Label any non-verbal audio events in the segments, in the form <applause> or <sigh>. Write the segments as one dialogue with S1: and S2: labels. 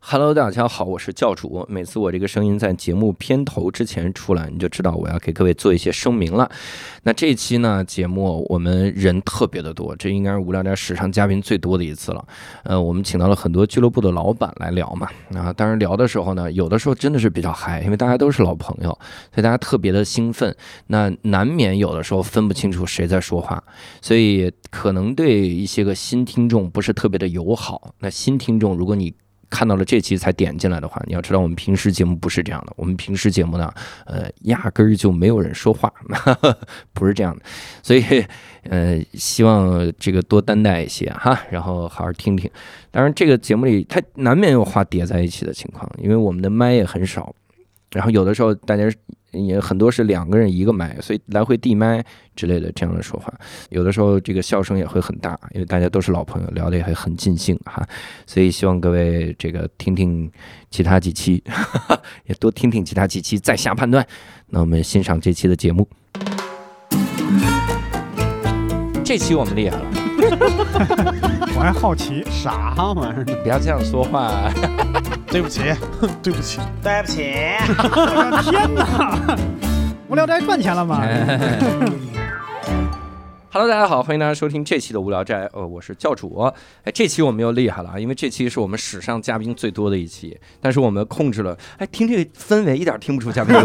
S1: Hello，大家好，我是教主。每次我这个声音在节目片头之前出来，你就知道我要给各位做一些声明了。那这一期呢，节目我们人特别的多，这应该是无聊斋史上嘉宾最多的一次了。呃，我们请到了很多俱乐部的老板来聊嘛。啊，当然聊的时候呢，有的时候真的是比较嗨，因为大家都是老朋友，所以大家特别的兴奋。那难免有的时候分不清楚谁在说话，所以可能对一些个新听众不是特别的友好。那新听众，如果你看到了这期才点进来的话，你要知道我们平时节目不是这样的。我们平时节目呢，呃，压根儿就没有人说话， <laughs> 不是这样的。所以，呃，希望这个多担待一些哈，然后好好听听。当然，这个节目里它难免有话叠在一起的情况，因为我们的麦也很少，然后有的时候大家也很多是两个人一个麦，所以来回递麦之类的这样的说话，有的时候这个笑声也会很大，因为大家都是老朋友，聊得也还很尽兴哈，所以希望各位这个听听其他几期， <laughs> 也多听听其他几期再下判断。那我们欣赏这期的节目。这期我们厉害了，
S2: 我还好奇，
S3: 啥玩意儿？
S1: 不要这样说话。
S3: 对
S2: <laughs>
S3: 不起，对不起，
S4: 对不起，
S2: 我的哎天哪！无聊斋赚钱了吗？
S1: 哎 Hello，大家好，欢迎大家收听这期的无聊斋，呃，我是教主。哎，这期我们又厉害了啊，因为这期是我们史上嘉宾最多的一期，但是我们控制了，哎，听这个氛围一点听不出嘉
S2: <laughs>
S1: 宾多，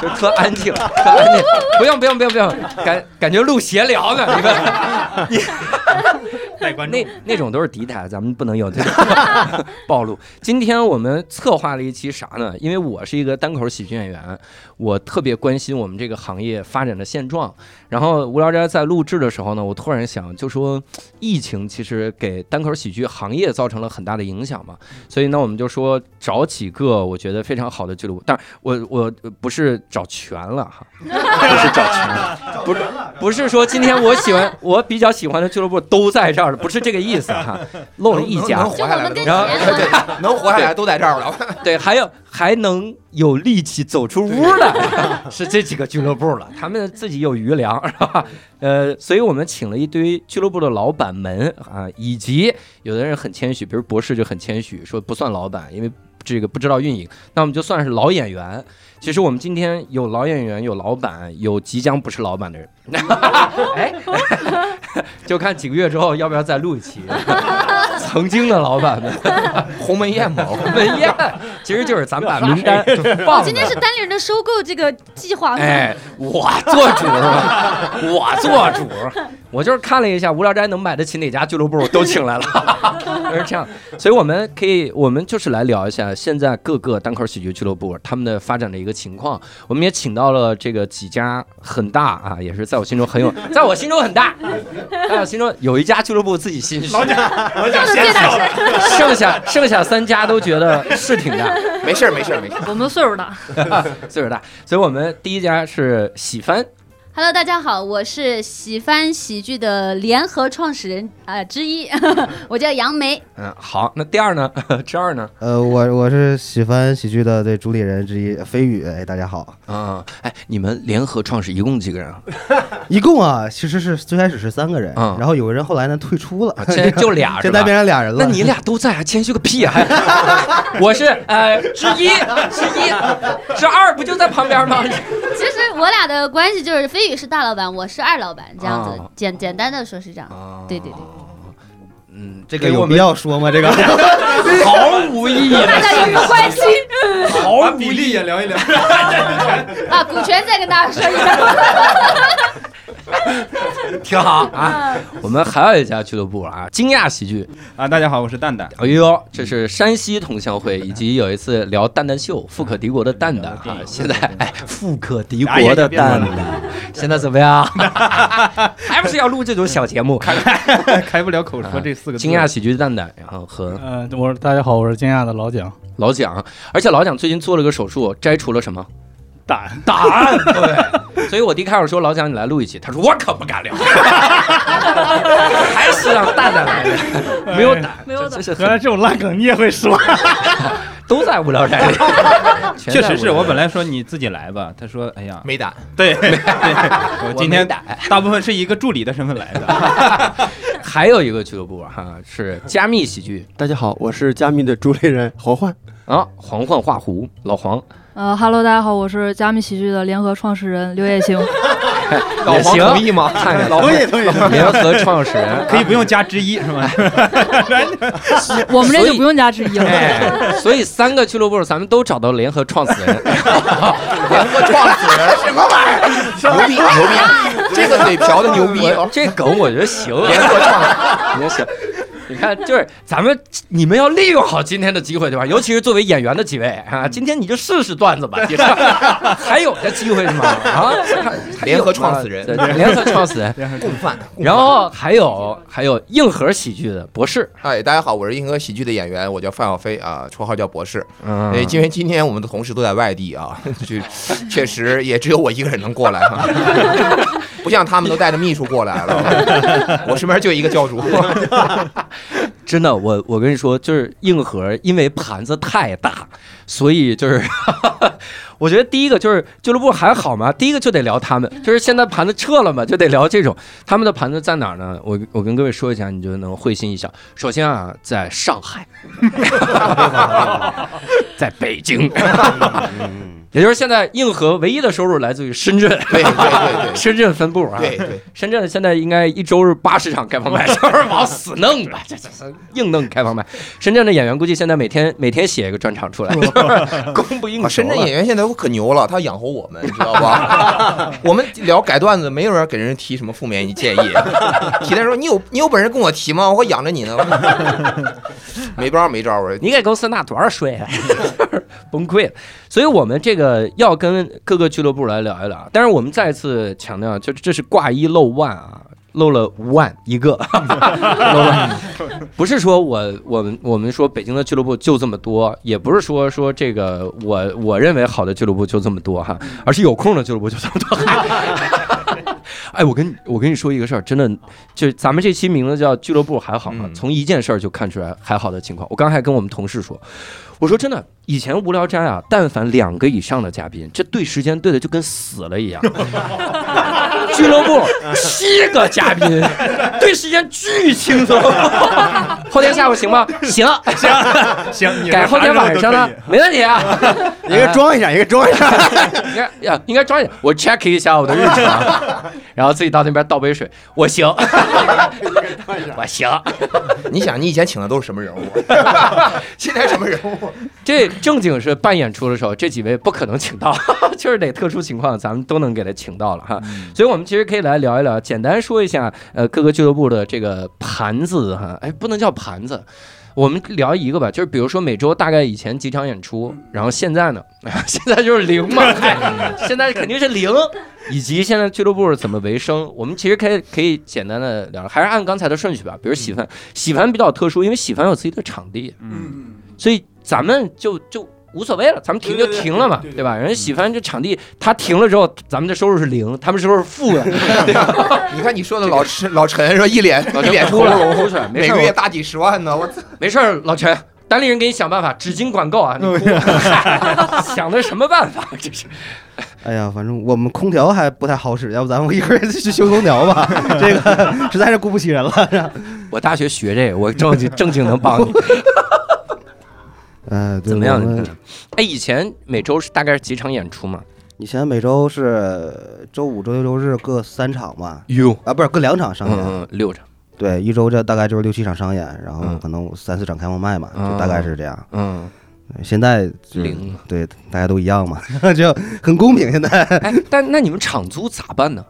S1: 就特安静，特安静。不用不用不用不用，感感觉录闲聊呢，你们。
S2: <laughs>
S1: <laughs>
S2: 带观
S1: 那那种都是敌台，咱们不能有这种暴露。今天我们策划了一期啥呢？因为我是一个单口喜剧演员，我特别关心我们这个行业发展的现状。然后无聊斋在录制的时候呢，我突然想，就说疫情其实给单口喜剧行业造成了很大的影响嘛，所以呢，我们就说找几个我觉得非常好的俱乐部。但我我不是找全了哈，不是找全了，不是不是说今天我喜
S5: <laughs>
S1: 欢我比较喜欢的俱乐部都在这儿，不是这个意思哈，漏了一家
S5: 能。活下来的都，就
S1: 我们跟前
S5: <laughs>
S6: <laughs>
S5: 对，能活下来都在这儿了。
S1: 对，还有还能有力气走出屋的， <laughs> 是这几个俱乐部了， <laughs> 他们自己有余粮， <laughs> 是吧？呃，所以我们请了一堆俱乐部的老板们啊，以及有的人很谦虚，比如博士就很谦虚，说不算老板，因为这个不知道运营，那我们就算是老演员。其实我们今天有老演员，有老板，有即将不是老板的 <laughs> 人，哎， <laughs> 就看几个月之后要不要再录一 <laughs> 期曾经的老板 <laughs> 们。
S5: 鸿门宴嘛，
S1: 鸿门宴，其实就是咱们把名单放
S7: <laughs> 我今天
S1: 那儿
S7: 是单立人的收购这个计 <laughs> 划吗？
S1: 哎，我做主是吧？我做主，我就是看了一下无聊斋能买得起哪家俱乐部，都请来了， <laughs> 就是这样。所以我们可以，我们就是来聊一下现在各个单口喜剧俱乐部他们的发展的一个情况。我们也请到了这个几家很大啊，也是在我心中很有，在我心中很大，在我心中有一家俱乐部自己心虚，
S7: 笑的最大声。
S1: 剩下剩下三家都觉得是挺大。
S5: 没事儿，没事儿，没事儿。
S7: 我们岁数大。
S1: 岁数大，所以我们第一家是喜翻，
S7: Hello，大家好，我是喜翻喜剧的联合创始人啊、呃之一， <laughs> 我叫杨梅。
S1: 嗯，好，那第二呢？ <laughs> 之二呢？
S8: <laughs> 呃，我我是喜欢喜剧的这主理人之一飞宇，哎，大家好。
S1: 啊、哎，你们联合创始一共几个人 <laughs> 啊？
S8: 一共啊，其实是最开始是三个人，
S1: 嗯
S8: 然后有个人后来呢退出了，
S1: 现在就
S8: <laughs>
S1: 俩是
S8: 现在
S1: 吧？
S8: 变成俩人了。
S1: 那你俩都在，还谦虚个屁啊！还 <laughs> 我是呃之一， <laughs> 之一，之二不就在旁边吗？
S7: 其实我俩的关系就是飞宇是大老板，我是二老板，这样子、
S1: 哦
S7: 简简单的说是这样。
S1: 啊
S7: 对对对，
S1: 嗯，这
S8: 这
S1: 个
S8: 个
S1: 我
S8: 有必
S1: 们
S8: 要说吗？这个
S1: <laughs> <laughs> 毫无意义 <laughs>
S7: 大
S1: 的，
S7: 家有没有关心
S1: 毫无意义。
S5: 也聊一聊。
S7: 啊？股权再跟大家说一下。
S1: 挺好啊。我们还有一家俱乐部啊，惊讶喜剧
S6: 啊，大家好，我是蛋蛋。
S1: 哎呦，这是山西同乡会，以及有一次聊蛋蛋秀，富可敌国的蛋蛋啊，现在哎，富可敌国的蛋蛋，现在怎么 <laughs> 样？还不是要录这种小节 <laughs> 目？
S6: 哎开不了口
S5: 啊
S6: 说这四个字。
S1: 惊讶！喜剧蛋蛋，然后和
S2: 呃，我大家好，我是惊讶的老蒋。
S1: 老蒋，而且老蒋最近做了个手术，摘除了什么？
S6: 胆
S1: <laughs> 胆，对，所以我第一开始说老蒋你来录一期，他说我可不敢聊， <laughs> 还是让蛋蛋来聊，没有胆，
S7: <laughs> 没有
S1: 这这是
S2: 哎原来
S1: 很
S2: 这种烂梗你也会说？
S1: 哎都在无聊斋
S6: <laughs>
S1: 里，全在
S6: 确实是
S1: 无聊斋
S6: 我本来说你自己来吧，他说哎呀，
S5: 没胆，
S6: <laughs>
S5: <laughs>
S6: 对，对我
S1: 我
S6: 今
S1: 没
S6: 天
S1: 胆
S6: <laughs>
S5: <laughs>
S6: 大部分是一个助理的身份来的。
S1: 还有一个俱乐部哈、是加密喜剧
S4: 大家好，我是加密的主理人侯焕。
S1: 啊，黄焕画虎老黄
S9: 呃哈喽，大家好，我是加密喜剧的联合创始人刘
S1: <laughs>
S9: 也行。
S5: 老
S1: 也
S5: 黄
S1: 行
S5: 同意吗？
S1: 看看老
S4: 以，同意。
S1: 联合创始人，啊
S6: 可以不用加之一
S5: <laughs>
S6: 是吗？
S9: 我们这就不用加之一了。
S1: 哎，所以三个俱乐部咱们都找到联合创始人，
S5: 联合创始人什么玩意儿？牛逼牛 <laughs> 逼，这个嘴瓢的牛逼，啊
S1: 我这梗我觉得行，啊
S5: <laughs> 联合创始
S1: <laughs> 也行。你看，就是咱们你们要利用好今天的机会，对吧？尤其是作为演员的几位啊，今天你就试试段子吧，你看还有这机会吗？啊，还有
S5: 联合
S1: 吗
S5: 创始人
S1: 对联合创始人。
S5: 人共犯。
S1: 然后还有还有硬核喜剧的博士，
S5: 哎，大家好，我是硬核喜剧的演员，我叫范晓飞啊，绰号叫博士。
S1: 嗯
S5: 哎，因为今天我们的同事都在外地啊， <laughs> 就确实也只有我一个人能过来哈、 <laughs> 不像他们都带着秘书过来了，我身边就一个教主。
S1: 真的，我我跟你说，就是硬核，因为盘子太大，所以就是，我觉得第一个就是俱乐部还好嘛，第一个就得聊他们，就是现在盘子撤了嘛，就得聊这种他们的盘子在哪儿呢？我我跟各位说一下，你就能会心一笑。首先啊，在上
S5: <laughs>
S1: 海，在北京，也就是现在硬核唯一的收入来自于深圳，
S5: 嗯对对
S1: <laughs>
S5: 对
S1: 深圳分部啊，
S5: 对对对，
S1: 深圳现在应该一周是八十场开放麦，就是往死弄
S5: <laughs>
S1: 吧，这这这硬弄开放麦。深圳的演员估计现在每天每天写一个专场
S5: <laughs>
S1: 出来，就是供不应
S5: 啊
S1: 求
S5: 深圳
S1: 了
S5: 演员现在都可牛了，他养活我们，你知道吧？我们聊改段子，没有人给人提什么负面建议， <laughs> 提他说你有你有本事跟我提吗？我养着你呢。 <laughs> 没招儿没招儿，我说
S1: 你给公司纳多少税啊？ <laughs> 崩溃了。所以我们这个要跟各个俱乐部来聊一聊。但是我们再次强调，就这是挂一漏万啊。漏了五万一个，漏万，不是说我我们我们说北京的俱乐部就这么多，也不是说说这个我我认为好的俱乐部就这么多哈，而是有空的俱乐部就这么多。 <laughs> 哎，我跟你我跟你说一个事儿，真的，就是咱们这期名字叫俱乐部还好吗？
S5: 嗯
S1: 从一件事儿就看出来还好的情况。我刚才还跟我们同事说，我说真的，以前无聊斋啊，但凡两个以上的嘉宾，这对时间对的就跟死了一样。俱乐部七个嘉宾，对时间巨轻松。后天下午行吗？行，
S6: 行，你
S1: 改后天晚
S6: <laughs>
S1: 上呢？没问题啊。
S4: 一
S8: 哎
S4: 个装一下，一个装一下。
S1: 应该呀，应该抓紧，我 check 一下我的日程，啊
S5: <laughs>
S1: 然后自己到那边倒杯水，我行，我行，
S5: 你想你以前请的都是什么人
S1: <laughs>
S5: 物？现在什么人物？
S1: 这正经是办演出的时候，这几位不可能请到， <laughs> 就是得特殊情况，咱们都能给他请到了哈。
S5: 嗯
S1: 所以，我们其实可以来聊一聊，简单说一下，呃，各个俱乐部的这个盘子哈，哎，不能叫盘子。我们聊一个吧，就是比如说每周大概以前几场演出，然后现在呢， <laughs> 现在就是零嘛，哎现在肯定是零，以及现在俱乐部是怎么维生，我们其实可以可以简单的聊，还是按刚才的顺序吧。比如喜番，喜番比较特殊，因为喜番有自己的场地，
S6: 嗯，
S1: 所以咱们就就无所谓了，咱们停就停了嘛，对嗯吧？人家喜欢这场地，他停了之后，咱们的收入是零，他们收入是负 <laughs> 的，
S5: 你看你说的老陈老陈说一脸一脸
S1: 出
S5: 出
S1: 来
S5: 来，
S1: 出来，没
S5: 每
S1: 事
S5: 个
S1: 儿，
S5: 月大几十万呢，我操！
S1: 没事儿，老陈。单立人给你想办法，纸巾管够啊！你 <laughs> 哭想的什么办法？这是
S8: 哎呀，反正我们空调还不太好使，要不咱们一会儿去修空调
S1: <laughs>
S8: 吧？这个实在是雇不起人了。
S1: 我大学学这个，我正经正经能帮
S8: <laughs>
S1: 你。
S8: 嗯、对
S1: 怎么样
S8: 我们？
S1: 哎，以前每周是大概是几场演出嘛？
S8: 以前每周是周五、周六、周日各三场吧，
S1: 哟，
S8: 啊，不是各两场商
S1: 嗯
S8: 演。
S1: 嗯，六场，
S8: 对，一周这大概就是六七场商演，然后
S1: 嗯
S8: 可能三四场开放麦嘛，
S1: 嗯
S8: 就大概是这样。
S1: 嗯，
S8: 现在就
S1: 零。啊
S8: 对大家都一样嘛， <laughs> 就很公平。现在
S1: 哎，但那你们场租咋办呢？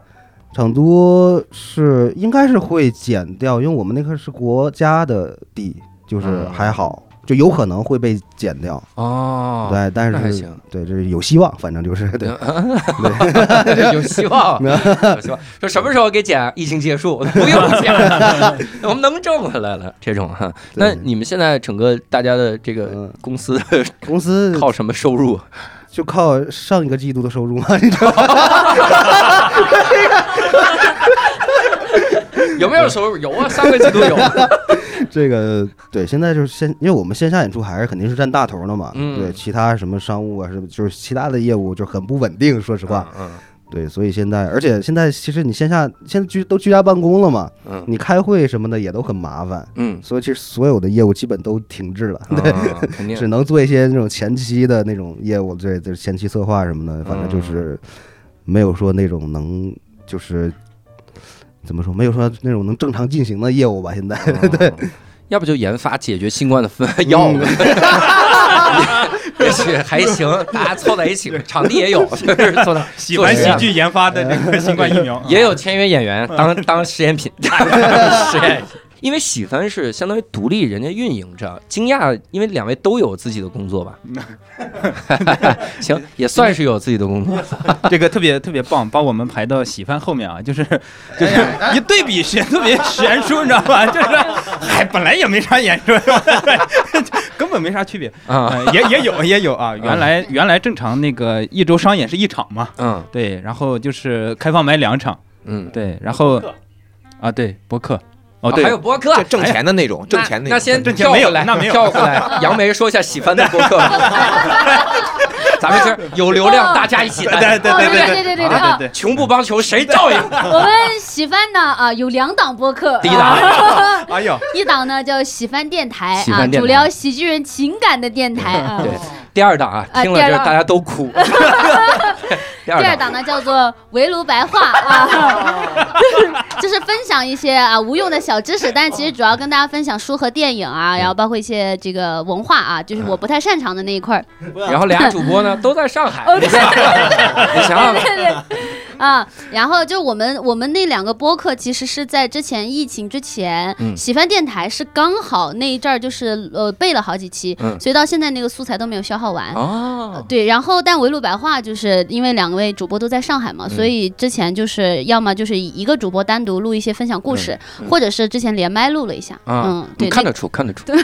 S8: 场租是应该是会减掉，因为我们那个是国家的地，就是
S1: 嗯
S8: 还好，就有可能会被减掉。
S1: 哦，
S8: 对，但
S1: 那还
S8: 是
S1: 行，嗯
S8: 对，这是有希望，反正就是对。
S1: <laughs> 有希望，有希望。说什么时候给减？疫情结束， <laughs> 不用减， <laughs> 我们能挣回来了。这种哈，那
S8: 对
S1: 你们现在整个大家的这个
S8: 嗯
S1: 公司
S8: 公司
S1: 靠什么收入？啊
S8: 就靠上一个季度的收入嘛，你知道吗？
S1: 有没有收入？有啊，上个季度
S8: <laughs>
S1: 有。
S8: 这个对，现在就是线，因为我们线下演出还是肯定是占大头的嘛。
S1: 嗯
S8: 对，其他什么商务啊，什么就是其他的业务就很不稳定，说实话。
S1: 嗯，
S8: 对，所以现在，而且现在其实你线下现在居都居家办公了嘛，
S1: 嗯
S8: 你开会什么的也都很麻烦，
S1: 嗯，
S8: 所以其实所有的业务基本都停滞了，
S1: 啊肯定
S8: 只能做一些那种前期的那种业务，对，就是前期策划什么的，反正
S1: 嗯
S8: 就是没有说那种能就是怎么说，没有说那种能正常进行的业务吧。现在
S1: 对，要不就研发解决新冠的分药物，
S6: 嗯
S1: <laughs> 也许还行，大家凑在一起，场地也
S6: <laughs>
S1: 有，就是凑到
S6: 喜欢喜
S1: 做实
S6: 剧嗯
S1: 验
S6: 研发的这个新冠疫 <laughs> 苗，
S1: 也有签约演员当当实验品，
S6: <laughs>
S1: <laughs> 实验。因为喜番是相当于独立人家运营着，惊讶，因为两位都有自己的工
S6: <laughs>
S1: 作吧？ <laughs> 行，也算是有自己的工作。
S6: 这个特别特别棒，把我们排到喜番后面啊，就是 <laughs> 就是一对比悬特别悬殊，你知道吧？就是嗨，本来也没啥演出， <laughs> 根本没啥区别
S1: 啊，
S6: <laughs> 呃也也有也有啊，原来原来正常那个一周商演是一场嘛，
S1: 嗯
S6: 对，然后就是开放买两场，
S1: 嗯，
S6: 对，然后啊对播客，哦对，
S1: 啊还有播客
S5: 这。挣钱的那种，挣钱
S1: 那
S5: 的种
S1: 那先
S6: 挣钱
S1: 跳
S6: 没有
S1: 回来，
S6: 那没有
S1: 跳回
S6: <laughs>
S1: 来。杨梅说一下喜番的播客
S7: <laughs>
S1: 吧，咱们这儿有流
S7: 哦
S1: 量，大家一起
S6: <laughs> 对
S1: 来。
S6: 对对对啊
S7: 对对对对对
S6: 对对，
S1: <laughs> 穷不帮穷，谁照应？
S7: 我们喜番呢啊有两档播客，
S1: 第一档
S7: 啊
S6: 哎呦，
S7: 一档呢叫喜番电台
S1: 喜
S7: 啊，
S1: 番电台
S7: 主聊喜剧人情感的电
S1: <laughs>
S7: 台啊。
S1: 对，第二档啊，
S7: 啊
S1: 听了
S7: 第
S1: 这
S7: 二档
S1: 大家都
S7: <laughs>
S1: 哭。第
S7: 第
S1: 二
S7: 二
S1: 档，
S7: 档呢叫做围炉
S1: <laughs>
S7: 白话啊，就是分享一些啊无用的小知识，但是其实主要跟大家分享书和电影啊，然后包括一些这个文化啊，就是我不太擅长的那一
S1: <laughs>
S7: 块儿。
S1: 然后俩主播呢都在上海，<laughs>
S7: 哦
S1: 你
S7: 对 <laughs>
S1: 想想吧，
S7: 啊，然后就我们我们那两个播客，其实是在之前疫情之前，
S1: 嗯
S7: 喜番电台是刚好那一阵儿就是呃备了好几期，
S1: 嗯
S7: 所以到现在那个素材都没有消耗完。
S1: 哦，
S7: 对，然后但围炉白话就是因为两位主播都在上海嘛，
S1: 嗯
S7: 所以之前就是要么就是以一个主播单独录一些分享故事，或者是之前连麦录了一下。
S1: 嗯啊
S7: 嗯，，对，啊
S1: 你看得出，看得出。
S7: 那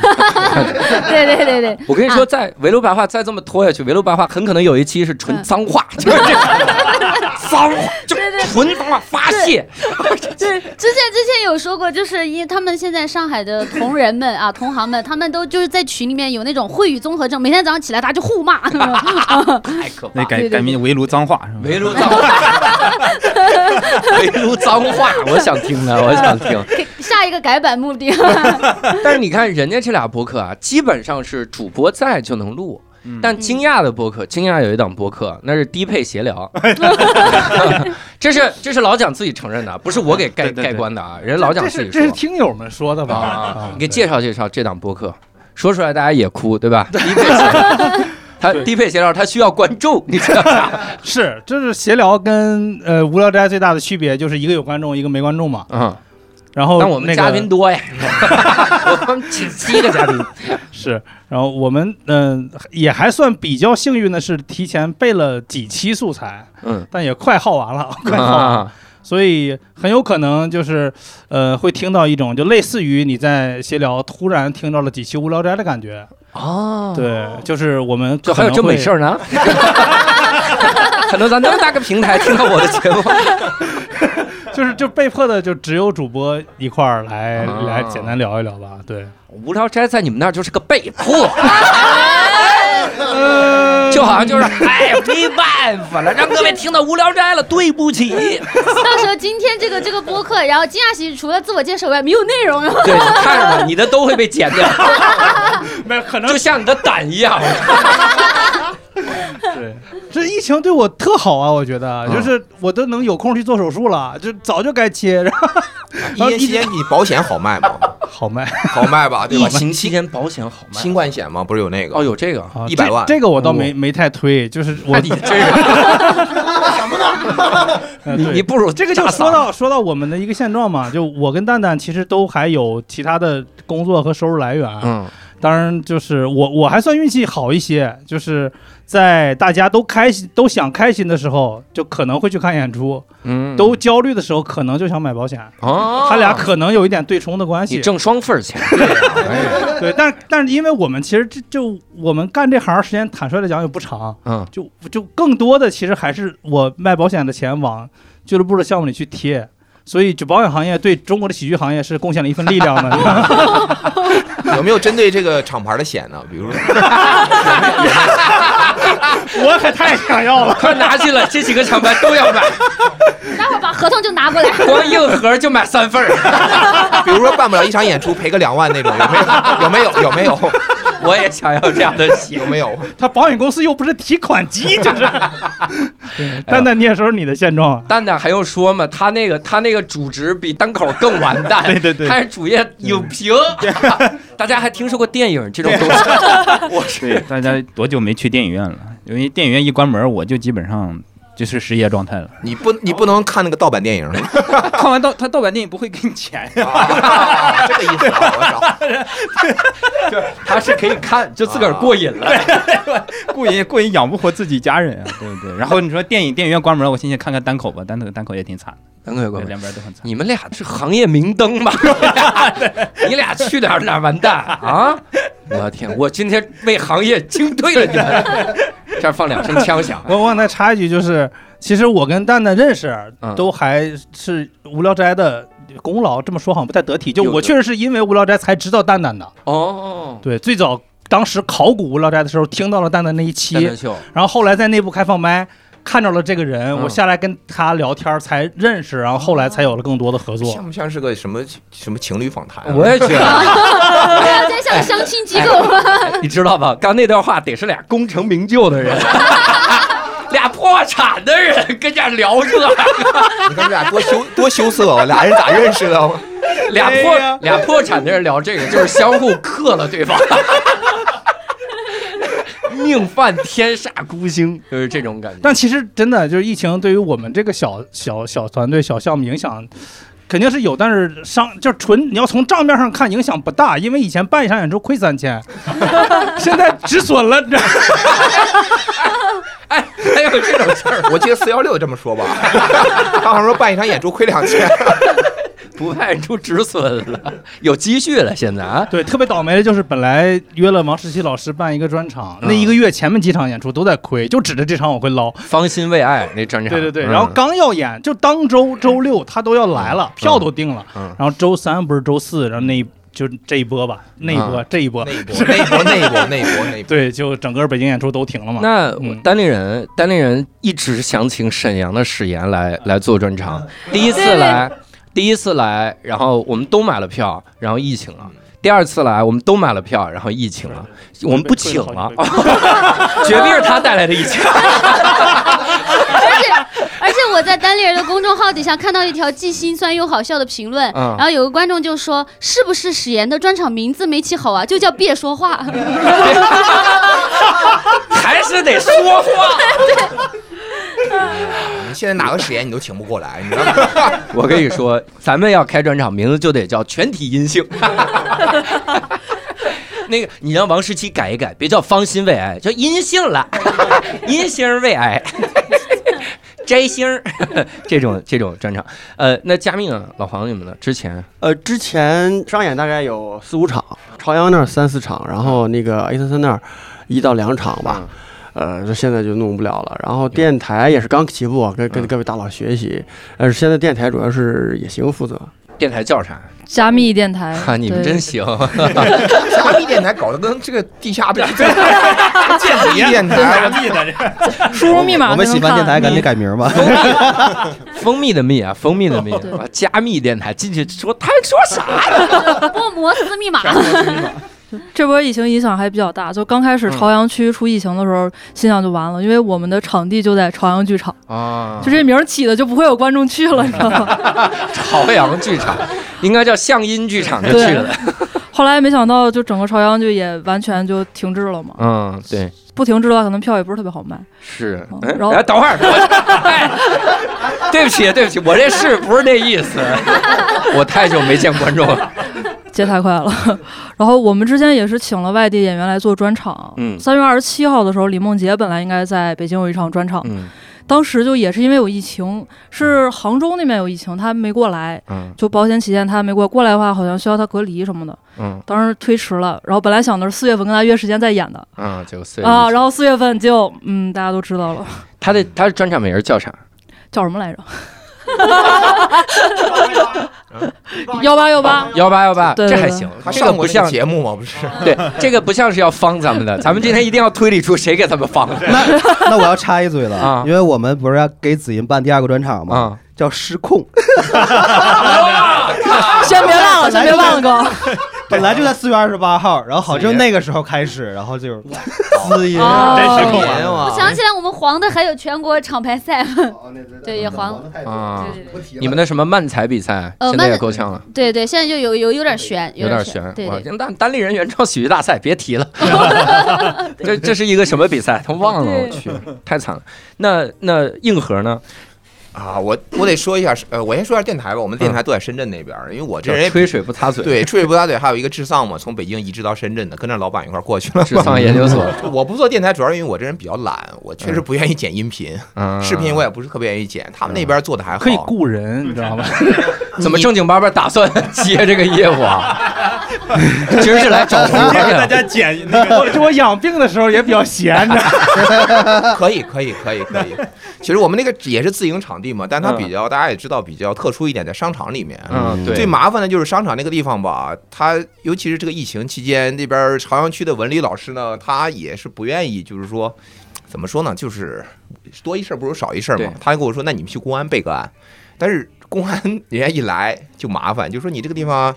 S7: 对对对对，
S1: 我跟你说，在围炉白话再这么拖下去，围炉白话很可能有一期是
S7: 嗯
S1: 纯脏话，就是这
S7: <laughs>
S1: 个脏话，就纯脏话发泄。
S7: 对，之前之前有说过，就是因为他们现在上海的同仁们啊，同行们，他们都就是在群里面有那种会语综合症，每天早上起来大家就互骂。 <laughs>
S1: 太可怕
S6: 那
S1: 了！
S6: 改
S7: 对对
S6: 改名围炉脏话是吧？
S1: 围炉脏话， <laughs> 围炉脏话，我想听 <laughs> 的，我想听。
S7: 给下一个改版目的， <laughs>
S1: 但是你看人家这俩播客啊，基本上是主播在就能录。
S6: 嗯
S1: 但惊讶的播客，惊讶有一档播客，那是低配闲 <laughs> 聊，这是这是老蒋自己承认的，不是我给 <laughs> 盖
S6: 对对对
S1: 盖棺的啊，人家老蒋
S2: 这
S1: 自
S2: 是
S1: 己
S2: 这是
S1: 说
S2: 听友们说的
S1: 啊
S2: 吧？
S1: 啊，啊
S2: 啊
S1: 你给介绍介绍这档播客，说出来大家也哭，对吧？低配闲聊， <laughs> 他低配闲聊，他需要观众，你知道 <laughs> 吗？
S2: 是，这是闲聊跟呃无聊斋最大的区别就是一个有观众，一个没观众嘛。
S1: 嗯，
S2: 然后
S1: 但我们
S2: 那个
S1: 嘉宾多呀， <laughs> 我们请七个嘉宾，
S2: 是，然后我们嗯、也还算比较幸运的是提前备了几期素材，
S1: 嗯，
S2: 但也快耗完了， <laughs> 快耗完了。
S1: 啊，
S2: 所以很有可能就是，呃，会听到一种就类似于你在闲聊突然听到了几期《无聊斋》的感觉。
S1: 哦，
S2: 对，就是我们
S1: 就还有这么回事儿
S2: <laughs>
S1: 呢？可能咱那么大个平台听到我的节目，
S2: 儿，就是就被迫的就只有主播一块儿来、
S1: 啊
S2: 来简单聊一聊吧。对，
S1: 无聊斋在你们那儿就是个被
S2: <laughs>
S1: 迫，就好像就是哎没办法了，让各位听到无聊斋了，对不起。
S7: 到时候今天这个这个播客，然后惊讶喜剧除了自我介绍以外没有内容了。
S1: 对，你看着吧，你的都会被剪掉，
S2: <laughs> 没可
S1: 就像你的胆一样。
S2: 对，这疫情对我特好啊，我觉得
S1: 嗯
S2: 就是我都能有空去做手术了，就早就该切，然后
S5: 一年期间哦你保险好卖 <laughs> 吗？
S2: 好卖
S5: 好卖吧，对
S1: 疫
S5: 吧？
S1: 情期间保险好卖
S5: 新冠险嘛，不是有那
S1: 哦，
S5: 个？
S1: 有这个，哎
S2: 啊，
S5: 100万
S2: 这这个我倒没没太推，就是我
S1: 那
S2: <laughs>
S1: 你真是
S2: 呃
S1: 你
S2: 对
S1: 你不如
S2: 这个就
S1: 大
S2: 说
S1: 嫂
S2: 到说到我们的一个现状嘛，就我跟蛋蛋其实都还有其他的工作和收入来源，啊
S1: 嗯
S2: 当然就是我我还算运气好一些，就是在大家都开心都想开心的时候，就可能会去看演出；
S1: 嗯
S2: 都焦虑的时候，可能就想买保险。
S1: 哦，
S2: 他俩可能有一点对冲的关
S1: 你
S2: 系，
S1: 挣双份儿钱，
S2: 对，但但是因为我们其实这就我们干这行时间，坦率的讲也不长，
S1: 嗯
S2: 就就更多的其实还是我卖保险的钱往俱乐部的项目里去贴，所以就保险行业对中国的喜剧行业是贡献了一份力量 <laughs> 的。
S5: 有没有针对这个厂牌的险呢？比如说，
S2: 我可太想要了。
S1: 快拿去了，这几个厂牌都
S2: <laughs>
S1: 要买，
S7: 待会儿把合同就拿
S1: <laughs>
S7: 过来。
S1: 光硬盒就买三份儿。
S5: 比如说办不了一场演出赔个两万那种，有没有？有没有？有没有？
S1: 我也想要这样的鞋
S5: 有。没有？
S2: 他保险公司又不是提款机，就是
S1: <laughs>
S2: 对。蛋
S1: 哎
S2: 蛋，你也说说你的现状啊？
S1: 蛋蛋还用说吗？他那个他那个主旨比单口更完蛋。
S2: 对对对
S1: 他是主业影评。大家还听说过电影这种东西？我
S6: 对， <laughs> 大家多久没去电影院了？因为电影院一关门，我就基本上就是失业状态了。
S5: 你不你不能看那个盗版电影，
S6: <laughs>
S5: <laughs>
S6: 看完盗他盗版电影不会给你钱呀、
S5: 啊这个意思啊，我操！
S1: 他是可以看，就自个儿过瘾
S2: 啊
S1: 了。
S6: <laughs> 过瘾过瘾养不活自己家人啊，对不对？然后你说电影电影院关门，我心想看看单口吧，单口单口也挺惨的，
S1: 能有
S6: 对两边都很惨。
S1: 你们俩是行业明灯
S2: <laughs>
S1: 吧？你俩去哪儿哪儿完蛋啊！我天，我今天为行业惊退了你们。这儿放两声枪响，
S2: 我我刚才插一句，就是其实我跟蛋蛋认识
S1: 嗯，
S2: 都还是无聊斋的功劳。这么说好像不太得体，就
S1: 有
S2: 我
S1: 的
S2: 确实是因为无聊斋才知道蛋蛋的。
S1: 哦，
S2: 对，最早当时考古无聊斋的时候，听到了蛋蛋那一期，
S1: 单单秀，
S2: 然后后来在内部开放麦。看着了这个人，
S1: 嗯
S2: 我下来跟他聊天儿才认识，然后后来才有了更多的合作。
S5: 像不像是个什么什么情侣访谈啊？
S1: 我也觉得，
S7: 不要再像相亲机构了。
S1: 你知道吧？刚那段话得是俩功成名就的人， <laughs> 俩破产的人跟这儿聊这，
S5: 你看这俩多羞多羞涩啊，俩人咋认识的？
S1: 俩
S2: 哎
S1: 破俩破产的人聊这个，就是相互克了对方。 <laughs> 命犯天煞孤星，就是这种感觉。
S2: 但其实真的就是疫情对于我们这个小小小团队、小项目影响肯定是有，但是商就纯你要从账面上看影响不大，因为以前办一场演出亏三千，现在止损了。你知道吗 <laughs>
S1: 哎，还有这种事儿，
S5: <laughs> 我记得四幺六这么说吧，他好像说办一场演出亏两千，
S1: 不派出止损了，有积蓄了，现在啊，
S2: 对，特别倒霉的就是本来约了王石溪老师办一个专场，那一个月前面几场演出都在亏，就指着这场我会捞。
S1: 芳心为爱那专场，
S2: 对对对，
S1: 嗯
S2: 然后刚要演，就当周周六他都要来了，票都定了
S1: 嗯，
S2: 然后周三不是周四，然后那一就这一波吧，嗯那一波这一波
S5: 那，一波那一波那一波那一波那一波，
S2: 对，就整个北京演出都停了嘛。
S1: 那
S2: 嗯
S1: 丹立人，丹立人一直想请沈阳的史岩来来做专场，第一次来，第一次来，然后我们都买了票，然后疫情了。第二次来，我们都买了票，然后疫情了，我们不请了， <laughs> 绝壁是他带来的疫情。
S7: 而且而且我在单立人的公众号底下看到一条既心酸又好笑的评论，
S1: 嗯
S7: 然后有个观众就说：“是不是史岩的专场名字没起好啊？就叫别说
S1: <laughs>
S7: 话。
S1: 还是得说话。
S5: 你现在哪个实验你都请不过来，你知道吗？
S1: 我跟你说，咱们要开专场，名字就得叫全体阴性。 <laughs> 那个，你让王十七改一改，别叫芳心为爱，叫阴性了， <laughs> 阴性为爱， <laughs> 摘星儿 <laughs> 这种这种专场。呃，那加密呢？老黄你们呢？之前
S4: 呃，之前商演大概有四五场，朝阳那儿三四场，然后那个 A 三三那儿一到两场吧。呃，这现在就弄不了了。然后电台也是刚起步，啊跟跟
S1: 嗯
S4: 各位大佬学习。呃，现在电台主要是野行负责。
S1: 电台叫啥？
S9: 加密电
S1: <laughs>
S9: 台
S1: 哈，，你们
S9: 哎对
S1: 真行。
S5: 虾米电台搞得跟这个地下 <laughs> 不间谍
S2: <laughs>
S5: 电 <laughs> 台，
S9: 输入密
S8: <laughs>
S9: 码
S8: 我们
S9: 才
S8: 喜
S9: 能
S8: 欢电台，
S9: 看嗯
S8: 赶紧
S9: 你
S8: 改名 <laughs> 吧。
S1: 蜂蜜的蜜啊，蜂蜜的蜜
S9: 对，
S1: 啊加密电台进去说他们说啥？”
S7: 波摩斯密码，
S1: 啊
S9: 这波疫情影响还比较大，就刚开始
S1: 嗯
S9: 朝阳区出疫情的时候，心想就完了，因为我们的场地就在朝阳剧场，
S1: 啊
S9: 就这名儿起的就不会有观众去了，你知道吗？ <laughs>
S1: 朝阳剧场，应该叫象音剧场就去了。
S9: 后来没想到，就整个朝阳剧也完全就停滞了嘛，
S1: 嗯，对。
S9: 不停滞的话，可能票也不是特别好卖。
S1: 是
S9: 嗯，
S1: 哎
S9: 然后
S1: 哎等会儿，我哎， <laughs> 对不起，对不起，我这是不是那意思？我太久没见观众了。
S9: 接太快了。 <laughs> 然后我们之前也是请了外地演员来做专场。
S1: 嗯
S9: 三月二十七号的时候，李梦洁本来应该在北京有一场专场，
S1: 嗯
S9: 当时就也是因为有疫情，是杭州那边有疫情，她没过来，
S1: 嗯
S9: 就保险起见她没过来。过来的话，好像需要她隔离什么的，
S1: 嗯
S9: 当时推迟了。然后本来想的是四月份跟她约时间再演的
S1: 嗯，九四
S9: 啊，然后四月份就嗯，大家都知道了，
S1: 他的他的专场名儿叫啥？
S7: <laughs>
S9: 叫什么来着？幺八
S7: <laughs>
S9: 幺八，
S1: 幺八幺八，
S9: 啊对
S1: 这
S9: 对
S1: 还
S9: 对
S1: 行，
S5: 他
S1: 这个
S5: 上过
S1: 不
S5: 这个
S1: 像
S5: 节目吗？不是，
S1: 对，这个不像是要方咱们的，咱们今天一定要推理出谁给他们方的
S8: 那我要插一嘴了，
S1: 啊
S8: 因为我们不是要给子银办第二个专场吗？
S1: 啊！
S8: 叫失控，
S9: 先别忘了，先别忘了哥。
S8: <laughs> 本来就在四月二十八号，然后好像就那个时候开始，然后就滋音
S9: 哦
S3: 真失控
S2: 啊
S5: 哎呀
S3: 了。
S5: 妈
S7: 想起来我们黄的还有全国厂牌赛，对也黄
S1: 啊
S7: 对对
S1: 你们的什么漫才比赛，
S7: 呃
S1: 现在
S7: 漫
S1: 也够呛了，
S7: <laughs> 对对，现在就有有有点悬，
S1: 有
S7: 点
S1: 点悬。
S7: 对
S1: 哇
S7: 对，
S1: 单单立人原创喜剧大赛别提了，这这是一个什么比赛？都忘了，我
S9: 对
S1: 去，太惨了。那那硬核呢？
S5: 啊，我我得说一下，呃，我先说一下电台吧。我们电台都在深圳那边儿，因为我嗯这人也
S1: 吹水不擦嘴，
S5: 对吹水不打嘴，还有一个智丧嘛，从北京移植到深圳的，跟着老板一块儿过去了。
S1: 智丧研究所，
S5: <laughs> 我不做电台，主要是因为我这人比较懒，我确实不愿意剪音频，
S1: 嗯
S5: 视频我也不是特别愿意剪。他们那边做的还好，
S2: 可以雇人，你知 <laughs> 道吗？
S1: 怎么正经八百打 <laughs> 算接这个业务啊？ <laughs> 今儿是来找活
S2: <laughs>
S6: 这个大
S1: 儿的，
S6: 家剪那个。
S2: 啊我这我养病的时候也比较闲着，
S1: <laughs>
S5: 可以，可以，可以，可以。其实我们那个也是自营场地嘛，但它比较、大家也知道比较特殊一点，在商场里面。
S1: <laughs> 嗯，
S5: 最
S1: 对，
S5: 麻烦的就是商场那个地方吧，它尤其是这个疫情期间，那边朝阳区的文理老师呢，他也是不愿意，就是说，怎么说呢，就是多一事不如少一事
S1: 对
S5: 嘛。他就跟我说，那你们去公安备个案，但是公安人家一来就麻烦，就说你这个地方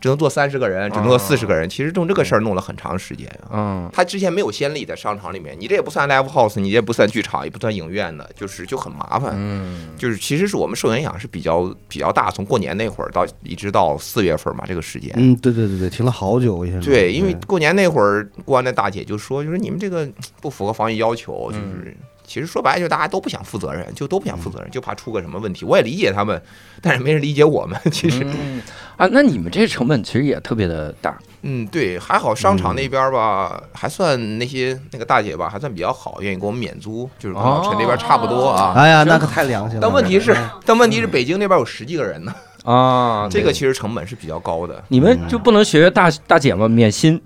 S5: 只能坐三十个人，只能坐四十
S1: 哦
S5: 个人。其实弄这个事儿弄了很长时间啊。
S1: 嗯，
S5: 他之前没有先例，在商场里面，你这也不算 live house，你这也不算剧场，也不算影院的，就是就很麻烦。
S1: 嗯，
S5: 就是其实是我们受影响是比较比较大，从过年那会儿到一直到四月份嘛，这个时间。
S8: 嗯，对对对对，停了好久，我印象中
S5: 对，因为过年那会儿，公安的大姐就说，就是你们这个不符合防疫要求，就
S1: 嗯
S5: 是其实说白了，就是大家都不想负责任，就都不想负责任，就怕出个什么问题。我也理解他们，但是没人理解我们。其实，
S1: 嗯啊，那你们这成本其实也特别的大，
S5: 嗯，对，还好商场
S1: 嗯
S5: 那边儿吧，还算那些那个大姐吧，还算比较好，愿意给我们免租，就是跟
S1: 哦
S5: 老陈那边差不多啊。
S8: 哎呀，那可太良心了。
S5: 但问题
S1: 嗯
S5: 是，但问题是北京那边有十几个人呢，
S1: 啊
S5: 这个其实成本是比较高的。
S1: 你们就不能学学大大姐吗？免薪，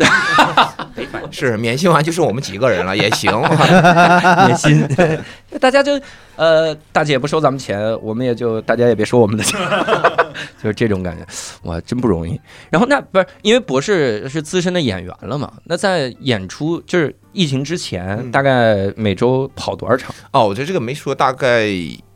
S5: 是免薪完就是我们几个人了也行，
S1: <laughs>
S5: 啊
S1: 免薪，大家就呃，大姐不收咱们钱，我们也就大家也别收我们的 <laughs> 钱，就是这种感觉，哇，真不容易。然后那不是因为博士是资深的演员了嘛？那在演出就是疫情之前，
S5: 嗯
S1: 大概每周跑多少场？
S5: <laughs> 哦，我觉得这个没说，大概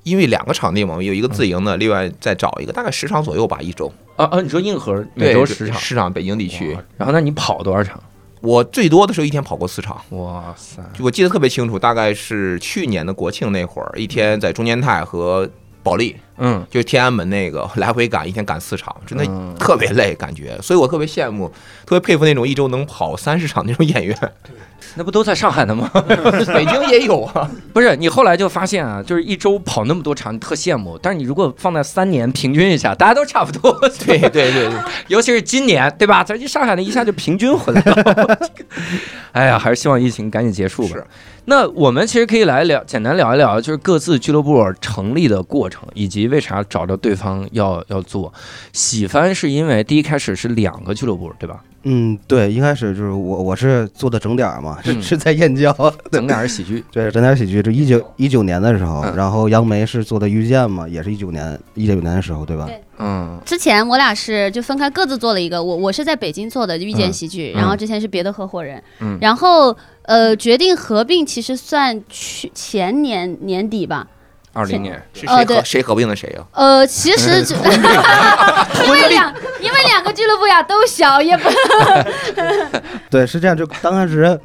S5: 因为两个场地嘛，有一个自营的，另外再找一个，大概十场左右吧，一周。
S1: 啊啊，你说硬核每
S5: 对
S1: 周
S5: 对
S1: 十场，
S5: 十场北京地区
S1: 哇，然后那你跑多少场？
S5: 我最多的时候一天跑过四场，
S1: 哇塞，
S5: 就我记得特别清楚，大概是去年的国庆那会儿，一天在中间泰和保利，
S1: 嗯，
S5: 就是天安门那个 <laughs> 来回赶，一天赶四场，真的
S1: 嗯
S5: 特别累，感觉，所以我特别羡慕，特别佩服那种一周能跑三十场那
S1: <laughs>
S5: 种演员，
S1: 那不都在上海呢吗？ <laughs>
S5: 北京也有啊，
S1: 不是，你后来就发现啊，就是一周跑那么多场，你特羡慕。但是你如果放在三年平均一下，大家都差不多。
S5: <laughs> 对对对对。
S1: 尤其是今年，对吧？咱一上海呢，一下就平均回来了。 <laughs> 哎呀，还是希望疫情赶紧结束吧
S5: 是。
S1: 那我们其实可以来聊，简单聊一聊，就是各自俱乐部成立的过程，以及为啥找到对方要要做。喜番是因为第一开始是两个俱乐部，对吧？
S8: 嗯，对，一开始就是我我是做的整点儿嘛，是
S1: 嗯
S8: 是在燕郊， <laughs> 对
S1: 整点儿喜剧，
S8: 对，整点儿喜剧，就一九一九年的时候，
S1: 嗯
S8: 然后杨梅是做的遇见嘛，也是一九年一九年的时候，对吧？
S7: 对
S1: <laughs> 嗯
S7: 之前我俩是就分开各自做了一个，我我是在北京做的遇见
S1: 嗯
S7: 喜剧，
S1: 嗯
S7: 然后之前是别的合伙人，
S1: 嗯
S7: 然后呃决定合并，其实算去前年年底吧，
S1: 二零 <laughs> 年，
S5: 是
S7: 哦
S5: 谁
S7: 对
S5: 合谁合并的谁呀、
S7: 呃其
S4: <laughs>
S7: 实就因为两因为两个俱乐部呀都小，也不
S8: 对，是这样，就刚开始。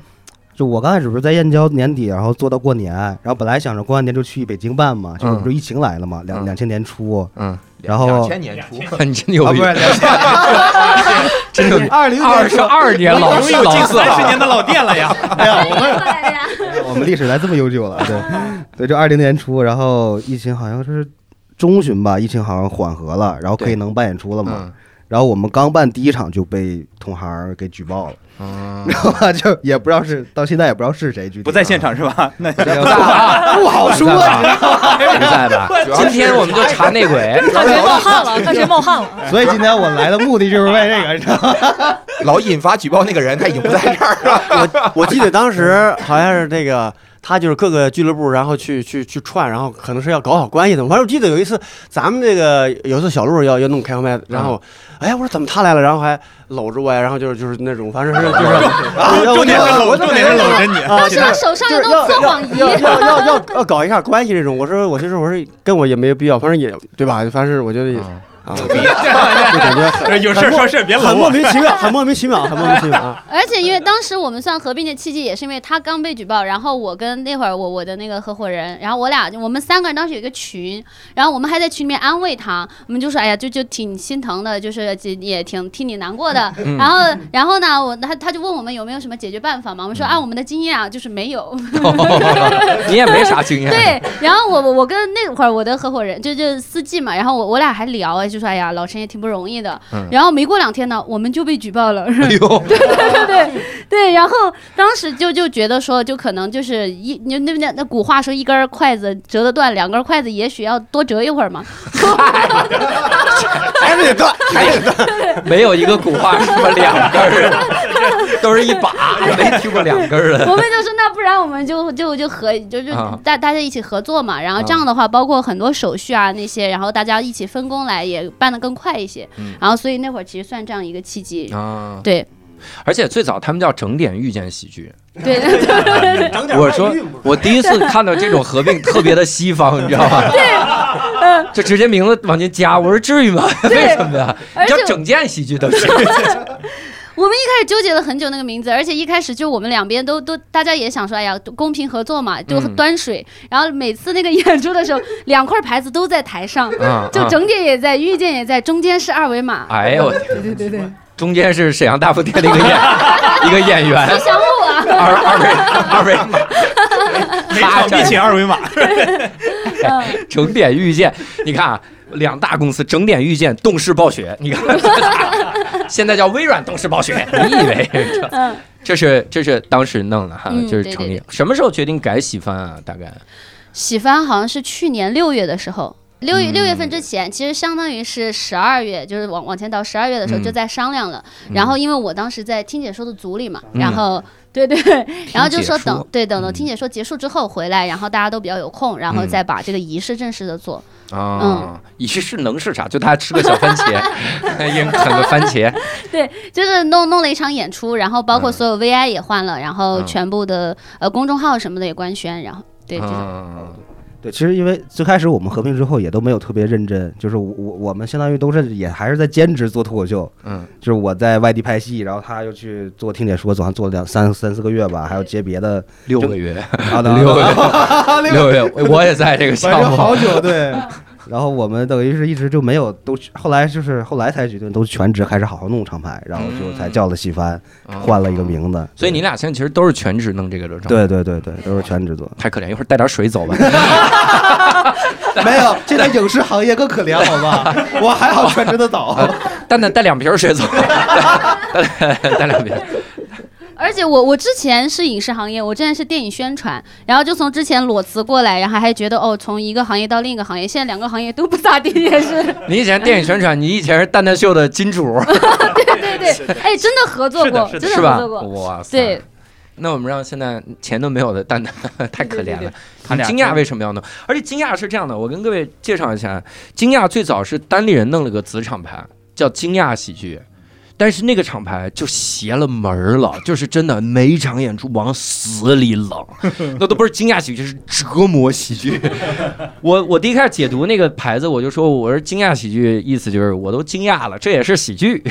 S8: 就我刚开始不是在燕郊年底，然后做到过年，然后本来想着过完年就去北京办嘛，结果
S1: 嗯
S8: 不是疫情来了嘛，两
S1: 嗯
S8: 两千年初，
S1: 嗯，
S8: 然后
S5: 两千年初，
S1: 你真牛
S8: 啊
S1: 逼嗯
S8: 不，是
S1: 真牛逼，
S8: 二零
S1: 二十二年老
S6: 终于有
S1: 老
S6: 近
S1: 字
S6: 三
S1: 号
S6: 十年的老店了呀！
S4: 哎
S8: 我们历史来这么悠久了，对，对，就二零年初，然后疫情好像是中旬吧，疫情好像缓和了，然后可以
S1: 对
S8: 能办演出了嘛。
S1: 嗯
S8: 然后我们刚办第一场就被同行给举报了，
S1: 嗯
S8: 然后就也不知道是到现在也不知道是谁举，啊
S6: 不在现，场是 <laughs> 吧？那
S8: <laughs> 不好说，你知道吗
S1: 不在
S5: <laughs>
S1: 吧？今天我们就查内鬼，
S9: 看谁冒汗了，看谁冒汗了。
S8: <laughs> 所以今天我来的目的就是为这 <laughs> 个，你知道吗？
S5: 老引发举报那个人他已经不在这儿了。
S4: 我记得当时好像是那个他就是各个俱乐部，然后去去去串，然后可能是要搞好关系的。反正我记得有一次，咱们这个有一次小鹿要要弄开放麦，然后，哎，我说怎么他来了，然后还搂着我呀，然后就是就是那种，反正是就是啊，我
S6: 重点是
S4: 我
S6: 搂，
S4: 就
S6: 重点是搂着你。
S4: 啊，
S7: 当时他手上有
S4: 就
S7: 那
S4: 是
S7: 种
S4: 要
S7: 测
S4: 要
S7: 谎仪，
S4: 要要要要要搞一下关系这种。我说我其实我说跟我也没有必要，反正也对吧？反正我觉得也啊，就感觉很
S6: <laughs> 有事儿说事儿，别
S4: 很
S6: 搂
S4: 莫
S6: 我。
S4: 名 <laughs> 其妙，很莫名其妙，很莫名其妙啊！
S7: <laughs> 而且因为当时我们算合并的契机，也是因为他刚被举报，然后我跟那会儿我我的那个合伙人，然后我俩就我们三个人当时有一个群，然后我们还在群里面安慰他，我们就说哎呀就就挺心疼的，就是也也挺替你难过的。
S1: 嗯
S7: 然后然后呢，我他他就问我们有没有什么解决办法嘛，我们说按我们的经验啊，就是没有。
S1: 嗯
S7: <laughs>
S1: 你也没啥经验，
S7: 对，然后我我我跟那会儿我的合伙人就就司机嘛，然后我我俩还聊，就说哎呀，老陈也挺不容易的。
S1: 嗯
S7: 然后没过两天呢，我们就被举报了。对对对对对，然后当时就就觉得说，就可能就是一那那那那古话说一根儿筷子折得断，两根儿筷子也许要多折一会
S1: <laughs>
S7: 儿嘛。
S5: 还得断，还得断，
S1: <laughs> 没有一个古话说两根儿啊的，
S5: <laughs>
S1: 都是一把，没听过两根儿的。
S7: 我们就说那不然我们就 <laughs> 就就合就就
S1: 啊
S7: 大大家一起合作嘛，然后这样的话，包括很多手续啊那些，然后大家一起分工来也办得更快一些
S1: 嗯。
S7: 然后所以那会儿其实算这样一个契机。
S1: 啊，
S7: 对
S1: 而且最早他们叫整点遇见喜剧。
S7: 对对对
S4: <laughs> 整
S1: 我说，我第一次看到这种合并特别的西
S7: <laughs>
S1: 方，你知道吧？
S7: 嗯
S1: 对，就直接名字往进加。我说至于吗？为什么呀？
S7: 而且
S1: 叫整件喜剧都是。
S7: 我们一开始纠结了很久那个名字，而且一开始就我们两边都都大家也想说，哎呀，公平合作嘛，就
S1: 嗯
S7: 端水。然后每次那个演出的时候，两块牌子都在台上，
S1: 啊
S7: <laughs> 就
S1: 啊
S7: 整点也在，遇见也在，中间是二维码。
S1: 哎呦我天！
S7: <laughs> 对对对对，
S1: 中间是沈阳大饭店的一个
S7: <laughs>
S1: 演一个演员，
S7: 吉祥物啊。
S1: 二二维二维码，
S6: 每场必请二维码。
S1: 整点遇见，你看啊，两大公司整点遇见，动视暴雪，你
S7: <laughs>
S1: 看，现在叫微软动视暴雪，你以为这？
S7: 嗯，
S1: 这是这是当时弄的哈，
S7: 嗯
S1: 就是
S7: 对
S1: 成
S7: 对
S1: 立。什么时候决定改喜番啊？大概
S7: 喜番好像是去年六月的时候。六月
S1: 嗯
S7: 六月份之前，其实相当于是十二月，就是往往前倒十二月的时候
S1: 嗯
S7: 就在商量了。
S1: 嗯
S7: 然后因为我当时在听解说的组里嘛，
S1: 嗯
S7: 然后对对，然后就
S1: 听
S7: 说
S1: 解
S7: 等
S1: 说
S7: 对等到
S1: 嗯
S7: 听解说结束之后回来，然后大家都比较有空，然后
S1: 嗯
S7: 再把这个仪式正式的做。嗯
S1: 啊，仪式能是啥？就他吃个小番
S7: <laughs>
S1: 茄， <laughs> 也啃个番茄，
S7: 就是弄弄了一场演出，然后包括
S1: 嗯
S7: 所有 VI 也换了，然后
S1: 嗯
S7: 全部的呃公众号什么的也官宣，然后对，就是
S1: 嗯
S8: 对，其实因为最开始我们合并之后也都没有特别认真，就是我我我们相当于都是也还是在兼职做脱口秀，
S1: 嗯，
S8: 就是我在外地拍戏，然后他又去做听解说，总共做了两三三四个月吧，还有接别的
S1: 六个月，
S8: <laughs> 啊等
S1: 六
S8: 等
S1: 个月，六个月，我也在这个
S3: 反
S1: 项
S3: 正
S1: 目
S3: 好久，
S8: <laughs>
S3: 对，
S8: 然后我们等于是一直就没有都后来就是后来才决定都全职开始好好弄厂牌，然后就才叫了戏番，换了一个。
S1: 嗯
S8: 名字。
S1: 所以你俩现在其实都是全职弄这个流程，，。
S8: 对对对对，都是全职做
S1: 太可怜。一会儿带点水走吧。
S8: <laughs>
S1: <laughs>
S8: 没有，现在影视行业更可怜，好
S4: <laughs>
S8: 吧？我还好全职的早。
S1: 蛋蛋带两瓶水走， <laughs> 带两瓶。
S7: 而且我我之前是影视行业，我之前是电影宣传，然后就从之前裸辞过来，然后还觉得哦，从一个行业到另一个行业，现在两个行业都不咋地，
S1: <laughs>
S7: 也是
S1: 你以前电影宣传，你以前是蛋蛋秀的金主，
S7: 对对对，哎，真的合作过，
S6: 是
S7: 真
S1: 是
S7: 的合
S1: 吧？
S7: 作过，
S1: 哇塞！
S7: 对，
S1: 那我们让现在钱都没有的蛋 <laughs> 蛋太可怜了。
S6: 他
S1: 你
S6: 俩
S1: 惊讶为什么要弄？而且惊讶是这样的，我跟各位介绍一下，惊讶最早是单立人弄了个子厂牌，叫惊讶喜剧。但是那个厂牌就邪了门儿了，就是真的每一场演出往死里冷，那都不是惊讶喜剧，是折磨喜剧。 <laughs> 我我第一开始解读那个牌子，我就说我是惊讶喜剧，意思就是我都惊讶了，这也是喜剧，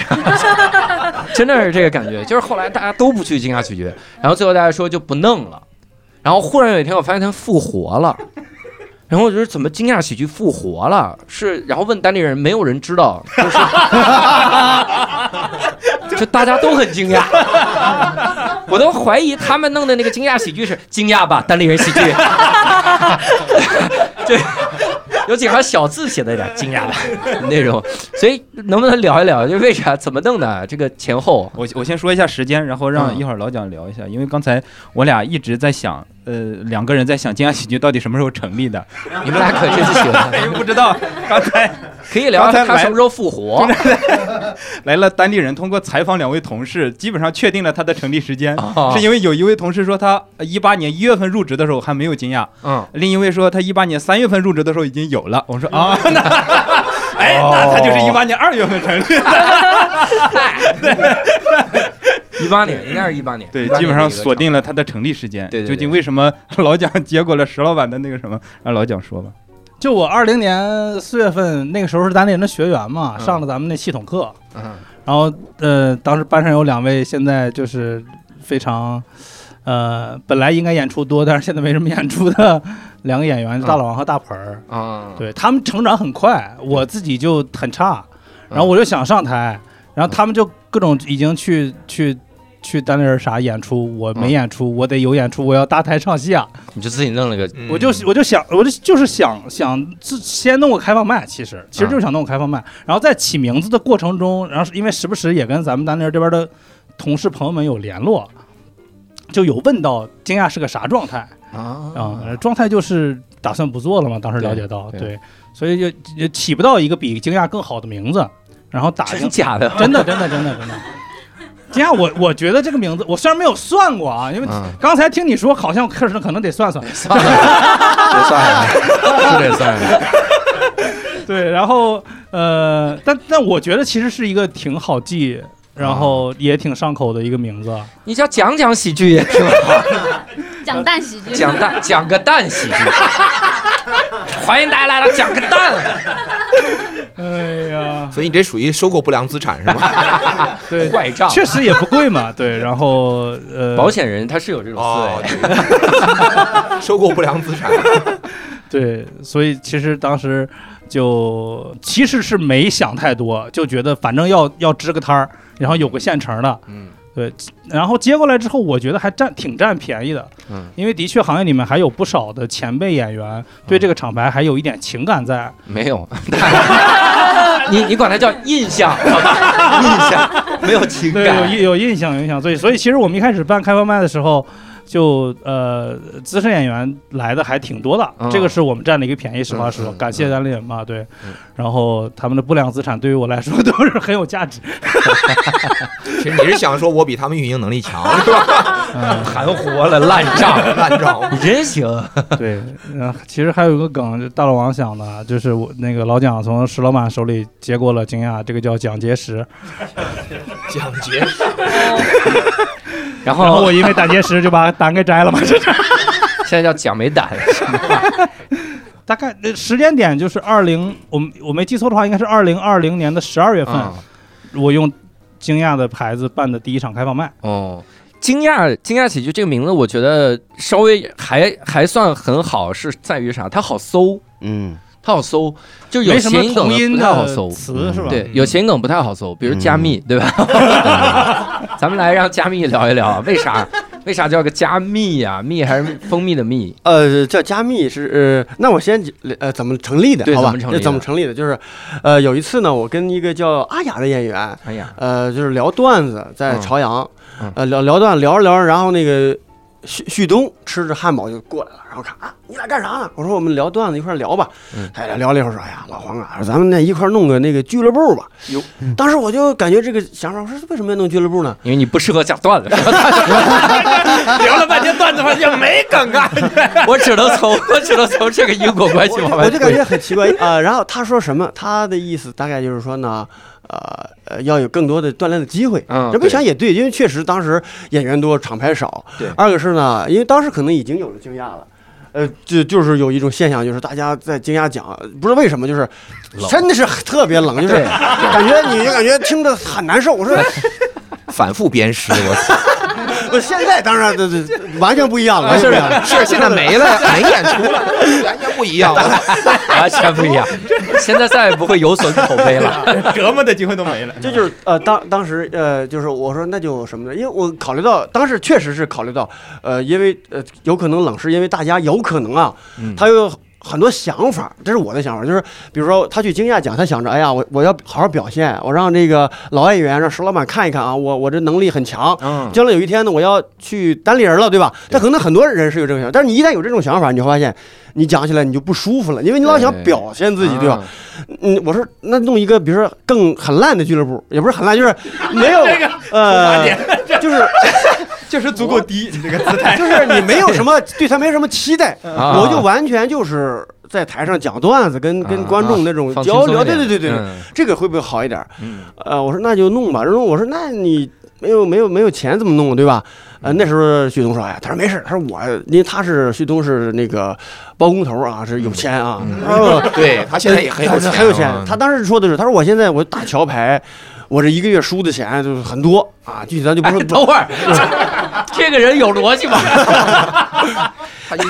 S1: <laughs> 真的是这个感觉。就是后来大家都不去惊讶喜剧，然后最后大家说就不弄了，然后忽然有一天我发现它复活了。然后我觉得怎么惊讶喜剧复活了？是，然后问当地人，没有人知道，
S6: <laughs>
S1: 就是，就大家都很惊讶，我都怀疑他们弄的那个惊讶喜剧是惊讶吧，单立人喜剧， <laughs> 对，有几行小字写的有点惊讶吧那种，所以能不能聊一聊，就为啥怎么弄的这个前后？
S6: 我我先说一下时间，然后
S1: 嗯
S6: 让一会儿老蒋聊一下，因为刚才我俩一直在想，呃，两 <laughs> 个人在想惊讶喜剧到底什么时候成立的，哎
S1: 你们俩可真是喜欢。
S6: <laughs> 因为不知道刚才
S1: 可以聊
S6: 刚才
S1: 他
S6: 来
S1: 什么时候复活。
S6: 来了当地人，通过采访两位同事，基本上确定了他的成立时间。
S1: 啊
S6: 是因为有一位同事说他呃一八年一月份入职的时候还没有惊讶，
S1: 嗯，
S6: 另一位说他一八年三月份入职的时候已经有了。我说啊，那哎，那他就是一八年二月份成立。
S1: 一八年应该是一八年，
S6: 对，
S1: 18
S6: 基本
S1: 年的
S6: 上
S1: 一个
S6: 锁
S1: 场
S6: 定了他的成立时间。
S1: 对对对
S6: 究竟为什么老蒋接过了石老板的那个什么？让老蒋说吧。
S2: 就我二零年四月份那个时候是咱那人的学员嘛，
S1: 嗯
S2: 上了咱们那系统课，
S1: 嗯
S2: 然后呃，当时班上有两位现在就是非常呃，本来应该演出多，但是现在没什么演出的两个演员，大老王和大盆儿，
S1: 啊，
S2: 对他们成长很快，我自己就很差，然后
S1: 嗯
S2: 我就想上台，然后他们就各种已经去去去单立人啥演出，我没
S1: 嗯
S2: 演出，我得有演出，我要搭台唱戏啊，
S1: 你就自己弄了个
S5: 嗯
S2: 我就我就想，我就就是想想自先弄个开放麦，其实其
S1: 啊
S2: 实就是想弄个开放麦，然后在起名字的过程中，然后是因为时不时也跟咱们单立人这边的同事朋友们有联络，就有问到惊讶是个啥状态啊、
S1: 啊，
S2: 呃状态就是打算不做了嘛，当时了解到，
S1: 对
S2: 对，
S1: 对
S2: 所以就就起不到一个比惊讶更好的名字，然后打
S1: 真
S2: 听
S1: 假的？
S2: <laughs> 真的真的真的真的，惊讶我我觉得这个名字我虽然没有算过啊，因为
S1: 嗯
S2: 刚才听你说好像确实可能得算算。
S1: 算了，得算了，是得算了。
S2: <laughs> 对，然后呃，但但我觉得其实是一个挺好记，然后也挺上口的一个名字。啊
S1: 你叫讲讲喜剧也挺好，
S7: 讲淡喜剧，
S1: 讲蛋 <laughs> 讲个蛋喜剧。欢迎大家来到讲个蛋，
S2: 哎呀，
S5: 所以你这属于收购不良资产是吗？
S1: <laughs>
S2: 对，
S1: 坏账。
S2: 确实也不贵嘛。对，然后呃，
S1: 保险人他是有这种思
S5: 哦
S1: 维，，
S5: 对 <laughs> 收购不良资产。
S2: 对，所以其实当时就其实是没想太多，就觉得反正要要支个摊儿，然后有个现成的，
S5: 嗯
S2: 然后接过来之后，我觉得还占挺占便宜的，
S1: 嗯，
S2: 因为的确行业里面还有不少的前辈演员对这个厂牌还有一点情感在，啊
S1: 没有。
S2: 哦
S1: 你你管它叫印象，好吧印象没有情
S2: 对，有
S1: 感。
S2: 印有印象有印象，所以所以其实我们一开始办开放麦的时候，就呃资深演员来的还挺多的，
S1: 嗯
S2: 这个是我们占了一个便宜，实话实说，
S1: 嗯嗯
S2: 感谢单立人嘛，对，
S1: 嗯
S2: 然后他们的不良资产对于我来说 <laughs> 都是很有价值，
S5: 其实你是想说我比他们运营能力
S9: <laughs>
S5: 强
S9: 啊
S5: 是吧？
S1: 盘活了烂账，
S5: 烂账。
S1: 你真行。
S2: 对，嗯，其实还有一个梗，就大老王想的，啊就是我那个老蒋从石老板手里接过了惊讶，这个叫蒋结石，
S5: 蒋杰，
S1: 然
S2: 然后
S1: 后
S2: 我因为胆结石就把胆给摘了嘛， <laughs> 这是
S1: <laughs> 现在叫蒋梅胆，
S2: 大概呃时间点就是二零，我们我没记错的话，应该是二零二零年的十二月份。
S1: 嗯
S2: 我用惊讶的牌子办的第一场开放麦，
S1: 哦，惊讶惊讶喜剧这个名字，我觉得稍微还还算很好，是在于啥？它好搜，
S8: 嗯，
S1: 它好搜，就有
S2: 没什么
S1: 谐音梗
S2: 同音
S1: 不太好搜嗯
S2: 的。词是吧？
S1: 对，有谐音梗不太好搜，比如加
S4: 嗯
S1: 密，对吧？ <laughs> 咱们来让加密聊一聊，为啥为啥叫个加密呀、蜜还是蜂蜜的蜜？
S4: 呃，叫加密是呃，那我先呃怎么成立的
S1: 对？
S4: 好吧
S1: 怎么成，立
S4: 这
S1: 的
S4: 怎么成立的？就是，呃，有一次呢，我跟一个叫阿雅的演员，
S1: 哎呀，
S4: 呃，就是聊段子，在
S1: 嗯
S4: 朝阳
S1: 嗯，
S4: 呃，聊聊段聊着聊着，然后那个旭旭东吃着汉堡就过来了，然后看啊，你俩干啥呢？我说我们聊段子一块儿聊吧
S1: 嗯。
S4: 他俩聊了一会儿说，哎呀，老黄啊，咱们那一块儿弄个那个俱乐部吧。当时我就感觉这个想法，我说为什么要弄俱乐部呢？
S1: 因为你不适合讲段子， <laughs> 聊了半天段子发现没梗啊， <laughs> 我只能从我只能从这个因果关系 <laughs> 往
S4: 我
S1: 外
S4: 我就感
S1: 推
S4: 觉。很奇怪啊、呃然后他说什么？他的意思大概就是说呢，呃呃，要有更多的锻炼的机会。
S1: 嗯
S4: 这么一想也对，因为确实当时演员多，厂牌少。
S1: 对
S4: 二个是呢，因为当时可能已经有了惊讶了。呃，就就是有一种现象，就是大家在惊讶讲，不知道为什么，就是真的是特别冷，就是感觉你就感觉听着很难受。我说，
S5: 反复鞭尸，我
S4: 我现在当然这这完全不一样了，
S1: 啊
S4: 完
S5: 是
S4: 全不一样了。
S5: 是现在没了，
S4: <laughs>
S5: 没演出了，完全不一
S9: <laughs>
S5: 样了。
S1: 完啊全不一样。现在再也不会有损口碑了。
S6: 折磨的机会都没了。
S2: <laughs>
S4: 这就是呃，当当时呃，就是我说那就什么呢？因为我考虑到当时确实是考虑到，呃，因为呃，有可能冷是因为大家有可能啊，他又很多想法，这是我的想法，就是比如说他去惊讶奖，他想着，哎呀，我我要好好表现，我让这个老演员让石老板看一看啊，我我这能力很强，
S5: 嗯，
S4: 将来有一天呢，我要去单立人了，对吧？但可能很多人是有这种想法，但是你一旦有这种想法，你会发现你讲起来你就不舒服了，因为你老想
S1: 对
S4: 表现自己，对吧？？嗯，我说那弄一个，比如说更很烂的俱乐部，也不是很烂，就是没
S6: <laughs>
S4: 有呃，就是
S6: 确实足够低，你这个姿态。
S4: 就是你没有
S6: <laughs>
S4: 什么对他没什么期待，
S1: 啊
S4: 我就完全就是在台上讲段子，跟跟
S1: 啊
S4: 观众那种
S1: 放轻
S4: 交
S1: 松
S4: 流，
S1: 一
S4: 对
S1: 点
S4: 对对对对，
S1: 嗯
S4: 这个会不会好一点？
S1: 嗯
S4: 呃，我说那就弄吧，然后我说那你没有没有没有钱怎么弄，对吧？呃，那时候旭东说，哎呀，他说没事，他说我，因为他是旭东是那个包工头啊，是有钱啊，
S5: 嗯
S4: 哦，
S5: 对他现在也很有钱啊，
S4: 很有钱。他当时说的是，他说我现在我打桥牌，我这一个月输的钱就是很多啊，具体 <laughs> 咱就
S5: 哎
S4: 不说。
S6: 等会
S1: <laughs>
S6: 儿，这个人有逻辑吗？
S5: 他就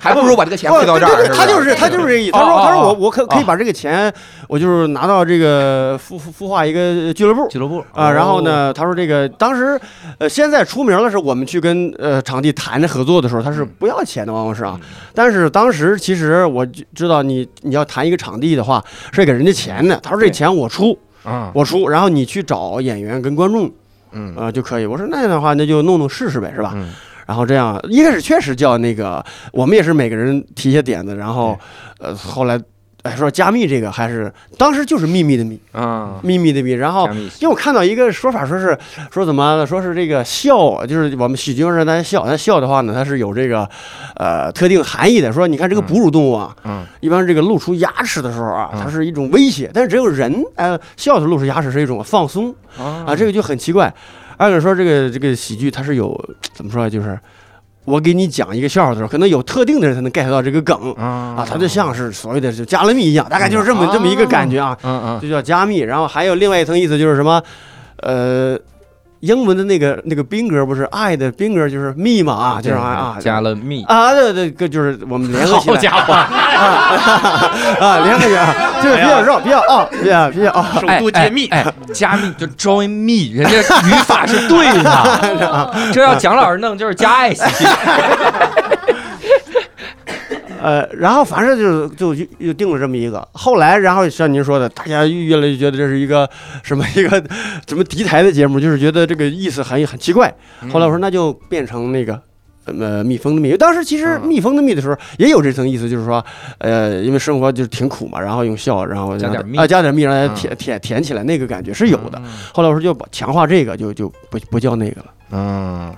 S5: 还不如把这个钱汇到这
S4: 对
S5: 儿，
S4: 对对他就是他就是这意思。他
S6: 哦
S4: 说
S6: 哦
S4: 他说
S6: 哦
S4: 我我可可以把这个钱，我就是拿到这个孵孵孵化一个俱乐部。
S1: 俱乐部
S4: 啊，然后？
S5: 哦
S4: 呢？他说这个当时，呃，现在出名了，是我们去跟呃场地谈这合作的时候，他是
S5: 嗯
S4: 不要钱的，往往是啊。但是当时其实我就知道你你要谈一个场地的话，是给人家钱的。他说这
S1: 对
S4: 钱我出，
S1: 啊，
S4: 我出，然后你去找演员跟观众，
S5: 嗯
S4: 呃就可以。我说那样的话，那就弄弄试试呗，是吧？
S1: 嗯
S4: 然后这样一开始确实叫那个，我们也是每个人提一些点子，然后呃后来哎说加密这个还是当时就是秘密的密，
S1: 啊，
S4: 秘密的密，然后
S1: 加。密
S4: 因为我看到一个说法，说是说怎么说是这个笑，就是我们喜剧让大家笑，但笑的话呢，它是有这个呃特定含义的。说你看这个
S1: 嗯
S4: 哺乳动物啊，
S1: 嗯
S4: 一般这个露出牙齿的时候啊，
S1: 嗯
S4: 它是一种威胁，但是只有人呃笑的时候露出牙齿是一种放松啊，
S1: 啊
S4: 这个就很奇怪。按理说这个这个喜剧它是有怎么说啊，就是我给你讲一个笑话的时候，可能有特定的人才能 get 到这个梗啊
S1: 啊，
S4: 它就像是所谓的就加勒密一样，大概就是这么这么一个感觉啊，
S1: 嗯嗯
S4: <laughs> 就叫加密。然后还有另外一层意思就是什么，呃。英文的那个那个宾格不是爱的宾格就是密嘛啊，就是啊啊
S1: 加了密
S4: 啊，对对，对就是我们联合起来，
S6: 家
S1: <laughs>
S6: 伙，
S4: <laughs> 啊，联合起来， <laughs> 就是比较绕，比较傲，比较比较傲。
S6: 首都揭秘，
S1: 哎，哎哎加密就 join me，人家语法是对的，这要蒋老师弄就是加爱喜剧，
S4: 呃，然后反正就就就就定了这么一个。后来，然后像您说的，大家越来越觉得这是一个什么一个什么敌台的节目，就是觉得这个意思很很奇怪。
S1: 嗯
S4: 后来我说那就变成那个。呃，蜜蜂的蜜，当时其实
S1: 嗯
S4: 蜜蜂的蜜的时候也有这层意思，就是说，呃，因为生活就是挺苦嘛，然后用笑，然后
S1: 加点
S4: 让它
S1: 蜜
S4: 啊，加点蜜，让它
S1: 嗯
S4: 甜甜甜起来，那个感觉是有的。
S1: 嗯
S4: 后来我说就把强化这个，就就不不叫那个了。
S1: 嗯，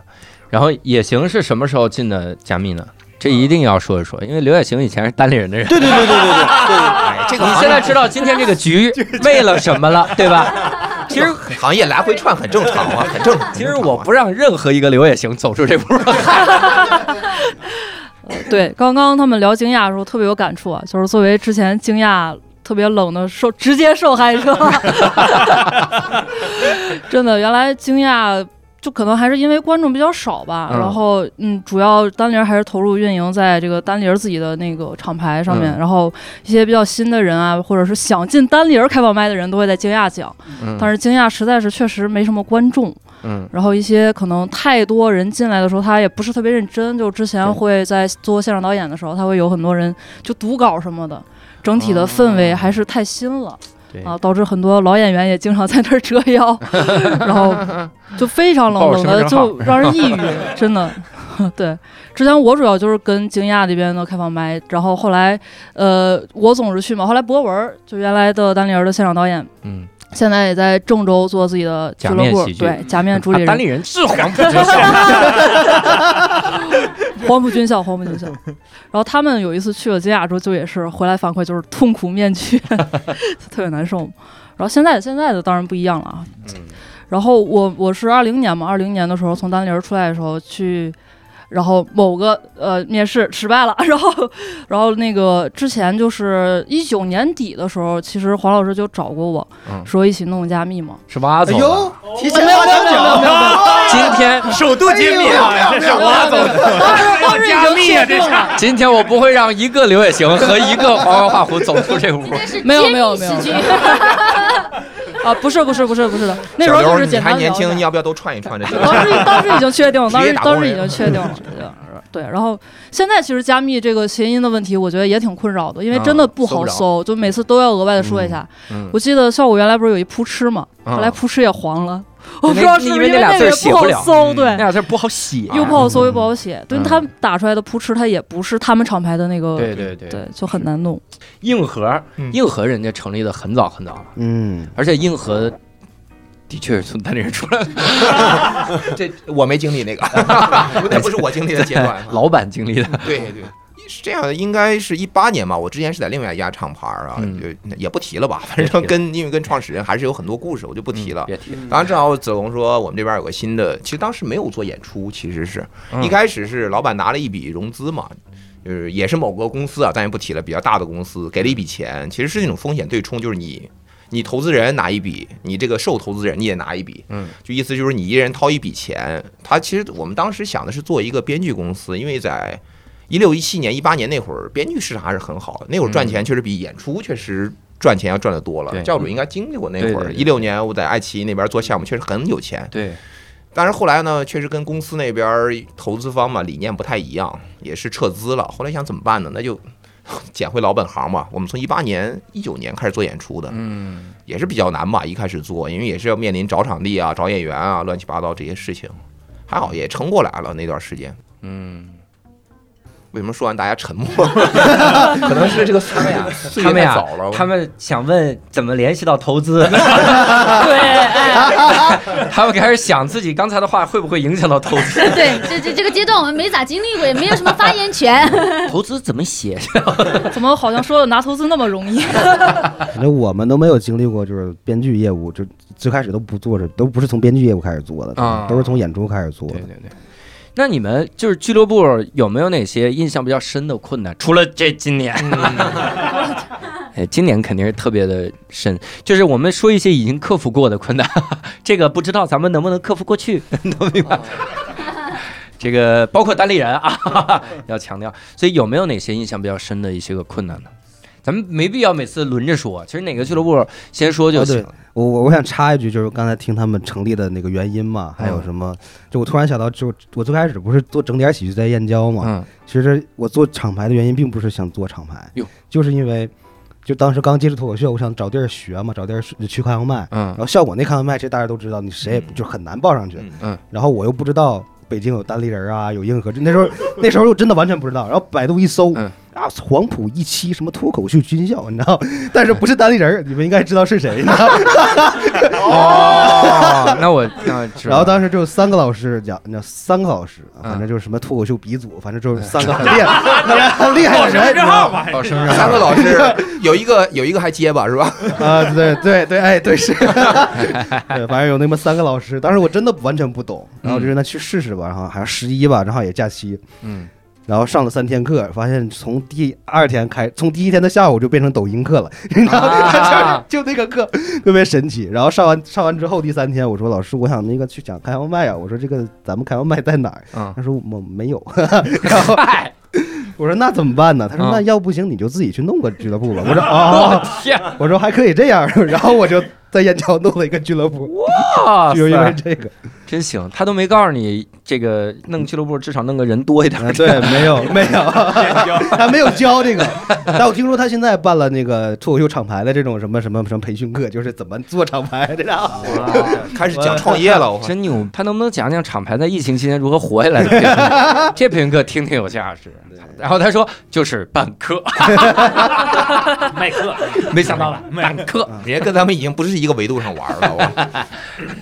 S1: 然后野行是什么时候进的加密呢？这一定要说一说，因为刘野行以前是单立人的人。
S4: 对对对对对对对对。
S5: 哎这个
S1: 你
S5: 行
S1: 现在知道今天这个局为了什么了，对吧？其实
S5: 行业来回串很正常
S4: <laughs>
S5: 啊，很正常。
S1: 其实我不让任何一个刘野行走出这步。
S9: 对，刚刚他们聊惊讶的时候特别有感触啊，就是作为之前惊讶特别冷的受直接受害者， <laughs> 真的，原来惊讶就可能还是因为观众比较少吧，
S1: 嗯
S9: 然后嗯，主要单立人还是投入运营在这个单立人自己的那个厂牌上
S1: 嗯
S9: 面，然后一些比较新的人啊，或者是想进单立人开放麦的人都会在惊讶讲，但是惊讶实在是确实没什么观众。
S1: 嗯，
S9: 然后一些可能太多人进来的时候，他也不是特别认真。就之前
S1: 对
S9: 会在做现场导演的时候，他会有很多人就读稿什么的，整体的氛围还是太新了、
S1: 对
S9: 啊，导致很多老演员也经常在那儿折
S1: <laughs>
S9: 腰，然后就非常冷
S1: 报
S9: 冷
S1: 身份
S9: 的，
S1: 证号
S9: 就让人抑郁，真的。 <laughs> 对，之前我主要就是跟惊讶那边的开放麦，然后后来呃，我总是去嘛，后来博文儿就原来的单立人的现场导演。
S1: 嗯，
S9: 现在也在郑州做自己的俱
S1: 假
S9: 乐
S1: 面
S9: 部
S1: 喜，剧
S9: 对假面主
S1: <laughs>
S9: 理
S1: 啊
S9: 人。
S1: 单立人是黄
S5: <laughs>
S1: 埔军校。
S9: 黄埔军校，黄埔军校。然后他们有一次去了惊讶之后，就也是回来反馈就是痛苦面具，特别难受。然后现在现在的当然不一样了啊。然后我我是二零年嘛，二零年的时候从单立人出来的时候去，然后某个呃面试失败了， <laughs> 然后然后那个之前就是一九年底的时候，其实黄老师就找过我、
S1: 嗯
S9: 说一起弄加密嘛，
S1: 是挖走
S5: 哎
S1: 的。
S5: 呦，
S4: 提前挖墙脚，
S1: 今
S5: 哎
S1: 天
S6: 首都揭秘
S2: 哎
S6: 啊，这是我走的，
S9: 当时当时已
S6: 加密啊
S9: 经确定
S6: 这是
S9: 了，
S1: 今天我不会让一个刘也行和一个黄花画虎走出这屋。
S7: 这是
S9: 没有
S7: 揭秘
S9: 没有没有
S7: 喜剧，
S9: <laughs> 啊，不是不是不是不是的，那时
S5: 小
S9: 候
S5: 刘
S9: 就是
S5: 你
S9: 简
S5: 还
S9: 单
S5: 年
S9: 聊一
S5: 轻，
S9: 下 <laughs> 哦
S5: 你要不要都串一串这？
S9: 当时当时已经确定，
S5: 职
S9: 当
S5: 业
S9: 时
S5: 打
S9: 当
S5: 工 <laughs>
S9: 时已
S5: 人
S9: 经确定了。对对，然后现在其实加密这个谐音的问题，我觉得也挺困扰的，因为真的不好
S5: 啊搜不着
S9: 搜，就每次都要额外的说一下。
S5: 嗯
S9: 我记得像我原来不是有一扑哧嘛，
S5: 啊
S9: 后来扑哧也黄了，我
S1: 那
S9: 不知道是
S1: 因
S9: 不
S1: 为
S9: 是
S1: 那俩
S9: 那
S1: 字
S9: 个
S1: 儿
S9: 也
S1: 写
S9: 不好
S1: 不了
S5: 嗯
S9: 搜，对
S1: 那，俩字儿不好写啊，
S9: 又不好搜又不好写，对
S1: 嗯
S9: 他们打出来的扑哧，它也不是他们厂牌的那个，
S1: 对对对，
S9: 对，就很
S5: <laughs>
S9: 难弄。
S1: 硬核
S5: 嗯
S1: 硬核人家成立的很早很早了，
S8: 嗯，
S1: 而且硬核的确是从单立人出
S5: <laughs>
S1: 来的，
S5: 这我没经历那个，那
S9: <laughs>
S5: 不是我经历的阶段。啊
S1: 老板经历的，
S5: 对对。是这样的，应该是一八年吧。我之前是在另外一家厂牌啊，
S1: 嗯
S5: 就也不提了吧。反正跟因为跟创始人还是有很多故事，我就不嗯提了。
S1: 别提了，
S5: 当然，正好子龙说我们这边有个新的，其实当时没有做演出，其实是
S1: 嗯
S5: 一开始是老板拿了一笔融资嘛，就是也是某个公司啊，咱也不提了，比较大的公司给了一笔钱，其实是那种风险对冲，就是你。你投资人拿一笔，你这个受投资人你也拿一笔，
S1: 嗯，
S5: 就意思就是你一人掏一笔钱。他其实我们当时想的是做一个编剧公司，因为在一六一七年、一八年那会儿，编剧市场还是很好的，那会儿赚钱确实比演出确实赚钱要赚得多了
S1: 嗯对。
S5: 教主应该经历过那
S1: 对
S5: 会
S1: 对
S5: 儿，
S1: 对
S5: 一六年我在爱奇艺那边做项目，确实很有钱。
S1: 对，
S5: 但是后来呢，确实跟公司那边儿投资方嘛理念不太一样，也是撤资了。后来想怎么办呢？那就 <laughs> 捡回老本行嘛。我们从一八年、一九年开始做演出的，
S1: 嗯，
S5: 也是比较难吧，一开始做，因为也是要面临找场地啊、找演员啊、乱七八糟这些事情。还好也撑过来了那段时间。
S1: 嗯，
S5: 为什么说完大家沉默？ <laughs> 可能是这个他
S1: <laughs>
S5: 们呀，
S10: 他们呀
S5: 早了，
S10: 他们想问怎么联系到投
S5: <laughs>
S10: 资，
S7: 对，哎，
S10: 他们开始想自己刚才的话会不会影响到投资，
S7: 对，这这这个阶段我们没咋经历过，也没有什么发言权。
S1: <laughs>
S10: 投资怎么写？
S9: 怎么好像说的拿投资那么容易？
S8: 反正我们都没有经历过，就是编剧业务，就最开始都不做这，都不是从编剧业务开始做的，
S1: 啊
S8: 都是从演出开始做的
S1: 对。对对。那你们就是俱乐部有没有哪些印象比较深的困难？除了这今年， <laughs> 哎，今年肯定是特别的深。就是我们说一些已经克服过的困难， <laughs> 这个不知道咱们能不能克服过去， <laughs> 你都明白？这个包括单立人啊， <laughs> 要强调。所以有没有哪些印象比较深的一些个困难呢？咱们没必要每次轮着说，其实哪个俱乐部先说就
S8: 哦对
S1: 行了。
S8: 我我我想插一句，就是刚才听他们成立的那个原因嘛，还
S1: 嗯
S8: 有什么？就我突然想到，就我最开始不是做整点喜剧在燕郊嘛，
S1: 嗯
S8: 其实我做厂牌的原因并不是想做厂牌
S1: 哟，
S8: 就是因为就当时刚接触脱口秀，我想找地儿学嘛，找地儿去去开放麦，
S1: 嗯
S8: 然后效果那开放麦其实大家都知道，你谁也
S5: 嗯
S8: 就很难报上去
S5: 嗯，
S1: 嗯
S8: 然后我又不知道。北京有单立人啊，有硬核，那时候那时候又真的完全不知道。然后百度一搜，
S1: 嗯
S8: 啊，黄埔一期什么脱口秀军校，你知道？ <laughs> 但是不是单立人，你们应该知道是谁，你知道？
S1: 哦，那我那我知道
S8: 然后当时就三个老师讲，你知道三个老师，啊
S1: 嗯
S8: 反正就是什么脱口秀鼻祖，反正就是三个很厉害、很
S1: 哎
S8: 厉
S2: 哦
S8: 害的人，你知道吗？
S1: 报生日
S5: 三个老师有一个有一个还结巴是吧？
S8: <laughs> 啊，对对对，哎，对是， <laughs> 对，反正有那么三个老师，当时我真的完全不懂，然后我就让他去试试吧，然后好像十一吧，正好也假期，
S1: 嗯，
S8: 然后上了三天课，发现从第二天开，从第一天的下午就变成抖音课了，你知道
S6: 啊
S8: 吗？ <laughs> 就就那个课啊特别神奇。然后上完上完之后，第三天我说老师，我想那个去讲开放麦啊，我说这个咱们开放麦在哪儿？
S1: 嗯
S8: 他说我没有， <laughs> 然后我说那怎么办呢？他说
S1: 嗯
S8: 那要不行你就自己去弄个俱乐部吧。 <laughs> 我说哦，我说还可以这样， <laughs> 然后我就在燕郊弄了一个俱乐部，
S6: <laughs>
S1: 哇
S8: 就因为
S1: 塞，
S8: 这个，
S1: 真行！他都没告诉你这个弄俱乐部，至少弄个人多一点。
S8: 啊对，没有 <laughs> 没有， <laughs> 他没有教这个。但我听说他现在办了那个脱口秀厂牌的这种什么什么什么培训课，就是怎么做厂牌这样。
S5: 开始讲创业了，我
S1: <laughs> 真牛！他能不能讲讲厂牌在疫情期间如何活下来的？这评课听听有价值。然后他说就是办课，
S6: 麦克，
S1: 没想到吧？办课，
S5: <laughs> 人家跟咱们已经不是一个维度上玩了。我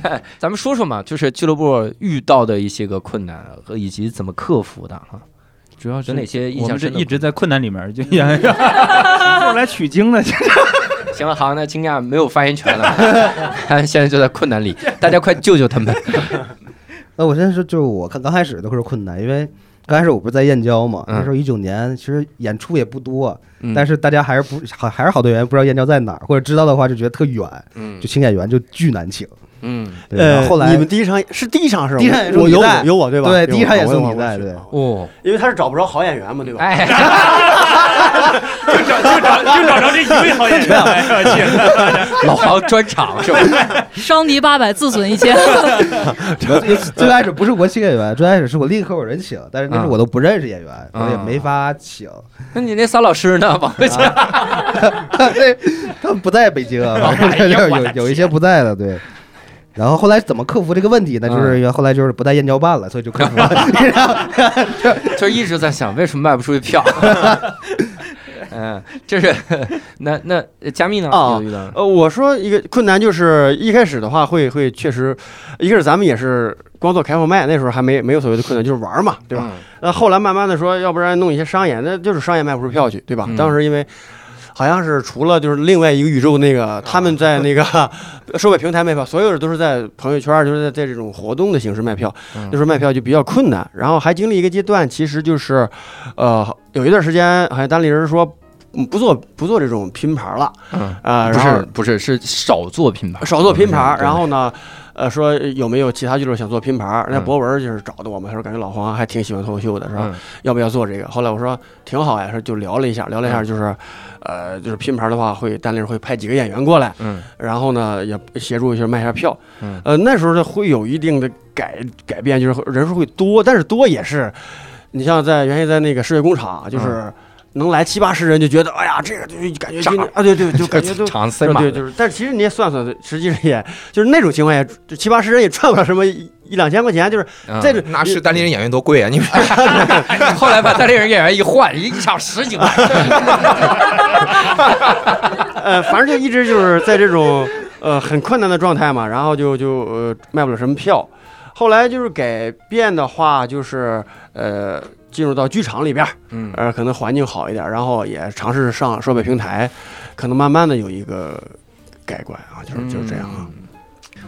S5: 啊
S1: 咱们说说嘛，就是俱乐部遇到的一些个困难和以及怎么克服的啊。
S6: 主要
S1: 有哪些印
S6: 我
S1: 象
S6: 们这
S1: 深的？
S6: 一直在困难里面，就也
S2: 就是来取经的，
S1: 行了，好，那惊讶没有发言权了，他现在就在困难里，大家快救救他们！
S8: 那我先说，就是我看刚开始都是困难，因为刚开始我不是在燕郊嘛，
S1: 嗯
S8: 那时候一九年，其实演出也不多，
S1: 嗯
S8: 但是大家还是不还还是好多演员不知道燕郊在哪儿，或者知道的话就觉得特远，
S1: 嗯
S8: 就请演员就巨难请。
S1: 嗯，
S8: 对，然后后来
S4: 呃你们第一场是第一场是吧
S8: 第一场也是
S4: 我有
S8: 你带
S4: 我有我对吧？
S8: 对
S4: 有我
S8: 第一场也是
S4: 我有我
S8: 你带
S4: 我
S8: 对
S1: 哦，
S4: 因为他是找不着好演员嘛，对吧？
S1: 哎，
S6: 就找就找就找着这一位好演员来是吧去
S1: 老黄专场是吧？
S9: 伤敌八百，自损一千。
S8: 最开始不是我请演员，最开始是我另一个合伙人请，但是
S1: 嗯
S8: 那是我都不认识演员，我也没法请。 <laughs>
S1: 那你那仨老师呢？往回讲。
S8: 对，他们不在北京
S1: 哎
S8: 啊，反正就是有有一些不在了，对。然后后来怎么克服这个问题呢？
S1: 嗯
S8: 就是后来就是不带燕郊办了，所以就克服
S1: <laughs>
S8: 了。
S1: 就一直在想为什么卖不出去票。 <laughs> 嗯，这是那那呃加密呢？
S4: 哦
S1: 有遇到
S4: 呃，我说一个困难就是一开始的话会会确实，一个是咱们也是光做开放麦，那时候还没没有所谓的困难，就是玩儿嘛，对吧？那、后来慢慢的说，要不然弄一些商演，那就是商业卖不出票去，对吧？
S1: 嗯
S4: 当时因为。好像是除了就是另外一个宇宙那个，他们在那个 <laughs> 售卖平台卖票，所有的都是在朋友圈，就是在在这种活动的形式卖票，
S1: 嗯
S4: 那时候卖票就比较困难。然后还经历一个阶段，其实就是，呃，有一段时间好像单立人说嗯不做不做这种拼盘了，
S1: 嗯
S4: 啊，
S11: 不
S4: 然后
S11: 是不是是少做品牌，
S4: 少做拼盘
S11: 嗯
S4: 儿，
S11: 对
S4: 然后呢，呃，说有没有其他俱乐部想做拼盘儿？那
S1: 嗯
S4: 博文就是找的我们，他说感觉老黄还挺喜欢脱口秀的，是吧？
S1: 嗯
S4: 要不要做这个？后来我说挺好呀，说就聊了一下，聊了一下
S1: 嗯
S4: 就是，呃，就是拼盘儿的话会单立人会派几个演员过来，
S1: 嗯
S4: 然后呢也协助一下卖一下票，
S1: 嗯
S4: 呃，那时候会有一定的改改变，就是人数会多，但是多也是，你像在原先在那个世界工厂，
S1: 嗯
S4: 就是能来七八十人就觉得，哎呀，这个就感觉今年啊，对对，就感觉就
S1: 长塞满
S4: 对，
S1: 了
S4: 就是，但是其实你也算算，实际上也就是那种情况下，就七八十人也赚不了什么一一两千块钱，就是
S1: 嗯
S4: 这种
S5: 那是单立人演员多贵啊！你们
S1: <laughs> 后来把单立人演员一换，一场十几
S4: <laughs>
S1: 万。
S4: 呃，反正就一直就是在这种呃很困难的状态嘛，然后就就呃卖不了什么票。后来就是改变的话，就是呃进入到剧场里边儿，
S1: 嗯
S4: 呃可能环境好一点，然后也尝试上设备平台，可能慢慢的有一个改观啊，就是就是这样啊。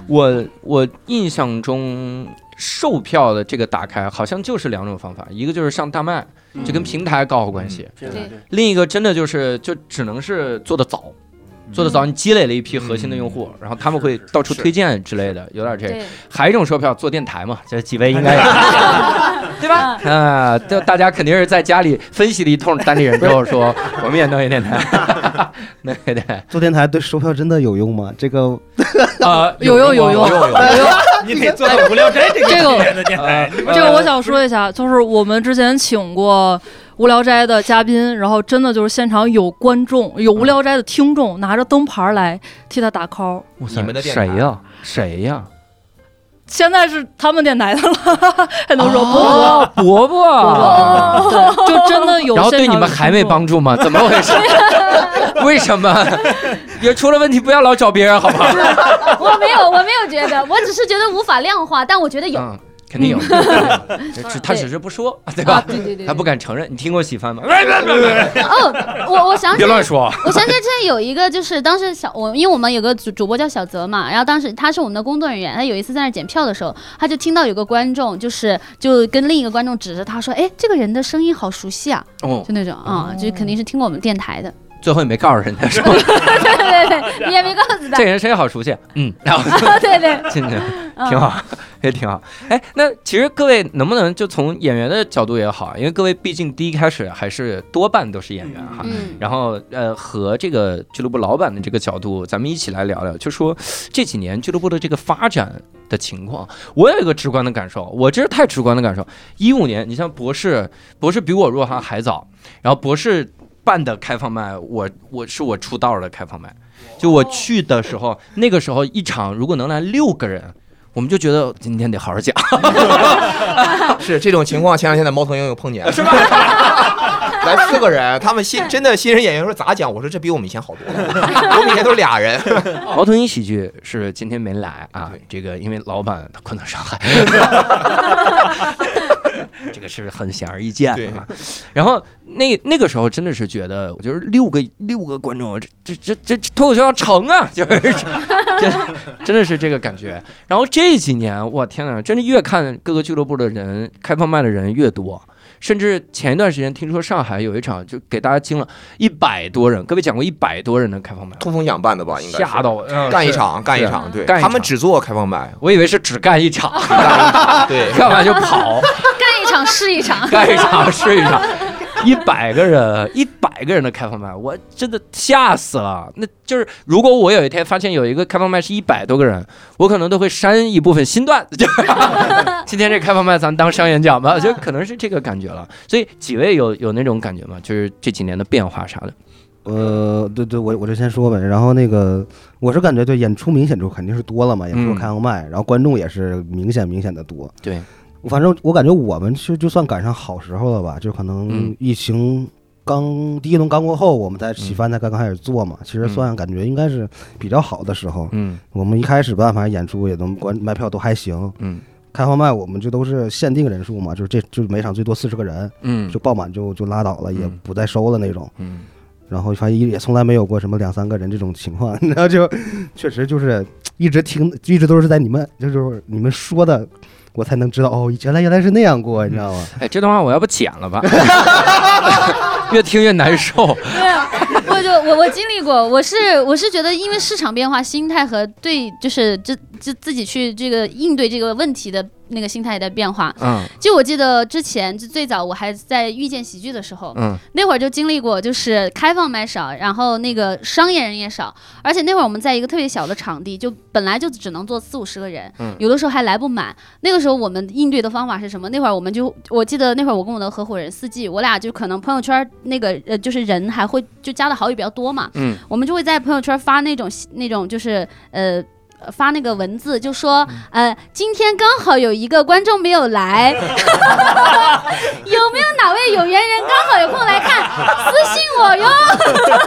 S1: 我 <laughs> 我印象中售票的这个打开好像就是两种方法，一个就是上大麦，这跟平台搞好关系；
S4: 嗯对
S7: 对
S1: 另一个真的就是就只能是做的早。
S4: 嗯
S1: 做的早，你积累了一批核心的用户，然后他们会到处推荐之类的，有点这个。
S7: 对，
S1: 还有一种售票做电台
S5: <laughs>
S1: 嘛，这几位应
S5: 哎
S1: 该也 <laughs> 对吧？
S9: 嗯
S1: 啊，就大家肯定是在家里分析了一通单立人之后
S9: <laughs>
S1: 说，我们也弄一电台，弄一电台，
S8: 做电台对售票真的有用吗？这个
S1: 啊，
S9: 哦有用
S1: 有
S9: 有
S1: 用有用。
S6: 你得做到无聊斋这个
S9: 这个
S6: 级别的电台。
S9: 这个我想说一下，就是我们之前请过无聊斋的嘉宾，然后真的就是现场有观众，有无聊斋的听众拿着灯牌来替他打 call。
S5: 你们的电台
S1: 谁呀？谁呀？
S9: 现在是他们电台的了，还能说不
S1: 哦
S9: 不？
S1: 伯伯，
S9: 对，就真的有。
S1: 然后对你们还没帮。助吗？怎么回
S9: <laughs>
S1: 事？为什么？也出了问题不要老找别人，好不
S9: 哎
S1: 好？
S7: 我没有，我没有觉得，我只是觉得无法量化，但我觉得有。
S1: 嗯，肯定有，
S9: 嗯
S1: 只他只是不说， <laughs> 对吧？
S7: 啊对对对
S1: 他
S7: 对
S1: 不敢承认。你听过喜欢吗？
S9: 啊
S1: 别别别
S7: 哦，我我想起
S1: 别
S7: 来
S1: 乱说。
S7: <laughs> 我想起来之前有一个，就是当时小我，因为我们有个主主播叫小泽嘛，然后当时他是我们的工作人员，他有一次在那儿检票的时候，他就听到有个观众就是就跟另一个观众指着他说：“哎，这个人的声音好熟悉啊！”
S1: 哦，
S7: 就那种啊、就肯定是听过我们电台的。 <laughs>
S1: 最后也没告诉人家说
S7: 对对对，你也没告诉他
S1: 这。人谁好熟悉，嗯， <laughs> 然后
S7: 对对，
S1: 进去 <laughs>
S7: 嗯
S1: 挺好，也挺好。哎，那其实各位能不能就从演员的角度也好，因为各位毕竟第一开始还是多半都是演员哈，
S7: 嗯
S1: 然后呃，和这个俱乐部老板的这个角度，咱们一起来聊聊，就说这几年俱乐部的这个发展的情况。我有一个直观的感受，我这是太直观的感受。一五年，你像博士，博士比我入行还早，然后博士办的开放麦，我我是我出道的开放麦，就我去的时候，那个时候一场如果能来六个人。我们就觉得今天得好好讲，
S5: <laughs> 是这种情况，前两天在猫头鹰又碰见了，是吧？ <laughs> 来四个人，他们新真的新人演员说咋讲？我说这比我们以前好多了， <laughs> 我们以前都是俩人。
S1: 猫头鹰喜剧是今天没来啊
S5: 对，
S1: 这个因为老板他困到上海，这个是很显而易见的嘛。然后那那个时候真的是觉得，我就是六个六个观众，这这这这这脱口秀要成啊， <laughs> 就是真真的是这个感觉。然后这几年，我天哪，真的越看各个俱乐部的人开放麦的人越多。甚至前一段时间听说上海有一场，就给大家惊了，一百多人。各位讲过一百多人的开放麦吗，
S5: 通风奖办的吧，啊应该是
S1: 吓到我，嗯
S5: 干一场，干一场，对，
S1: 干一
S5: 他们
S1: 场啊
S5: 只做开放麦，啊
S1: 我以为是只干一 <laughs> 场，<laughs>
S5: 对，
S1: 干完就跑，
S7: 干一场是一场。
S1: <laughs>
S7: <laughs>
S1: 干一场是一场。一百个人，一百个人的开放麦，我真的吓死了。那就是如果我有一天发现有一个开放麦是一百多个人，我可能都会删一部分新段子。 <laughs> 就今天这开放麦咱当商演讲吧，就可能是这个感觉了。所以几位有有那种感觉吗？就是这几年的变化啥的。
S8: 呃，对对，我我就先说呗。然后那个，我是感觉就演出明显就肯定是多了嘛，演
S1: 嗯
S8: 出开放麦，然后观众也是明显明显的多。
S1: 对，
S8: 反正我感觉我们是就算赶上好时候了吧，就可能
S1: 嗯
S8: 疫情刚第一轮刚过后，我们在喜番才刚刚开始做嘛，其实算感觉应该是比较好的时候。
S1: 嗯
S8: 我们一开始吧，反正演出也能关卖票都还行。
S1: 嗯
S8: 开放麦我们这都是限定人数嘛，就是这就是每场最多四十个人，
S1: 嗯
S8: 就爆满就就拉倒了，也
S1: 嗯
S8: 不再收了那种。
S1: 嗯
S8: 然后反正也从来没有过什么两三个人这种情况， <laughs> 然后就确实就是一直听，一直都是在你们就是你们说的，我才能知道哦，原来原来是那样过，你知道吗？
S1: 哎，这段话我要不剪了 <laughs> 吧？越听越难受。
S7: 对啊，我就我我经历过，我是我是觉得，因为市场变化，心态和对就是这这自己去这个应对这个问题的那个心态的变化。
S1: 嗯
S7: 就我记得之前就最早我还在遇见喜剧的时候，
S1: 嗯
S7: 那会儿就经历过，就是开放麦少，然后那个商业人也少，而且那会儿我们在一个特别小的场地，就本来就只能坐四五十个人，
S1: 嗯
S7: 有的时候还来不满。那个时候我们应对的方法是什么？那会儿我们就，我记得那会儿我跟我的合伙人四季，我俩就可能朋友圈那个呃，就是人还会就加的好友比较多嘛，
S1: 嗯
S7: 我们就会在朋友圈发那种那种就是呃。呃发那个文字就说，
S1: 嗯
S7: 呃，今天刚好有一个观众没有来，有没有哪位有缘人刚好有空来看，私
S5: <laughs>
S7: 信我哟。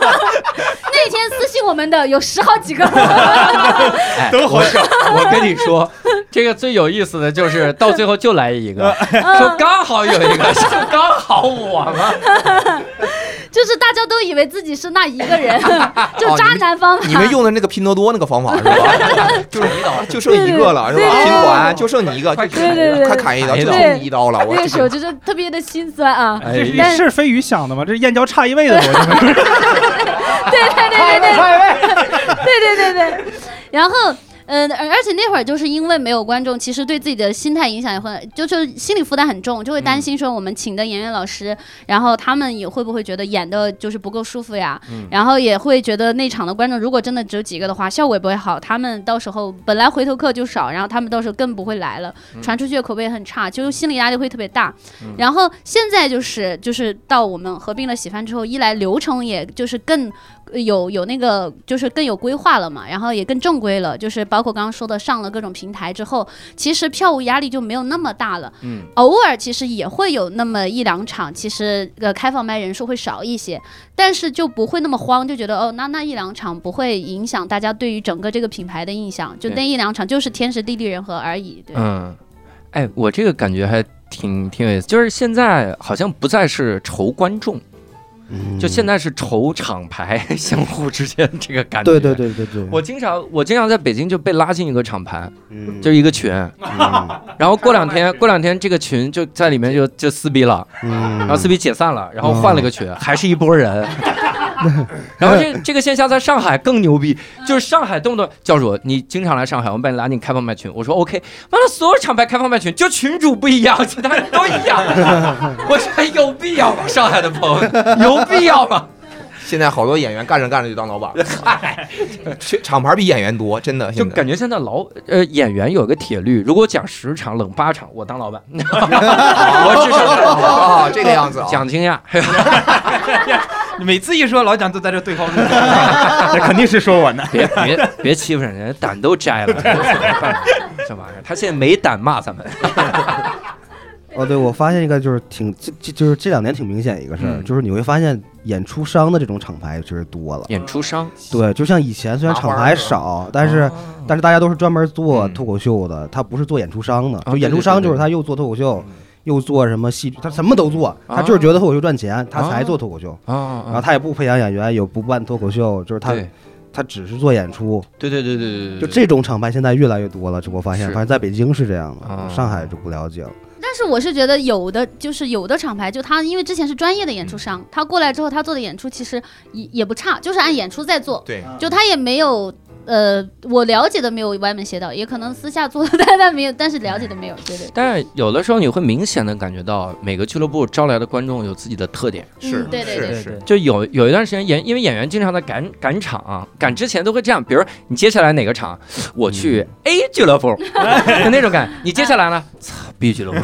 S7: <laughs> 那天私信我们的有十好几个，
S5: <laughs>
S1: 都好笑。 <laughs> 我跟你说，这个最有意思的就是到最后就来一
S8: <laughs>
S1: 个，说刚好有一个，是刚好我吗？
S7: 就是大家都以为自己是那一个
S5: <laughs>
S7: 人，就渣男方法。
S5: 哦你们用的那个拼多多那个方法是吧？就是一刀，就剩一个了是
S7: 对对
S5: 吧？
S7: 对
S5: 拼团就剩你一
S1: 对
S5: 个，快
S7: 对对对
S5: 快砍一刀，
S1: 对
S5: 就剩你一刀了。我
S7: 那个时候就是特别的心酸啊。
S1: 哎
S2: 这是
S7: 但
S2: 是飞鱼想的吗？这是燕郊差一位
S1: <laughs>
S2: 的逻辑吗？
S7: <laughs> 对对对对对，对 <laughs> 对对对，然后。嗯，而而且那会儿就是因为没有观众，其实对自己的心态影响也会，就是心理负担很重，就会担心说我们请的演员老师，然后他们也会不会觉得演的就是不够舒服呀？然后也会觉得那场的观众如果真的只有几个的话，效果也不会好，他们到时候本来回头客就少，然后他们到时候更不会来了，传出去的口碑很差，就是心理压力会特别大。然后现在就是就是到我们合并了喜番之后，一来流程也就是更有有那个就是更有规划了嘛，然后也更正规了，就是包括刚刚说的上了各种平台之后，其实票务压力就没有那么大了。
S1: 嗯，
S7: 偶尔其实也会有那么一两场，其实呃开放麦人数会少一些，但是就不会那么慌，就觉得哦那那一两场不会影响大家对于整个这个品牌的印象，就
S1: 对
S7: 那一两场就是天时地利人和而已。对，
S1: 嗯，哎，我这个感觉还挺挺有意思，就是现在好像不再是愁观众，嗯就现
S8: 在，
S1: 在是愁厂牌 <laughs> 相互之间这个感觉。
S8: 对对。对对对，
S1: 我经常我经常在北京就被拉进一个厂牌，
S8: 嗯
S1: 就是一个群，
S8: <laughs> 嗯
S1: 然后过两天过两天这个群就在里面就就撕逼了，然后
S8: 嗯
S1: 撕逼解散了，然后换了个群，还是一波人。 <laughs> 然后这这个现象在上海更牛逼，
S8: 嗯
S1: 就是上海动不动教主，你经常来上海，我们把你拉进开放麦群，我说 OK，完了所有厂牌开放麦群就群主不一样，其他人都一样，
S8: <laughs>
S1: 我说哎有必要吗？上海的朋友有必要吗？
S5: 现在好多演员干着干着就当老板
S1: <laughs>
S5: 了，去厂牌比演员多，真的。
S1: 就
S5: 现在
S1: 感觉现在老呃演员有个铁律，如果讲十场冷八场，我当老板，我至少是
S5: <laughs> 啊，这个样子啊，
S1: 讲惊讶，
S6: <laughs> 你每次一说，老蒋都在这对号入座，这
S1: <laughs>
S6: 肯定是说我呢。
S1: 别别别欺负人，人家胆都摘了， <laughs> 这玩意儿，他现在没胆骂咱们。
S8: 哦，对，我发现一个就是挺这这就是这两年挺明显一个事儿，
S1: 嗯
S8: 就是你会发现演出商的这种厂牌其实多了。
S1: 演出商，
S8: 对，就像以前虽然
S5: 麻
S8: 厂
S5: 花
S8: 牌
S5: 儿是吧
S8: 少，但
S7: 哦
S8: 是但是大家都是专门做
S1: 嗯
S8: 脱口秀的，他不是做演出商的。
S1: 啊
S8: 就演
S1: 对
S8: 出
S1: 对对
S8: 商
S1: 嗯
S8: 就是
S1: 对
S8: 他又做脱口秀，又做什么戏剧，他什么都做，他就
S1: 啊
S8: 是觉得脱口秀赚钱，他才
S1: 啊
S8: 做脱口秀。
S1: 啊
S8: 然后他也不培养演员，也不办脱口秀，就是他
S1: 对
S8: 他只是做演出。
S1: 对对对对对，
S8: 就这种厂牌现在越来越多了，这我发现，
S1: 是
S8: 反正在北京是这样
S1: 啊
S8: 的，上海就不
S1: <laughs>
S8: 了解了。
S7: 但是我是觉得有的就是有的厂牌，就他因为之前是专业的演出
S1: 嗯
S7: 商，
S1: 嗯
S7: 他过来之后他做的演出其实也也不差，就是按演出在做，
S5: 对，
S7: 就他也没有呃，我了解的没有歪门邪道，也可能私下做的，但但没有，但是了解的没有，对对，
S1: 但是有的时候你会明显的感觉到每个俱乐部招来的观众有自己的特点，
S5: 是
S7: 嗯对对
S5: 是
S6: 对
S5: 是，
S1: 就有有一段时间演，因为演员经常在赶赶场、啊赶之前都会这样，比如你接下来哪个场，我
S6: 嗯
S1: 去 A 俱乐
S6: <laughs>
S1: 部，就那种感。你接下来呢？操 B 俱乐部。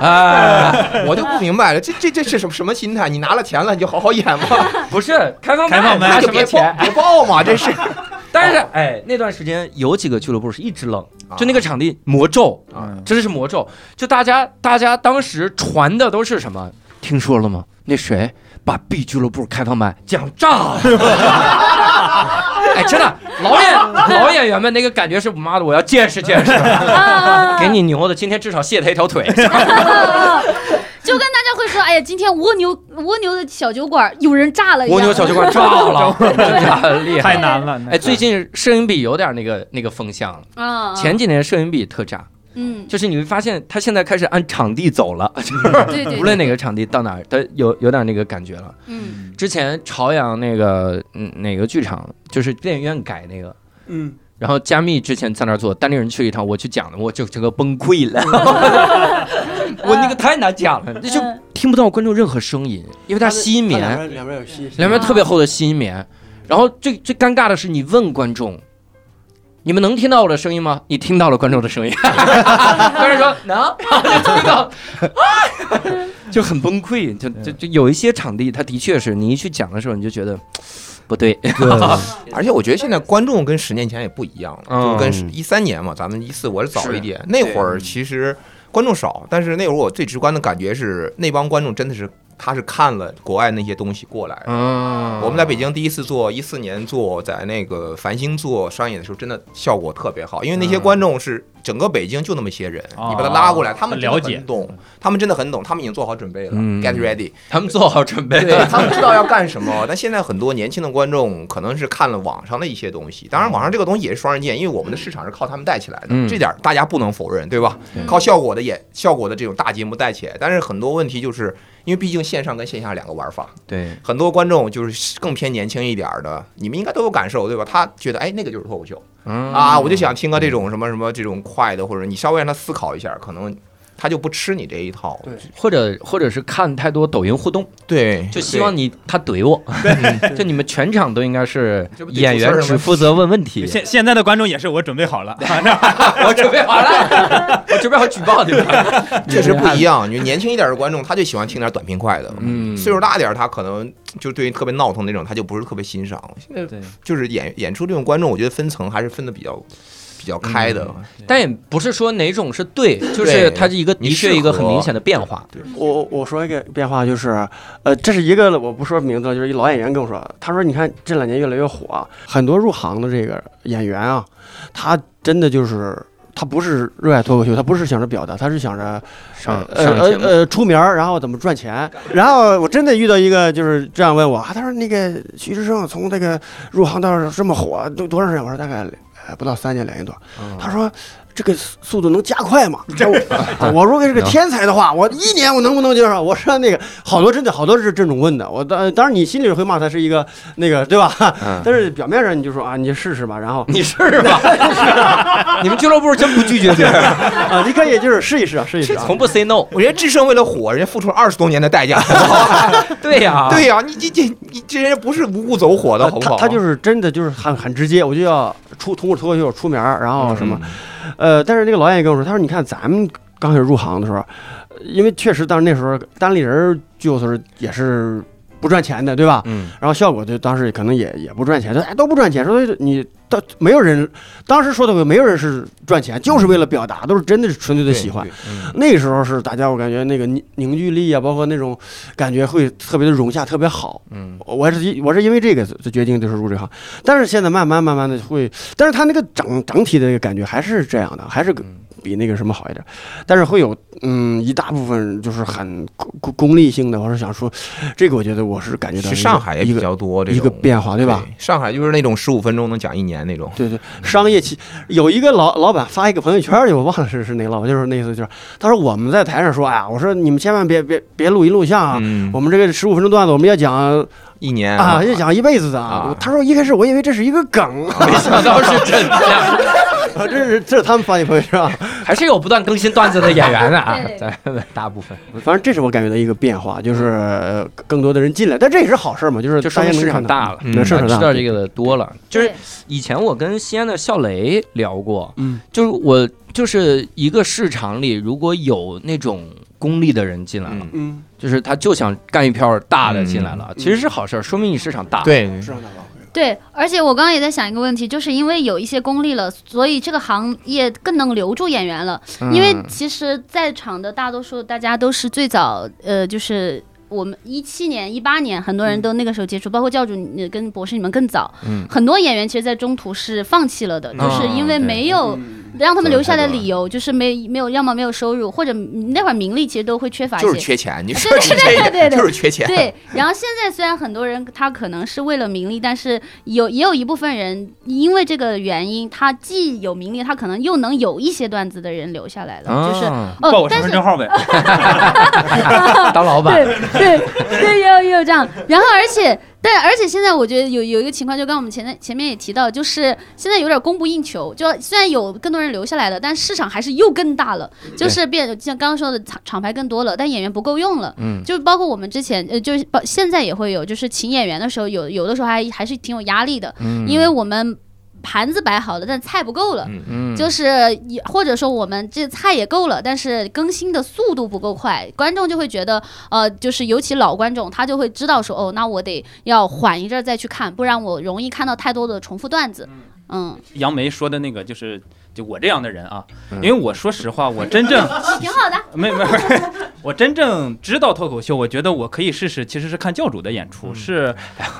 S1: 啊，
S5: 我就不明白了，这这这是什么什么心态？你拿了钱了，你就好好演嘛，
S1: 不是开放
S6: 开放麦
S1: 拿
S5: 那
S1: 什
S5: 就
S1: 么
S5: 别报
S1: 钱？
S5: 别报嘛，这是
S1: 但
S6: 哦
S1: 是哎，那段时间有几个俱乐部是一直冷， <laughs>
S6: 啊
S1: 就那个场地魔咒，
S5: 啊
S6: 嗯
S1: 真的是魔咒。就大家大家当时传的都是什么？听说了吗？那谁把 B 俱乐部开放麦讲炸
S6: <laughs>
S1: 了？哎，真的，老演老演员们那个感觉是，妈的，我要见识见识，啊给你牛的，今天至少卸他一条
S6: <laughs>
S1: 腿。
S7: <laughs> 就跟大家会说，哎呀，今天蜗牛蜗牛的小酒馆有人炸了一样，
S1: 蜗牛小酒馆炸
S6: <laughs>
S1: 了，真的厉害。
S6: <laughs> 哎太难了。那
S1: 哎，最近摄影笔有点那个那个风向了，
S6: 嗯
S7: 啊，
S1: 前几年摄影笔特炸。
S7: 嗯，
S1: 就是你会发现，他现在开始按场地走了，
S7: 对对，
S1: 无论哪个场地到哪儿，他有有点那个感觉了。
S7: 嗯
S1: 之前朝阳那个嗯哪个剧场，就是电影院改那个，
S12: 嗯，
S1: 然后加密之前在那儿做，单立人去一趟，我去讲了，我就整个崩溃了， <laughs> 我那个太难讲了，那就
S7: 嗯
S1: 听不到观众任何声音，因为它吸音棉，
S4: 两边两边有吸，
S1: 两边特别厚的吸音棉。然后最最尴尬的是，你问观众：“你们能听到我的声音吗？”你听到了观众的 <laughs> 声音，观众说 <laughs> 能，啊然后就听到， <laughs> 啊、就很崩溃。就就就有一些场地，它的确是你一去讲的时候，你就觉得不对，
S5: 而且我觉得现在观众跟十年前也不一样了，就
S1: 嗯
S5: 跟一三年嘛，咱们一四我是早
S1: 是
S5: 一点，那会儿其实观众少，但是那会儿我最直观的感觉是，那帮观众真的是他是看了国外那些东西过来的。
S1: 嗯，
S5: 我们在北京第一次做，一四年做，在那个繁星做商演的时候，真的效果特别好，因为那些观众是整个北京就那么些人，
S6: 哦
S5: 你把他拉过来，他们真的
S6: 了解
S5: 很懂，他们真的很懂，他们已经做好准备了、
S1: 嗯
S5: g e t ready，
S1: 他们做好准备，
S5: 对他们知道要干什么。但现在很多年轻的观众可能是看了网上的一些东西，当然网上这个东西也是双刃剑，因为我们的市场是靠他们带起来的，
S1: 嗯
S5: 这点儿大家不能否认，对吧？
S7: 嗯
S5: 靠效果的也效果的这种大节目带起来，但是很多问题就是因为毕竟线上跟线下两个玩法，
S1: 对，
S5: 很多观众就是更偏年轻一点儿的，你们应该都有感受，对吧？他觉得哎，那个就是脱口秀
S1: 嗯
S5: 啊，我就想听个这种什么什么这种快的，或者你稍微让他思考一下，可能他就不吃你这一套。
S1: 或者或者是看太多抖音互动，
S5: 对，
S1: 就希望你他怼我， <laughs> 就你们全场都应该是
S5: 这不得
S1: 演
S5: 出事儿
S1: 员
S5: 了
S1: 只
S5: 吗
S1: 负责问问题，
S6: 现现在的观众也是我准备好了，
S1: <laughs> 我准备好了， <laughs> 我准备好举报你们。
S5: 确实不一样。 <laughs> 你年轻一点的观众，他就喜欢听点短平快的。
S1: 嗯
S5: 岁数大点儿，他可能就对于特别闹腾那种，他就不是特别欣赏。现在
S1: 对
S5: 就是演演出这种观众，我觉得分层还是分的比较比较开的。
S4: 嗯
S1: 但也不是说哪种是对，就是
S5: 对
S1: 它是一个
S5: 你
S1: 的确
S5: 适
S1: 一个很
S5: 合
S1: 明显的变化。
S4: 我我说一个变化就是，呃，这是一个我不说名字，就是一老演员跟我说，他说你看这两年越来越火，很多入行的这个演员啊，他真的就是他不是热爱脱口秀，他不是想着表达，他是想着
S1: 上
S4: 呃
S1: 上
S4: 呃
S1: 节目，
S4: 呃出名儿，然后怎么赚钱。然后我真的遇到一个就是这样问我，啊，他说那个徐志胜从那个入行到这么火，都多长时间？我说大概呃不到三年，两年多。
S1: 嗯
S4: 他说。这个速速度能加快吗？ <laughs> 这我
S1: <laughs>
S4: 我如果是个天才的话，我一年我能不能接受？我说那个好多真的好多是这种问的，我当当然你心里会骂他是一个那个对吧？
S1: 嗯
S4: 但是表面上你就说啊，你试试吧，然后
S1: 你是吧？ <laughs> 你们俱乐部真不拒绝别人， <laughs>
S4: 啊，你可以就是试一试啊，试一试啊。
S1: 从不 say no。
S5: 我觉得智胜为了火，人家付出了二十多年的代
S4: <laughs>
S5: 价，好不好？
S1: 对呀，
S5: 对呀、你这这你这人不是无故走火的，
S4: 呃
S5: 好不
S4: 他
S5: 好？
S4: 他就是真的就是很很直接，我就要出通过脱口秀出名儿，然后啊
S5: 嗯
S4: 什么，呃，但是那个老演员跟我说，他说你看咱们刚开始入行的时候，呃因为确实当时那时候单立人儿就是也是不赚钱的，对吧？
S1: 嗯，
S4: 然后效果就当时可能也也不赚钱，说哎都不赚钱，说你到没有人，当时说的没有人是赚钱，就是为了表达，都是真的是纯粹的
S5: 对
S4: 喜欢。
S5: 对嗯
S4: 那时候是大家，我感觉那个凝凝聚力啊，包括那种感觉会特别的融洽，特别好。
S1: 嗯，
S4: 我是因我是因为这个就决定就是入这行，但是现在慢慢慢慢的会，但是他那个整整体的那个感觉还是这样的，还是比那个什么好一点，但是会有嗯一大部分就是很功功功利性的，或者想说这个，我觉得我是感觉到
S5: 是
S4: 一个
S5: 上海也
S4: 一
S5: 比
S4: 个
S5: 较多这
S4: 一个
S5: 种
S4: 变化，对吧？？
S5: 上海就是那种十五分钟能讲一年那种。
S4: 对对，商业企有一个老老板发一个朋友圈儿去，我忘了是是哪个老板，就是那意思就是，他说我们在台上说，哎呀，我说你们千万别别别录音录像啊，
S5: 嗯
S4: 我们这个十五分钟段子我们要讲
S5: 一年
S4: 啊，就讲一辈子的
S5: 啊
S4: 啊。他说一开始我以为这是一个
S1: <laughs>
S4: 梗，
S5: 没想到是真的。
S4: 这是这是他们发的朋友圈啊。
S1: 还是有不断更新段子的演员的啊
S7: 对，
S1: 咱们大部分
S4: 反正这是我感觉的一个变化，就是呃更多的人进来，但这也是好事嘛，就是
S1: 就说
S4: 大
S1: 明
S4: 家能
S1: 市场
S4: 看到
S1: 大了，
S5: 嗯
S4: 能市场
S1: 知
S4: 大，
S1: 道这个的多了。就是
S7: 对
S1: 以前我跟西安的笑雷聊过，
S13: 嗯，
S1: 就是我就是一个市场里如果有那种功利的人进来了，
S5: 嗯
S4: 嗯，
S1: 就是他就想干一票大的进来了，其实是好事儿，说明你市场大。，
S5: 对，
S4: 市场大了。
S7: 对，而且我刚刚也在想一个问题，就是因为有一些功利了，所以这个行业更能留住演员了。
S1: 嗯
S7: 因为其实，在场的大多数大家都是最早，呃，就是我们一七年、一八年，很多人都那个时候接触，包括教主你跟博士你们更早，
S5: 嗯
S7: 很多演员其实，在中途是放弃了的，
S5: 嗯
S7: 就是因
S1: 对
S7: 为没
S4: 嗯
S7: 有。让他们留下的理由就是没没有，要么没有收入，或者那会儿名利其实都会缺乏一些，
S5: 就是缺
S7: <laughs>
S5: 钱，你说你这
S7: 对对对
S5: 就是缺 <laughs> 钱，
S7: 对， <laughs> 然后现在虽然很多人他可能是为了名利，但是有也有一部分人因为这个原因，他既有名利，他可能又能有一些段子的人留下来了，就是
S1: 啊
S6: 报
S7: 哦
S6: 我，身
S7: 但
S6: 份
S7: 是
S6: 证号呗。
S1: 当老板，
S7: 对
S1: <laughs>
S7: 对对，也有也有这样。然后而且但而且现在我觉得有有一个情况，就刚我们前面前面也提到，就是现在有点供不应求，就虽然有更多人留下来了，但市场还是又更大了，就是变像刚刚说的厂厂牌更多了，但演员不够用了。
S1: 嗯，
S7: 就包括我们之前，呃，就是包现在也会有，就是请演员的时候，有有的时候还还是挺有压力的，
S1: 嗯
S7: 因为我们盘子摆好了，但菜不够了。
S5: 嗯
S1: 嗯
S7: 就是也或者说我们这菜也够了，但是更新的速度不够快，观众就会觉得，呃，就是尤其老观众，他就会知道说，哦，那我得要缓一阵儿再去看，不然我容易看到太多的重复段子。嗯，
S6: 杨梅说的那个就是，就我这样的人啊，
S1: 嗯
S6: 因为我说实话，我真正 <laughs>
S7: 哦挺好的。
S6: 没 <laughs> 没，我真正知道脱口秀，我觉得我可以试试，其实是看教主的演出，是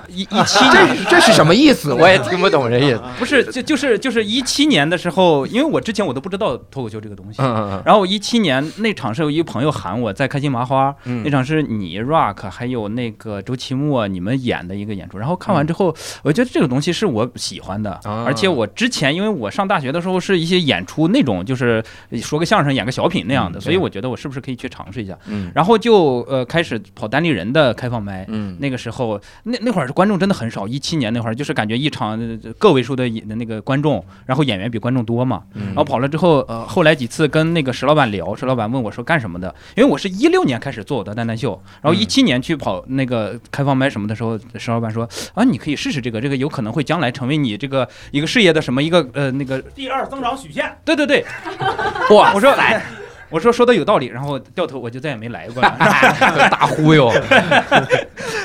S6: 一一七年，
S5: 这这是什么意
S1: <laughs>
S5: 思？我
S4: <laughs>
S5: 也 <laughs> 听不懂这意思。
S6: 不是就就是就是一七年的时候，因为我之前我都不知道脱口秀这个东西。
S1: 嗯嗯
S6: 然后一七年那场是有一个朋友喊我在开心麻花，
S1: 嗯
S6: 那场是你 Rock 还有那个周奇墨你们演的一个演出，然后看完之后，我觉得这个东西是我喜欢的，
S1: 啊
S6: 而且我之前因为我上大学的时候是一些演出那种就是说个相声演个小品那样的，
S1: 嗯
S6: 所以
S1: 对
S6: 我觉得我是不是可以去尝试一下，
S1: 嗯
S6: 然后就呃开始跑单立人的开放麦。
S1: 嗯，
S6: 那个时候，那那会儿观众真的很少，一七年那会儿就是感觉一场呃个位数的演那个观众，然后演员比观众多嘛，
S1: 然
S5: 嗯
S4: 哦
S6: 然后跑了之后，呃，后来几次跟那个石老板聊，石老板问我说干什么的，因为我是一六年开始做我的蛋蛋秀，然
S1: 嗯
S6: 后一七年去跑那个开放麦什么的时候，石老板说啊，你可以试试这个，这个有可能会将来成为你这个一个事业的什么一个呃那个，
S2: 第二增长曲线，
S6: 对对对，
S1: 哇，
S6: 我说来。我说说的有道理，然后掉头我就再也没来
S1: <laughs>
S6: 过了。
S1: 大忽悠，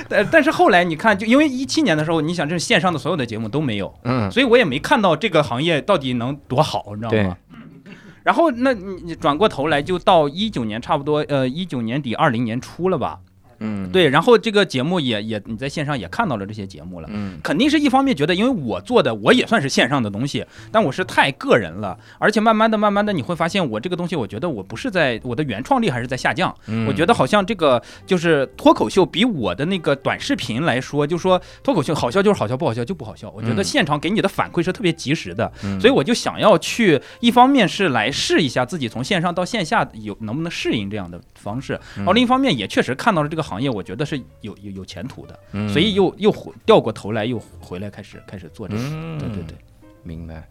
S6: 但但是后来你看，就因为一七年的时候，你想这线上的所有的节目都没有，
S1: 嗯，
S6: 所以我也没看到这个行业到底能多好，你知
S1: <laughs>
S6: 道
S1: 对
S6: 吗？然后那你你转过头来就到一九年，差不多呃一九年底二零年初了吧？
S1: 嗯，
S6: 对，然后这个节目也也你在线上也看到了这些节目了。
S1: 嗯，
S6: 肯定是一方面觉得，因为我做的我也算是线上的东西，但我是太个人了，而且慢慢的、慢慢的，你会发现我这个东西，我觉得我不是在我的原创力还是在下降，
S1: 嗯
S6: 我觉得好像这个就是脱口秀比我的那个短视频来说，就说脱口秀好笑就是好笑，不好笑就不好笑。我觉得
S1: 嗯
S6: 现场给你的反馈是特别及时的，
S1: 嗯
S6: 所以我就想要去，一方面是来试一下自己从线上到线下有能不能适应这样的方式，
S1: 嗯
S6: 然后另一方面也确实看到了这个行业，我觉得是有有有前途的，
S1: 嗯
S6: 所以又又回掉过头来又回来开始开始做这个。
S1: 嗯，
S6: 对对对，
S1: 明白。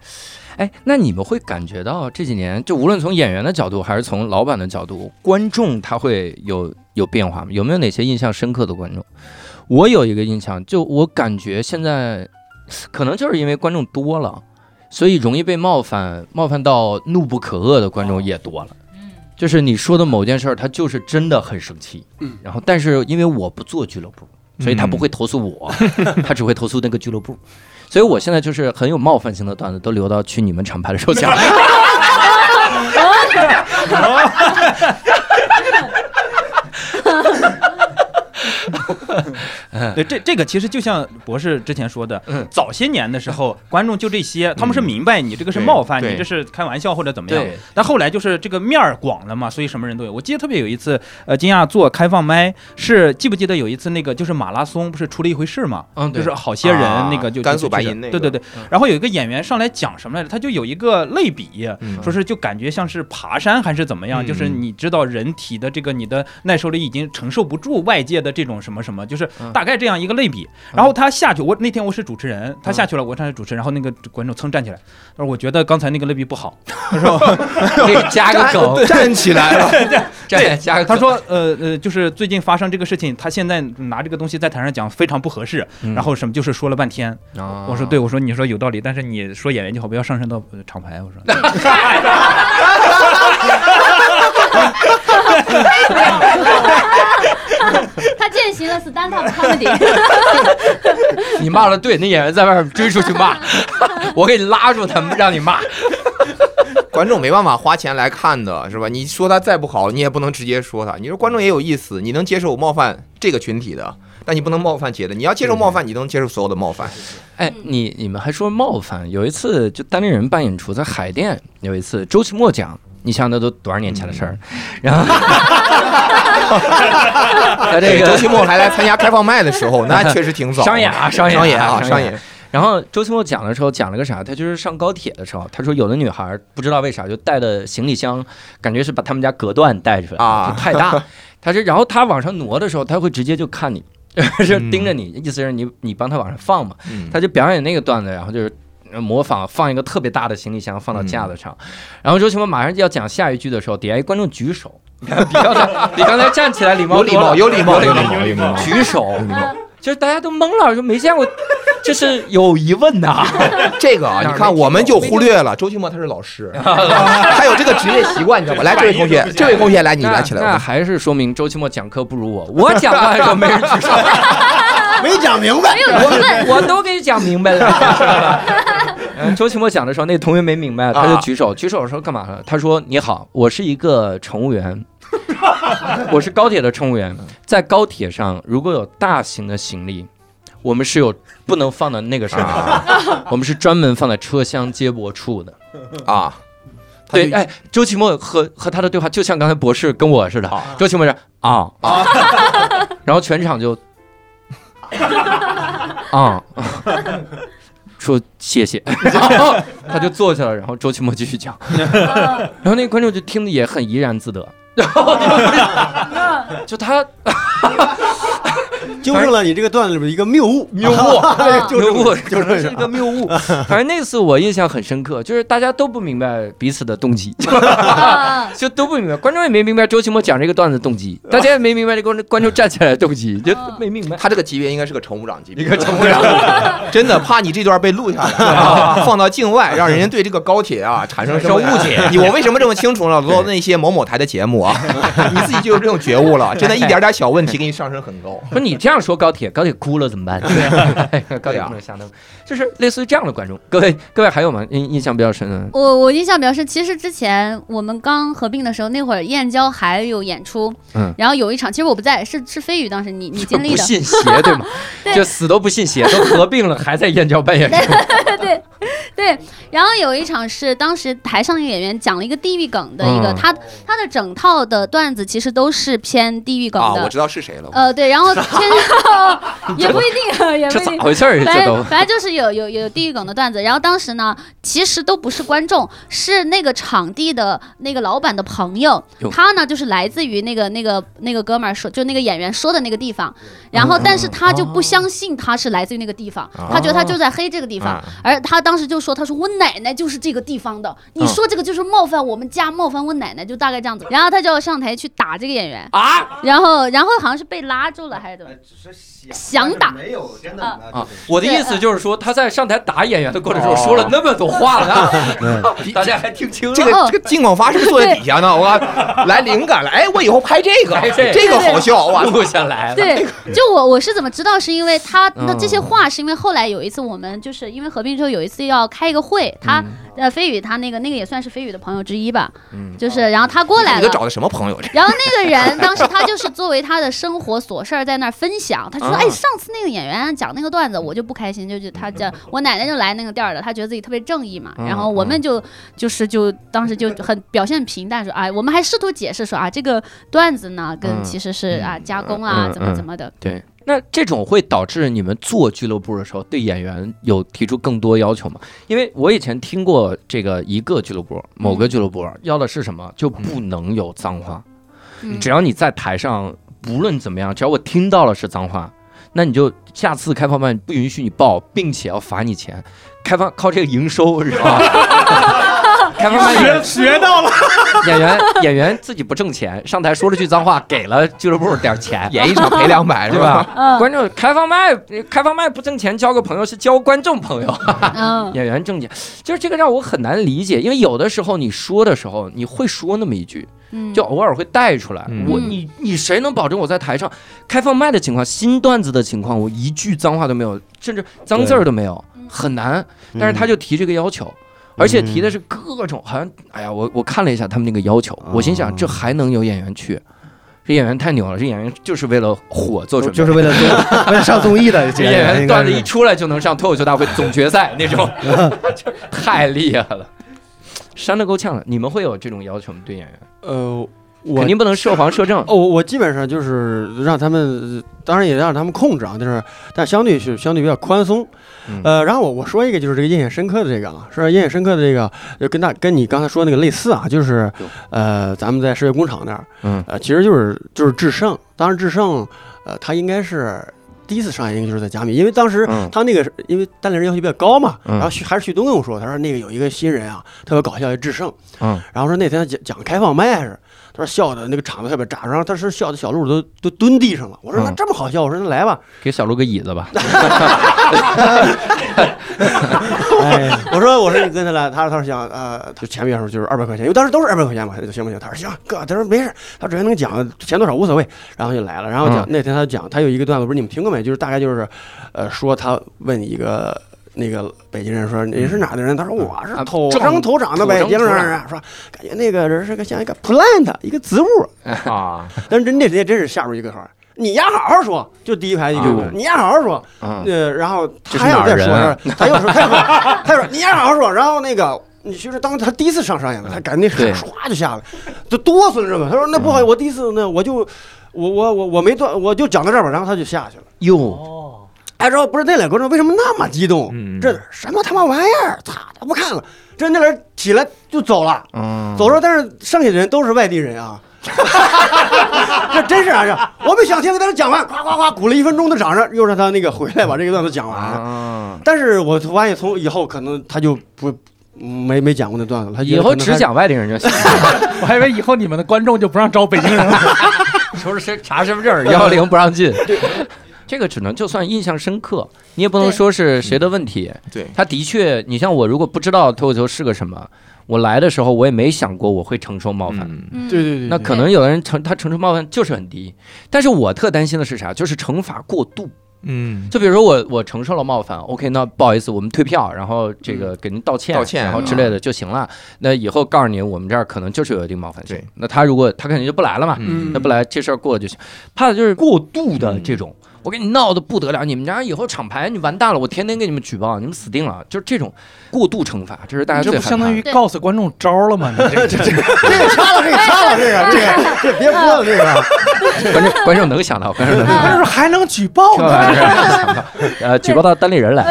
S1: 哎，那你们会感觉到这几年，就无论从演员的角度还是从老板的角度，观众他会有有变化吗？有没有哪些印象深刻的观众？我有一个印象，就我感觉现在可能就是因为观众多了，所以容易被冒犯，冒犯到怒不可遏的观众也多了。就是你说的某件事儿，他就是真的很生气，
S4: 嗯，
S1: 然后但是因为我不做俱乐部，所以
S6: 嗯
S1: 他不会投诉我， <laughs> 他只会投诉那个俱乐部。所以我现在就是很有冒犯性的段子，都留到去你们厂牌的时候
S6: <laughs>
S1: 讲。哎
S6: 对这这个其实就像博士之前说的，
S1: 嗯
S6: 早些年的时候，观众就这些，他们是明白你这个是冒犯，
S5: 对
S6: 你这是开玩笑或者怎么样。
S1: 对，
S6: 但后来就是这个面儿广了嘛，所以什么人都有。我记得特别有一次，呃，金亚做开放麦，是记不记得有一次那个就是马拉松不是出了一回事嘛？
S1: 嗯，
S6: 就
S1: 对
S6: 是，好些人
S5: 啊
S6: 那个就
S5: 甘
S6: 就
S5: 肃白
S6: 去
S5: 银那
S6: 对对
S5: 个嗯
S6: 对。然后有一个演员上来讲什么来着？他就有一个类比，
S5: 嗯
S6: 说是就感觉像是爬山还是怎么样，
S5: 嗯
S6: 就是
S5: 嗯
S6: 你知道人体的这个你的耐受力已经承受不住外界的这种什么什么，就是大概概这样一个类比。然后他下去，我那天我是主持人，
S5: 嗯
S6: 他下去了，我上去主持，然后那个观众噌站起来，他说我觉得刚才那个类比不好，
S1: 可
S5: <laughs>
S1: 以加个梗，站起来了，站加个
S6: <laughs> 他
S1: 梗。
S6: 说呃呃，就是最近发生这个事情，他现在拿这个东西在台上讲非常不合适，
S1: 嗯
S6: 然后什么就是说了半天，
S5: 哦
S1: 啊
S6: 我说对，，我说你说有道理，但是你说演员就好，不要上升到呃厂牌。我说，
S7: 他践行了 stand up comedy，
S1: 你骂了对，那演员在外面追出去骂，我给你拉住他们，让你骂。
S5: 观众没办法花钱来看的，是吧？你说他再不好，你也不能直接说他。你说观众也有意思，你能接受冒犯这个群体的，但你不能冒犯别的。你要接受冒犯，你能接受所有的冒犯。
S1: 哎，你你们还说冒犯？有一次就单立人办演出在海淀，有一次周奇墨讲，你想想那都多少年前的事儿， <laughs> 然
S5: <laughs>
S1: 后他这
S5: <laughs> 对，哎周
S1: 个
S5: 奇墨还来参加开放麦的时候，那确实挺早。
S1: 商演啊，商演
S5: <laughs> 商演啊，
S1: 商
S5: 商演。。
S1: 然后周奇墨讲的时候讲了个啥？他就是上高铁的时候，他说有的女孩儿不知道为啥就带的行李箱，感觉是把他们家隔断带出来
S5: 啊
S1: 就太
S5: <laughs>
S1: 大。他是，然后他往上挪的时候，他会直接就看你， <laughs> 就盯着你，意思是你你帮他往上放嘛。
S5: 嗯
S1: 他就表演那个段子，然后就是呃模仿放一个特别大的行李箱放到架子
S5: 嗯
S1: 上，然后周奇墨马上就要讲下一句的时候，底下一观众举
S5: <laughs>
S1: 手，比刚才比刚才站起来礼貌
S5: 有礼
S1: 多了
S5: 貌，有礼貌，有礼貌，有礼貌。
S1: 举手，就是大家都懵了，就没见过，就是有疑问呐。
S5: 这个啊，
S1: 哪儿
S5: 你
S1: 没
S5: 看
S1: 听
S5: 我们
S1: 过
S5: 就忽略了周奇墨他是老 <laughs> 师，他有这个职业习惯，你知道吗？来，这位同学，这位同学，来你
S1: 那
S5: 来起来，
S1: 那
S5: 我
S1: 还是说明周奇墨讲课不如我，我讲课的时候没人举手，
S4: 没讲明白
S7: 没，有疑问。
S1: 我都给你讲明白了。嗯周奇墨讲的时候，那同学没明白，
S5: 啊
S1: 他就举手，举手的时候干嘛了？他说：“你好，我是一个乘务员。”我是高铁的乘务员，在高铁上如果有大型的行李，我们是有不能放到那个上面的，我们是专门放在车厢接驳处的。
S5: 啊，他
S1: 对，
S5: 就
S1: 哎，周奇墨和和他的对话就像刚才博士跟我似的，周奇墨是啊啊， <laughs> 然后全场就啊，说谢 <laughs> 谢，然后他就坐下了，然后周奇墨继续 <laughs> 讲，然后那个观众就听的也很怡然 <laughs> 自得，然后就他
S4: 纠正了你这个段子里边一个谬误，
S1: 谬 <laughs> 误。
S7: 啊
S4: 就
S1: 谬
S4: 是
S1: 误，
S4: 就
S1: 可能是
S4: 是
S1: 一个谬误。 <laughs> 反正那次我印象很深刻，就是大家都不明白彼此的动 <laughs> 机，
S7: 啊
S1: 就都不明白，观众也没明白周奇墨讲这个段子的动机，大家也没明白这观众观众站起来的动机，就没明白。
S5: <laughs> 他这个级别应该是个乘务长 <laughs> 级别，一个乘务长， <laughs> 真的怕你这段被录下 <laughs> 来，放到境外，让人家对这个高铁 <laughs> 啊产生什么误解。你我为什么这么清楚呢？做那些某某台的节目 <laughs> 啊，你自己就有这种觉悟 <laughs> 了，真的一点点小问题给你上升很 <laughs> 高。
S1: <laughs> 不是你这样说高铁，高铁哭了怎么 <laughs> 办？对，高铁不啊能瞎弄，就是类似于这样的观众。各位各位还有吗？印印象比较深的，
S7: 我我印象比较深，其实之前我们刚合并的时候，那会儿燕郊还有演出，
S1: 嗯
S7: 然后有一场，其实我不在，是是飞宇当时你你经历
S1: 不
S7: 的，
S1: 信邪对吗？
S7: <laughs> 对
S1: 就死都不信邪，都合并了还在燕郊扮演出。
S7: <laughs> 对，然后有一场是当时台上那个演员讲了一个地域梗的一个，
S1: 嗯
S7: 他他的整套的段子其实都是偏地域梗
S5: 啊，
S7: 的，
S5: 我知道是谁了。
S7: 呃对，然
S5: <laughs>
S7: 后偏也不一定，啊也
S1: 这
S7: 不一
S1: 咋
S7: 定。
S1: 回事儿？啊
S7: 反
S1: <laughs> 这都
S7: 正反正就是有有有地狱梗的段子，然后当时呢，其实都不是观众，是那个场地的那个老板的朋友
S1: 哟，
S7: 他呢就是来自于那个那个那个哥们儿说，就那个演员说的那个地方，然
S1: 嗯
S7: 后但是他就不相信他是来自于那个地方，
S1: 啊
S7: 他觉得他就在黑这个地方，
S1: 嗯
S7: 而他当时就说：“他说我奶奶就是这个地方的，
S1: 嗯
S7: 你说这个就是冒犯我们家，冒犯我奶奶，就大概这样子。”然后他就要上台去打这个演员啊，然后然后好像是被拉住了还是怎么？想打
S8: 没有真
S7: 的啊
S1: 啊，我的意思就是说，他在上台打演员的过程中说了那么多话 <laughs> 了，大家还听 <laughs> 清了
S5: 这。个
S7: 哦
S5: 这个金广发是不是坐在底下
S7: <laughs>
S5: 呢？我来灵感了，哎，我以后拍这个
S1: 拍这，个
S5: 这个好笑哇！
S1: 录下来了，
S7: <laughs> 对，就我我是怎么知道，是因为他那
S1: 嗯
S7: 这些话是因为后来有一次我们就是因为合并之后有一次要开一个会，
S1: 嗯
S7: 他呃飞宇他那个那个也算是飞宇的朋友之一吧，
S1: 嗯
S7: 就是然后他过来
S5: 你都
S7: 了。
S5: 找的什么朋友？这
S7: 然后那个人当时他就是作为他的生活琐事儿在那儿分享，他就说：“
S1: 啊
S7: 哎，上次那个演员讲那个段子，我就不开心，就就他讲我奶奶就来那个店儿了，他觉得自己特别正义嘛。
S1: 嗯
S7: 然后我们就就是就当时就很表现平淡说，哎，我们还试图解释说啊，这个段子呢跟
S1: 嗯
S7: 其实是啊加工
S1: 嗯
S7: 啊
S1: 嗯
S7: 怎么怎么的。
S1: 对，那这种会导致你们做俱乐部的时候对演员有提出更多要求吗？因为我以前听过这个一个俱乐部，
S5: 嗯
S1: 某个俱乐部啊要的是什么，就不能有脏话，
S7: 嗯
S1: 只要你在台上，不论怎么样，只要我听到了是脏话。那你就下次开放办不允许你报，并且要罚你钱，开放靠这个营收，知道
S5: <laughs>
S1: 吧？开放办演
S2: 学学 <laughs> 到了，
S1: 演员演员自己不挣钱，上台说了句脏话，给了俱乐部点
S5: <laughs>
S1: 钱，
S5: 演一场赔两 <laughs> 百是
S1: 对
S5: 吧？
S1: 吧？
S7: 嗯
S1: 观众开放麦，开放麦不挣钱，交个朋友是交观众朋
S7: <laughs>
S1: 友，
S7: 嗯
S1: 演员挣钱，就是这个让我很难理解，因为有的时候你说的时候，你会说那么一句，
S7: 嗯，
S1: 就偶尔会带出来。
S5: 嗯
S1: 我你你谁能保证我在台上开放麦的情况、新段子的情况，我一句脏话都没有，甚至脏字儿都没有
S7: 对嗯，
S1: 很难。但是他
S8: 嗯
S1: 就提这个要求。而且提的是各种，好像哎呀，我我看了一下他们那个要求，我心想这还能有演员去？这演员太牛了，这演员就是为了火做准备，
S8: 就是为了做为了上综艺的
S1: 这
S8: 这些
S1: 演员
S8: 人，
S1: 段子一出来就能上脱口秀大会总决赛那种， <laughs> 就太厉害了，删的够呛了。你们会有这种要求吗？对演员，
S4: 呃，我
S1: 肯定不能设防设正。
S4: 哦，我我基本上就是让他们，呃当然也让他们控制啊，就是但相对是相对比较宽松。
S1: 嗯
S4: 呃，然后我我说一个就是这个印象深刻的这个啊，是吧印象深刻的这个，就跟大跟你刚才说那个类似啊，就是
S1: 有
S4: 呃，咱们在世界工厂那儿，
S1: 嗯
S4: 呃，其实就是就是智胜，当然智胜，呃，他应该是。第一次上映就是在加密，因为当时
S1: 嗯
S4: 他那个是、因为单立人要求比较高嘛，
S1: 嗯
S4: 然后徐还是旭东跟我说，他说那个有一个新人啊，特别搞笑，叫智胜，
S1: 嗯，
S4: 然后说那天他讲讲开放麦是，他说笑的那个场子特别炸，然后他是笑的小鹿都都蹲地上了。我说
S1: 嗯
S4: 那这么好笑，我说那来吧，
S1: 给小鹿个椅子吧。
S4: 哎， <laughs> 我说我说你跟他来，他说他说行，呃，就前面时候就是二百块钱，因为当时都是二百块钱嘛，他就行不行？他说行，哥，他说没事，他只要能讲钱多少无所谓，然后就来了，然后
S1: 嗯
S4: 讲、那天他讲他有一个段子，不是你们听过没？就是大概就是，呃，说他问一个。那个北京人说你是哪儿的人？他说我是
S1: 啊
S4: 土
S1: 土
S4: 生土长的
S1: 土
S4: 北
S1: 生
S4: 京
S1: 土长
S4: 人。啊说感觉那个人是个像一个 plant 一个植物， <laughs>
S5: 啊，
S4: 但是真那天真是下边一个孩儿，你丫好好说，就第一排一个，
S1: 啊
S4: 你丫好好说，
S1: 嗯
S4: 呃，然后
S5: 这
S4: 他
S5: 是
S4: 要
S5: 哪儿
S4: 再说
S5: 人啊
S4: 说，他又说，他又说，他又说，你丫好好说，然后那个。你就是当他第一次上上演的，他
S5: 嗯
S4: 感觉
S1: 对
S4: 那唰就下来，就哆嗦着嘛。他说：“那不
S5: 嗯
S4: 好意思，我第一次呢，我就我我我我没断，我就讲到这儿吧。”然后他就下去了。
S1: 哟，
S8: <laughs>
S4: 哎，然后不是那俩观众为什么那么激动？
S5: 嗯
S4: 这什么他妈玩意儿？操，他不看了。这那人起来就走了，
S1: 嗯
S4: 走了，但是剩下的人都是外地人啊。 <laughs> 这真是啊！这我们想听，给他讲完，夸夸夸鼓了一分钟的掌声，又让他那个回来把这个段子讲完。
S1: 啊，
S4: 但是我发现从以后可能他就不没没讲过那段子了，他
S1: 啊
S4: 觉
S1: 以
S4: 得
S1: 后
S4: 可能
S1: 只
S4: 还
S1: 讲外地人就行。
S2: <laughs> 我还以为以后你们的观众就不让招北京人了。
S1: 说是身查身份证，幺零不让进。这个只能就算印象深刻，你也不能
S7: 对
S1: 说是谁的问题。
S5: 对
S1: 他的确，你像我，如果不知道脱口秀是个什么，我来的时候我也没想过我会承受冒犯。
S5: 嗯
S7: 嗯 <laughs>
S4: 对对对，
S1: 那
S4: 对
S1: 可能有的人承他承受冒犯就是很低，但是我特担心的是啥？就是惩罚过度。
S5: 嗯，
S1: 就比如说我我承受了冒犯，OK，那不好意思，我们退票，然后这个给您道歉，
S5: 嗯道歉啊
S1: 然后之类的就行了。那以后告诉您，我们这儿可能就是有一定冒犯性
S5: 对。
S1: 那他如果他肯定就不来了嘛，
S5: 嗯
S1: 那不来这事儿过了就行。怕的就是过度的这种，我给你闹得不得了，你们家以后厂牌你完蛋了，我天天给你们举报，你们死定了。就是这种过度惩罚， <laughs> 这是大家
S2: 这
S1: 最
S2: 不
S1: 害
S2: 相
S1: 怕
S2: 当
S1: 的
S2: 于告诉观众招了吗？你这个
S4: 这个掐了，这个掐了，这个这个这个别播了，这个
S1: 观众观众能想到，观众能想到。
S2: 观众说还能举报
S1: 千 <laughs>
S2: 呢？
S1: 万别让
S2: <laughs>
S1: 他想到呃，举报到单立人来，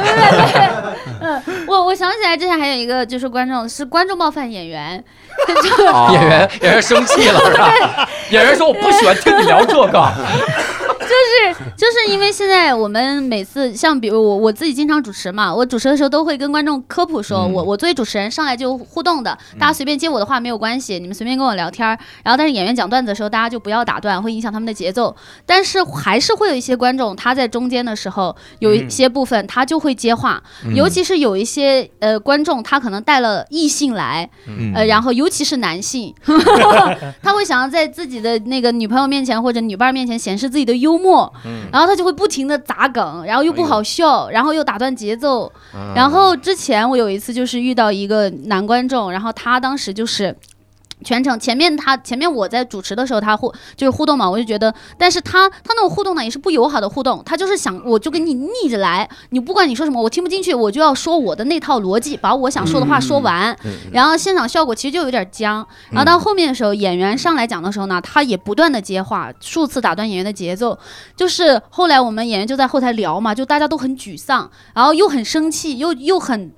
S7: 嗯我我想起来之前还有一个就是观众是观众冒犯演员，哦
S1: 演员演员生气了是
S7: <laughs>
S1: 吧？演员说我不喜欢听你聊这个，
S7: 就是就是因为现在我们每次像比如我我自己经常主持嘛，我主持的时候都会跟观众科普说，
S1: 嗯
S7: 我我作为主持人上来就互动的，大家随便接我的话没有关系，你们随便跟我聊天儿。然后但是演员讲段子的时候，大家就不要打断，会影响他们的节奏。但是还是会有一些观众他在中间的时候有一些部分他就会接话，嗯
S5: 嗯
S7: 尤其是有一些呃观众他可能带了异性来，
S5: 嗯
S7: 呃，然后尤其是男性，他会想要在自己的那个女朋友面前或者女伴儿面前显示自己的幽默，
S5: 嗯
S7: 然后他就会不停的砸梗，然后又不好笑，然后又打断节奏。
S5: 嗯
S7: 然后之前我有一次就是遇到一个男观众，然后他当时就是。全程前面他前面我在主持的时候，他互就是互动嘛，我就觉得，但是他他那种互动呢也是不友好的互动，他就是想我就跟你逆着来，你不管你说什么，我听不进去，我就要说我的那套逻辑，把我想说的话说完，然后现场效果其实就有点僵。然后到后面的时候，演员上来讲的时候呢，他也不断的接话，数次打断演员的节奏。就是后来我们演员就在后台聊嘛，就大家都很沮丧，然后又很生气，又又很。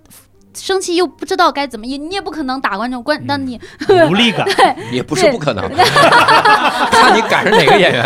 S7: 生气又不知道该怎么，也你也不可能打观众
S1: 嗯
S7: 观，但你
S2: 无力感，
S1: <laughs> 也不是不可能，啊看你赶上哪个演员。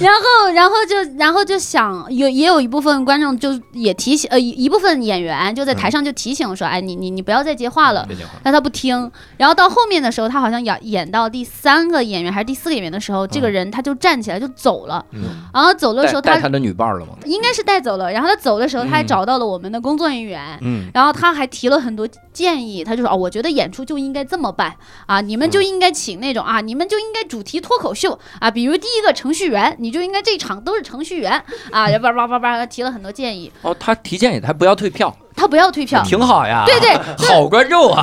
S7: 然后，然后就，然后就想，有也有一部分观众就也提醒，呃，一一部分演员就在
S1: 嗯
S7: 台上就提醒说，哎，你你你不要再接话了，
S1: 别讲话
S7: 但他不听。然后到后面的时候，他好像演演到第三个演员还是第四个演员的
S1: 嗯
S7: 时候，这个人他就站起来就走了，
S5: 嗯
S7: 然后走的时
S1: 带
S7: 候
S1: 带
S7: 他
S1: 他的女伴儿了吗？
S7: 应该是带走了，然后他走的时候他还
S1: 嗯
S7: 找到了我们的工作人员，
S1: 嗯，
S7: 然后他还提了很多建议，他就说哦，我觉得演出就应该这么办啊，你们就应该请那种啊，你们就应该主题脱口秀啊，比如第一个程序员，你就应该这场都是程序员 <laughs> 啊，然后叭叭叭叭提了很多建议，
S1: 哦，他提建议，他不要退票，
S7: 他不要
S1: <laughs>
S7: 退票，
S1: 挺好呀，
S7: 对对
S1: 好观众啊，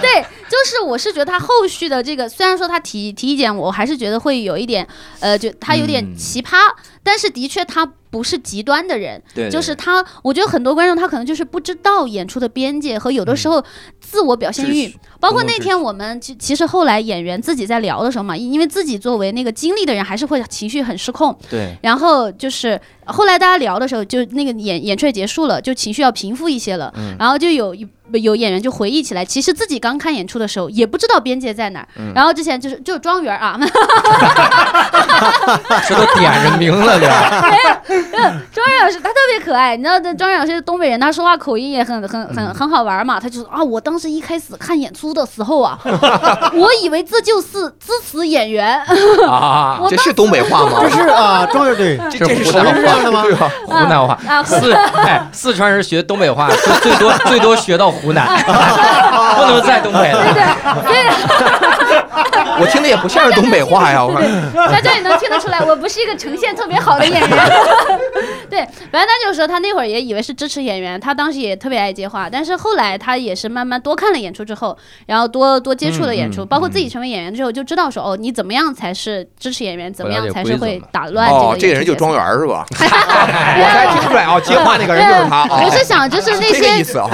S7: 对，就是我是觉得他后续的这个，虽然说他提提意见，我还是觉得会有一点，呃，就他有点
S1: 嗯
S7: 奇葩，但是的确他不是极端的人，
S1: 对，对
S7: 就是他，我觉得很多观众他可能就是不知道演出的边界和有的时候自我表现欲，
S1: 秩序
S7: 包括
S1: 嗯公共秩
S7: 那天我们其其实后来演员自己在聊的时候嘛，因因为自己作为那个经历的人，还是会情绪很失控。
S1: 对，
S7: 然后就是后来大家聊的时候，就那个演演出也结束了，就情绪要平复一些了。
S1: 嗯
S7: 然后就有一有演员就回忆起来，其实自己刚看演出的时候也不知道边界在哪儿。
S1: 嗯
S7: 然后之前就是就是庄园啊，
S1: 这都点着名了的，
S7: 庄园老师他特别可爱，你知道，庄园老师是东北人，他说话口音也很很很很好玩嘛。他就说啊，我当时一开始看演出的时候
S1: <laughs>
S7: 啊，我以为这就是支持演员，
S1: 啊，
S7: <laughs> 我
S5: 这是东北话
S4: 这
S5: 吗？
S4: 是啊，庄乐队，
S5: 这这是
S1: 湖
S5: 什么
S1: 南
S5: 话？
S4: 是这样的吗？
S1: 湖南话。<laughs>
S7: 啊，<laughs>
S1: 四哎，四川人学东北话，最最多最多学到湖
S7: <laughs>
S1: 南，不能在东北了。
S5: 我听的也不像是东北话呀！我看
S7: 大家也能听得出来，我不是一个呈现特别好的演员。
S1: <laughs>
S7: 对，反正他就说他那会儿也以为是支持演员，他当时也特别爱接话，但是后来他也是慢慢多看了演出之后，然后多多接触了演出，
S1: 嗯嗯
S7: 包括自己成为演员之后，就知道说、哦，你怎么样才是支持演员，怎么样才是会打乱这个演出
S5: 哦，这个人就
S7: 节奏
S5: 庄园是吧？我才听出来啊，接话那个人就是他啊
S7: 我，是想，就是那
S5: 这个意
S7: 些，
S5: 思啊。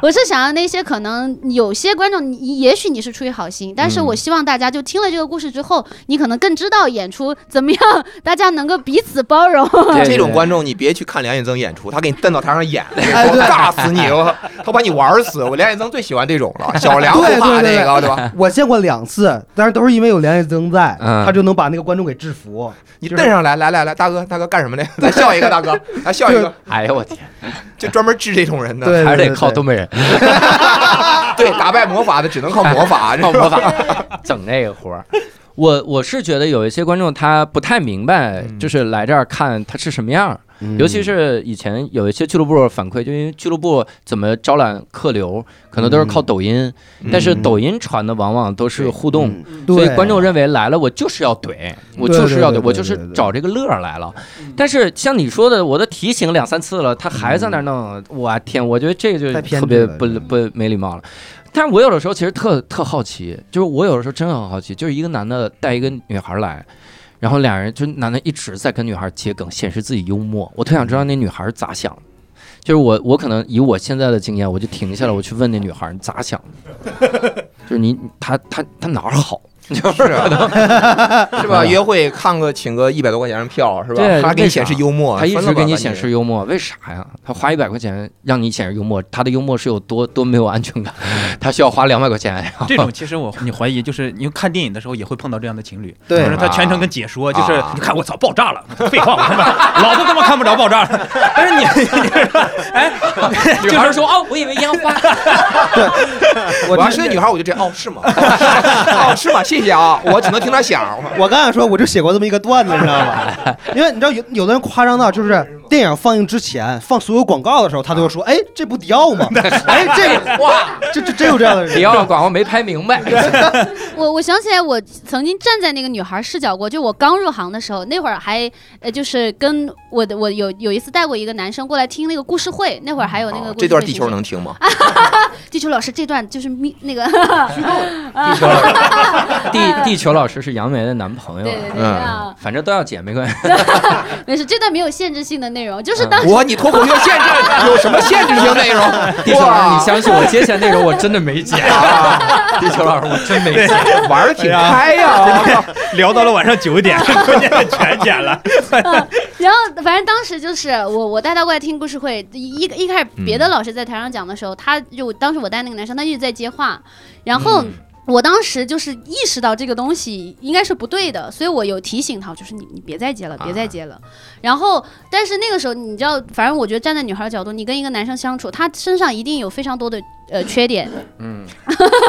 S7: 我是想要那些可能有些观众，你也许你是出于好心，但是
S5: 嗯
S7: 我希望大家就听了这个故事之后，你可能更知道演出怎么样，大家能够彼此包容。 <laughs>
S5: 这种观众你别去看梁远增演出，他给你瞪到台上演，我尬死你！我他把你玩死！我梁远增最喜欢这种了，小梁头
S8: 对对
S5: 发
S8: 对
S5: 那个对吧？
S8: <laughs> 我见过两次，但是都是因为有梁远增在，
S1: 嗯
S8: 他就能把那个观众给制服。
S5: 你瞪上来，来来来，大哥大哥干什么呢？咱笑一个，大哥，咱笑一个，
S1: 哎呦我天，
S5: 就专门治这种人的。
S8: 对，
S1: 还是
S8: 对
S1: 得靠东。北人，
S5: 对，打败魔法的只能靠魔法，
S1: 靠魔
S5: 法。
S1: 法整这个活儿。我我是觉得有一些观众他不太明白，就是来这儿看他是什么样儿，
S8: 对
S1: 尤其是以前有一些俱乐部反馈，就因为俱乐部怎么招揽客流，可能都是靠抖音， <laughs> 但
S6: 嗯
S1: 是抖音传的往往都是互动，，
S8: 嗯
S1: 所以观众认为来了我就是要怼，我就是要怼，我就是找这个乐儿来了。但是像你说的，我都提醒两三次了，他还在那儿弄，我天，我觉得这就
S8: 嗯太偏
S1: 特
S8: 执
S1: 别
S8: 了
S1: 不
S8: 这个
S1: 不没礼貌了。但是我有的时候其实特特好奇，就是我有的时候真的很好奇，就是一个男的带一个女孩来，然后俩人就男的一直在跟女孩接梗，显示自己幽默，我特想知道那女孩咋想的。就是我，我可能以我现在的经验，我就停下来，我去问那女孩你咋想的， <laughs> 就是你她她她哪儿好，
S5: <laughs> 是啊，
S1: <laughs>
S5: 是吧？约会看个请个一百多块钱的票是吧
S1: 嗯对？
S5: 他给你显示幽默，
S1: 他一
S5: 分
S1: 直
S5: 了吧
S1: 给你
S5: 把
S1: 显示幽默，为啥呀？他花一百块钱让你显示幽默，他的幽默是有多多没有安全感？ <laughs> 他需要花两百块钱，然后
S6: 这种其实我你怀疑，就是你看电影的时候也会碰到这样
S1: <laughs>
S6: 的情侣，
S8: 对
S1: 嗯
S6: 就是他全程跟解说，就是、
S5: 啊
S6: 你看我操爆炸了，废话我他妈老子他妈看不着爆炸了，但是你 <laughs> 你哎， <laughs>
S1: 女孩说：“哦，我以为烟花。
S5: 我要是那女孩，我就这样哦，
S1: <laughs>
S5: 是吗？哦，是吗？谢谢啊，我只能听她
S7: <laughs>
S5: 响。
S8: 我刚才说，我就写过这么一个段子，你知道
S1: <laughs>
S8: 吧？因为你知道有有的人夸张到，就是电影放映之前放所有广告的时候，他
S1: <laughs>
S8: 都会说：“哎，这不迪奥吗？哎，这个
S1: 哇，
S8: 这这真有这样的人。”
S1: 迪奥广告没拍明
S7: <laughs>
S1: 白。
S7: 我我想起来，我曾经站在那个女孩视角过，就我刚入行的时候，那会儿还呃，就是跟我的我有有一次带过一个男生过来听那个故事会，那会儿还有那个
S5: 哦
S7: 故事
S5: 这
S7: 会
S5: 段
S7: 形
S5: 地球
S7: 式
S5: 能听吗？
S7: 地球老师这段就是咪那
S5: 哎
S7: 个，
S1: 地
S7: 啊
S1: 球老师，地地球老师是杨梅的男朋
S7: 对
S1: 友啊，
S5: 嗯
S7: 对对啊，
S1: 反正都要剪没关系。
S7: 没事，这段没有限制性的内容，就是当
S5: 哇，你脱口秀限制有什么限制性内容？
S1: <laughs> 地球老师，
S5: 哇
S1: 你相信我，接下啊来内容我真的没 <laughs> 剪。地球老师，我真没剪。
S5: 玩的挺
S6: 哎呀
S5: 开
S1: <laughs>
S5: 呀！
S6: 聊到了晚上九点，关键全剪了。
S7: 然后，反正当时就是我，我带他过来听故事会，一一一开始别的老师在台上讲的时候，他就当时我带那个男生，他一直在接话，然后。我当时就是意识到这个东西应该是不对的，所以我有提醒他，我就是你你别再接了，别再接了。然后，但是那个时候你知道，反正我觉得站在女孩的角度，你跟一个男生相处，他身上一定有非常多的呃缺点，
S1: 嗯，
S7: <laughs>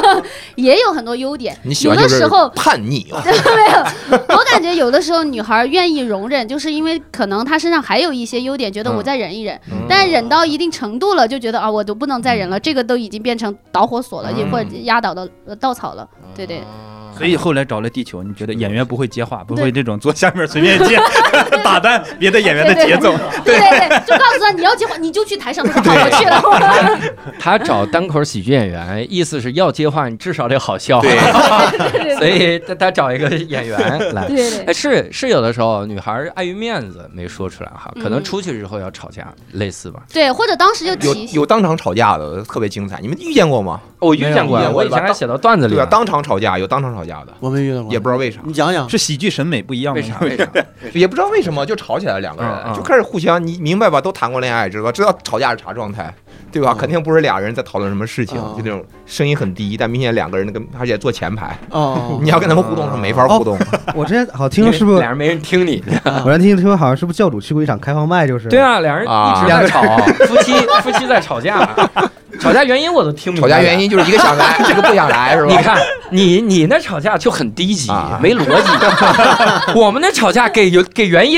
S7: 也有很多优点。
S5: 你喜欢
S7: 有
S5: 就
S7: 的
S5: 是
S7: 时候哦
S5: 叛逆啊，
S7: 没有，我感觉有的时候女孩愿意容忍，就是因为可能她身上还有一些优点，觉得我再忍一忍，但忍到一定程度了，就觉得啊，我都不能再忍了，这个都已经变成导火索了，也或者压倒的呃稻草了，对对，
S6: 所
S1: 嗯
S6: 以后来找了地球，你觉得演员不会接话，不会这种坐下面随便接， <laughs> 打断别的演员的节奏。
S7: 对对对，就告诉她你要结婚，你就去台上说好，我去了，
S1: 他找单口喜剧演员，意思是要接话，你至少得好笑。啊
S5: 对，
S1: 所以他他找一个演员来。
S7: 对对
S1: 哎，是是，有的时候女孩儿碍于面子没说出来哈，可能
S7: 嗯
S1: 出去之后要吵架，类似吧。
S7: <laughs> 对，或者当时就
S5: 有
S7: 提醒，
S5: 有当场吵架的，特别精彩。你们遇见过吗？
S1: 哦我遇见过
S5: 没有遇见，过
S1: 我以前还写到段子里
S5: 对吧？啊
S1: 了。
S5: 当场吵架，有当场吵架的，
S4: 我没遇到过，
S5: 也不知道为啥，
S4: 你讲哦讲，
S6: 是喜剧审美不一样
S1: 为
S6: 吗
S1: 啥？为啥？
S5: 也不知道为什么就吵起来了，两个
S1: 嗯嗯
S5: 人就开始互相，你明白吧？都谈过恋爱，知道知道吵架是啥状态，对吧？
S4: 嗯
S5: 肯定不是俩人在讨论什么事情，
S4: 嗯
S5: 就那种声音很低，但明显两个人那个，而且坐前排，
S1: 嗯
S4: 哦，
S5: 你要跟他们互动是没法
S1: 哦
S5: 互动。
S8: 我之前好像听说是不
S1: 因为
S8: 是
S1: 俩， <laughs> 人没人听你？
S8: 我之前听说好像是不是教主去过一场开放麦，就是
S1: 对， <laughs> 啊，俩人一直在吵，夫妻夫妻在吵架，吵架原因我都听明
S5: 吵
S1: 白了。
S5: 架原因就是一个想来，
S1: <laughs>
S5: 一个不想来，是吧？
S1: 你看，你你那吵架就很低级，
S5: 啊
S1: 没逻辑。 <laughs> 我们那吵架给有给原因，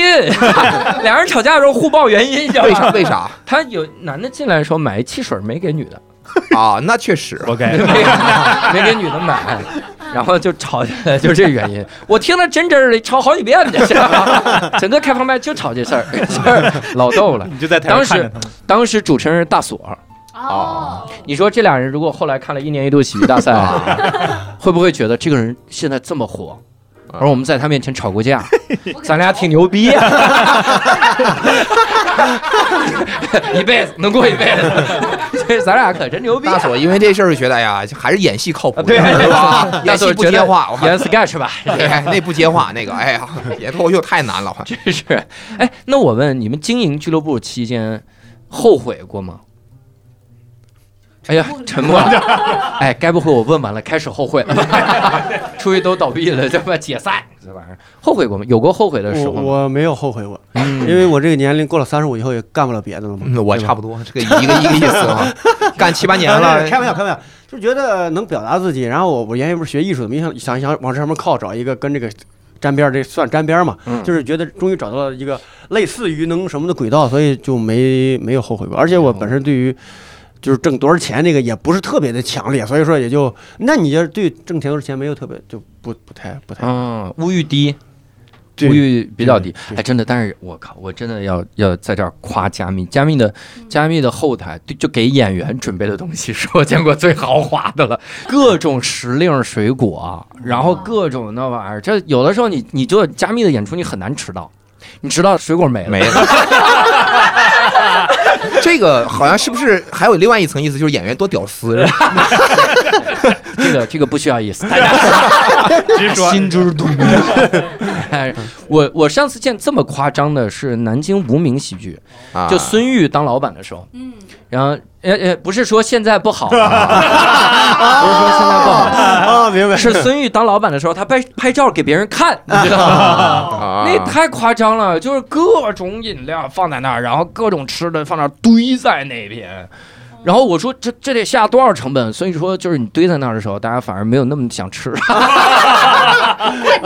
S1: <laughs> 俩人吵架的时候互报原因，你知道
S5: 为啥？
S1: 吧？
S5: 为啥
S1: 他有男的进来的时候买一汽水没给女的，
S5: 啊？那确实，
S6: 活该
S1: 没。给 <laughs> 没给女的买，然后就吵起来，就这原 <laughs> 因。我听了真真儿的吵好几遍呢， <laughs> 整个开放麦就吵这事儿， <laughs> 这事儿老逗了。
S6: <laughs> 你就在台上看着他们，
S1: 当时主持人是大锁，
S7: 哦，
S1: 你说这俩人如果后来看了一年一度喜剧大赛，
S5: 啊
S1: 会不会觉得这个人现在这么火？而我们在他面前吵过架，啊咱俩挺牛逼、啊， <laughs> 一辈子能 <laughs> 过一辈子，这咱俩可真牛逼、
S5: 大
S1: 啊。
S5: 锁因为这事儿觉得哎呀，还是演戏靠谱，
S1: 对
S5: 是吧？
S1: 大
S5: 演
S1: 锁
S5: 戏不
S1: 觉
S5: 接
S1: 得
S5: 话，我看
S1: 演 sketch 吧，
S5: 哎那不接话那个，哎呀，演脱口秀太难了。
S1: 真是。哎，那我问你们，经营俱乐部期间后悔过吗？哎呀，沉默了。哎，该不会我问完了，开始后悔了吧？ <laughs> 出去都倒闭了，对吧？解散这玩意儿，后悔过吗？有过后悔的时
S4: 我
S1: 候吗？
S4: 我没有后悔过，
S1: 嗯
S4: 因为我这个年龄过了三十五以后也干不了别的了嘛。
S5: 嗯我差不多，这个一个一个意思
S1: <laughs>
S5: 啊，干七八年了，
S4: 啊开玩笑，开玩笑，就觉得能表达自己。然后我我原先不是学艺术的嘛，想想想往这上面靠，找一个跟这个沾边儿，这算沾边儿嘛，
S1: 嗯
S4: 就是觉得终于找到了一个类似于能什么的轨道，所以就没没有后悔过。而且我本身对于就是挣多少钱这个也不是特别的强烈，所以说也就那你要是对挣钱多少钱没有特别就不不太不太
S1: 嗯，物欲低，物
S4: 对
S1: 欲比较低
S4: 对。对
S1: 哎，真的，但是我靠，我真的要要在这儿夸加密，加密的加密的后台对就给演员准备的东西 <laughs> 是我见过最豪华的了，各种时令水果，然后各种那玩意儿，这有的时候你你就加密的演出你很难迟到。你迟到水果没了，
S5: 没 <laughs> 了。这个好像是不是还有另外一层意思，就是演员多屌丝？是吧
S1: 这个这个不需要意思，大家
S6: 直说
S1: 心知肚明。哎我我上次见这么夸张的是南京无名喜剧，
S5: 啊，
S1: 就孙玉当老板的时候，
S7: 嗯，
S1: 然后，呃呃，不是说现在不好啊，不是说现在不好，
S4: 啊，明
S1: <laughs>
S4: 白
S1: 是孙玉当老板的时候，他拍拍照给别人看，你知道吗？
S5: 啊
S1: 那太夸张了，就是各种饮料放在那儿，然后各种吃的放那儿堆在那边。然后我说这这
S5: <laughs>
S1: 得下多少成本？所以说就是你堆在那儿的时候，大家反而没有那么想吃。
S7: 过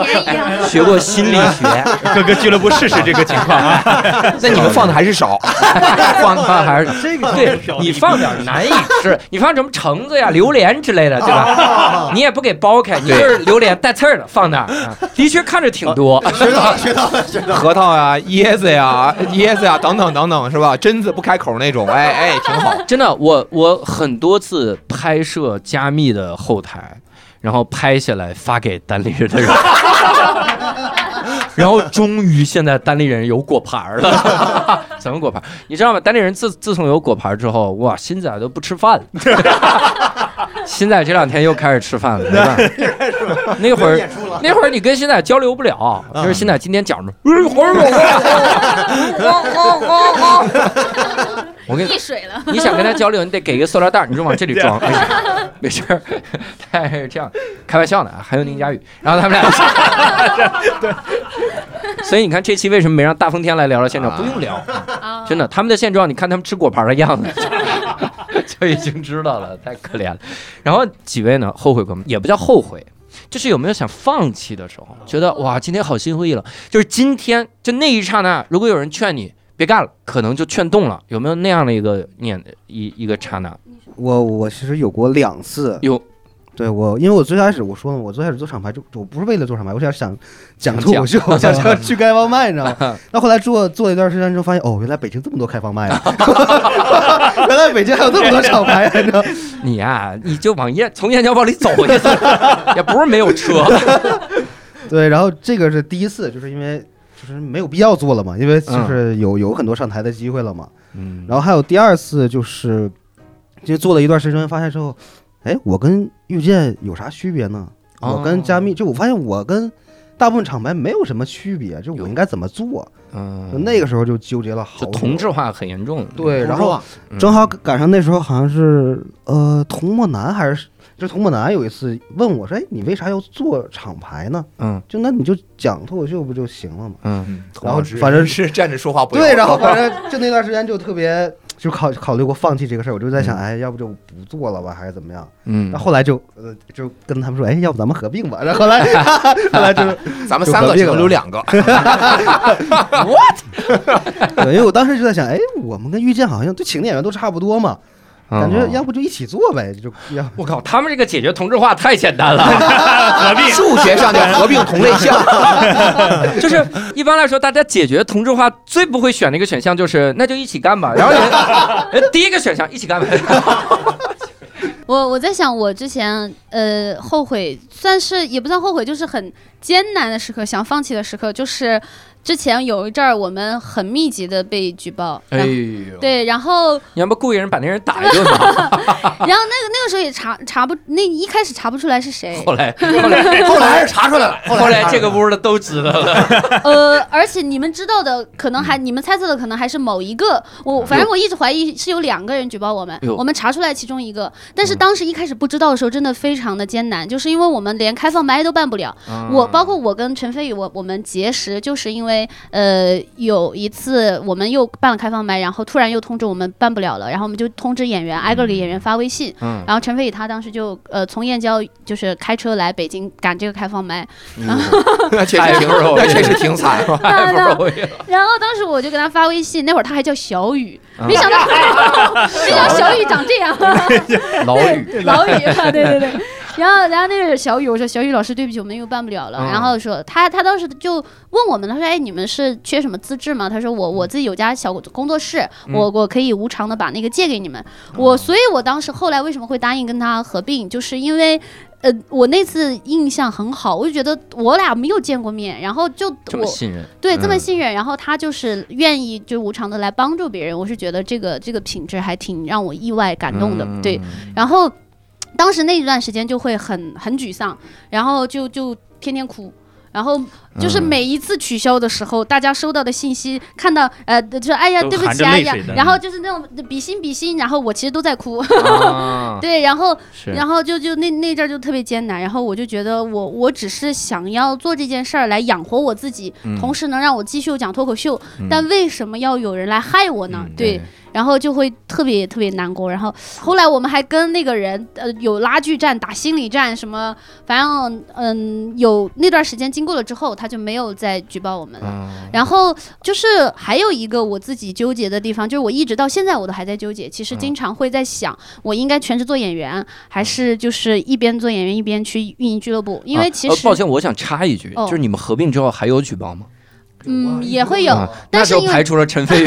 S7: 年一样。
S1: <laughs> 学过心理学，
S6: 各个俱乐部
S1: <laughs>
S6: 试试这个情况啊。
S5: 那你们放的还是 <laughs> 少，
S1: 放放还是 <laughs> 这个对，你放点难 <laughs> 以吃，你放什么橙子呀、榴莲之类的，对 <laughs> 吧？你也不给剥开，你就是榴莲带刺儿的放那儿，啊的确看着挺多。
S14: 学到了，学到了，学到了。
S5: 核桃呀、椰子呀、椰子呀等等等等，是吧？榛子不开口那种，哎哎，挺好。
S1: 真的，我我很多次拍摄加密的后台，然后拍下来发给单立人
S14: <laughs>
S1: 的人，然后终于现在单立人有果盘
S14: <laughs>
S1: 儿了，怎么果盘儿？你知道吗？单立人自自从有果盘儿之后，哇，新仔都不吃饭了。新仔这两天又开始吃饭了，
S14: <laughs>
S1: 没办法。那会儿
S14: 演出了，嗯
S1: 那会儿你跟新仔交流不了，就是新仔今天讲着，哎我跟你
S7: 溢水了，
S1: 你想跟他交流，你得给一个塑料袋儿，你就往这里装， <laughs> 没事儿，他是这样开玩笑的啊。还有宁佳宇，然后他们俩，对， <laughs> 所以你看这期为什么没让大风天来聊聊现状？哎不用聊，
S8: 嗯
S7: 啊
S1: 真的，他们的现状，你看他们吃果盘的样
S8: <laughs>
S1: 子，就已经知道了，太可怜了。然后几位呢，后悔过吗？也不叫后悔。就是有没有想放弃的时候？觉得哇，今天好心灰意冷。就是今天，就那一刹那，如果有人劝你别干了，可能就劝动了。有没有那样的一个
S8: <laughs>
S1: 念一一个刹那？
S8: 我我其实有过两次，
S1: 有
S8: 对我，因为我最开始我说了，我最开始做厂牌就我不是为了做厂牌，我是想讲
S1: 想
S8: 脱
S1: 讲
S8: 口秀，
S1: <laughs>
S8: 想想去开放麦，你知道吗？那后来做做了一段时间之后，发现哦，原来北京这么多开放麦啊， <laughs> 原来北京还有这么多厂牌啊，你知道吗？
S1: 你呀、你就往燕从燕郊往里走一次，也不是没有
S8: <laughs>
S1: 车。
S8: 对，然后这个是第一次，就是因为就是没有必要做了嘛，因为就是有有很多上台的机会了嘛。
S1: 嗯，
S8: 然后还有第二次就是，就做了一段时间，发现之后，哎，我跟遇见有啥区别呢？我跟加
S1: 哦
S8: 密，就我发现我跟大部分厂牌没有什么区别，就
S1: 有
S8: 我应该怎么做？就
S1: 嗯，
S8: 那个时候就纠结了好
S1: 就
S8: 久
S1: 同质化很严重。
S8: 对，然后
S1: 嗯
S8: 正好赶上那时候好像是呃童漠男还是就童漠男有一次问我说，哎，你为啥要做厂牌呢？
S1: 嗯
S8: 就那你就讲脱口秀不就行了嘛？
S1: 嗯，
S8: 然后反正
S5: 是站着说话不腰
S8: 对，然后反正就那段时间就特别就考考虑过放弃这个事儿，我就在想，哎，要不就不做了吧，还是怎么样？
S1: 嗯
S8: 那后来就呃就跟他们说，哎，要不咱们合并吧？然后后来
S1: <laughs>
S8: 后来就是，
S5: <laughs> 咱们三个只能留两个，
S8: 对因为我当时就在想，哎，我们跟遇见好像对请的演员都差不多嘛，感觉
S1: 嗯
S8: 要不就一起做呗，就要
S1: 我靠，他们这个解决同质化太简单了。
S5: <laughs> 数学上叫合并同类 <laughs> 项。
S1: 就是一般来说，大家解决同质化最不会选的一个选项就是那就一起干吧。然后人人第一个选项一起干吧。
S7: 我我在想，我之前呃后悔，算是也不算后悔，就是很艰难的时刻，想放弃的时刻，就是之前有一阵儿我们很密集的被举报，
S5: 哎
S7: 然后
S1: 哎呦，
S7: 对，然后
S1: 你要不故意人把那人打一顿吧？
S7: 然后那个那个时候也查查不那一开始查不出来是
S1: <laughs>
S7: 谁，
S1: 后来后来
S14: 后来还是查出来了，
S1: 后来这个屋的都知道了。
S7: 呃，而且你们知道的可能
S1: 嗯
S7: 还你们猜测的可能还是某一个，我反正我一直怀疑是有两个人举报我们
S1: 哎哎呦，嗯
S7: 我们查出来其中一个，但是当时一开始不知道的时候真的非常的艰难，就是因为我们连开放麦都办不了，
S1: 嗯
S7: 我包括我跟陈飞宇，我我们结识，就是因为呃有一次我们又办了开放麦，然后突然又通知我们办不了了，然后我们就通知演员，挨个给演员发微信，
S1: 嗯
S7: 然后陈飞宇他当时就呃从燕郊就是开车来北京赶这个开放麦，
S5: 嗯 <laughs> 那确实挺，那确实挺惨。
S1: 太不容
S6: <laughs>
S1: 易了。
S7: 然后当时我就给他发微信，那会儿他还叫小雨，
S1: 啊
S7: 没想
S1: 哎
S7: 到 <laughs> 没想到小雨长这样。
S1: <laughs> 老宇，
S7: 老宇，对对对。然后，然后那个小雨，我说小雨老师，对不起，我们又办不了了。
S1: 嗯
S7: 然后说他，他当时就问我们，他说，哎，你们是缺什么资质吗？他说
S1: 嗯
S7: 我我自己有家小工作室，我我可以无偿的把那个借给你们。
S1: 哦
S7: 我所以，我当时后来为什么会答应跟他合并，就是因为。呃，我那次印象很好，我就觉得我俩没有见过面，然后就
S1: 这
S7: 我
S1: 么信任，
S7: 对这么
S1: 嗯
S7: 信任，然后他就是愿意就无偿的来帮助别人，我是觉得这个这个品质还挺让我意外感动的，
S1: 嗯
S7: 对。，然后当时那一段时间就会很很沮丧，然后就就天天哭。然后就是
S1: 嗯
S7: 每一次取消的时候，大家收到的信息，看到呃，就是哎呀，
S6: 都
S7: 对不
S6: 含
S7: 起，
S6: 着
S7: 哎
S6: 泪
S7: 呀
S6: 水的，嗯
S7: 然后就是那种比心比心，然后我其实都在哭，
S1: 啊
S7: 对，然后
S1: 是
S7: 然后就就那那阵儿就特别艰难，然后我就觉得我我只是想要做这件事儿来养活我自己，
S1: 嗯
S7: 同时能让我继续讲脱口秀，但为什么要有人来害我呢？
S1: 嗯
S7: 对，然后就会特别特别难过。然后后来我们还跟那个人呃有拉锯战、打心理战什么，反正嗯有那段时间经过了之后，他就没有再举报我们了。
S5: 嗯，
S7: 然后就是还有一个我自己纠结的地方，就是我一直到现在我都还在纠结。其实
S1: 嗯
S7: 经常会在想，我应该全职做演员，还
S1: 嗯
S7: 是就是一边做演员一边去运营俱乐部？因为其
S1: 呃
S7: 实、
S1: 抱歉，我想插一句，
S7: 哦
S1: 就是你们合并之后还有举报吗？
S7: 嗯也会有，
S1: 啊那
S7: 但是
S1: 时候
S7: 因为
S1: 排除了陈飞宇，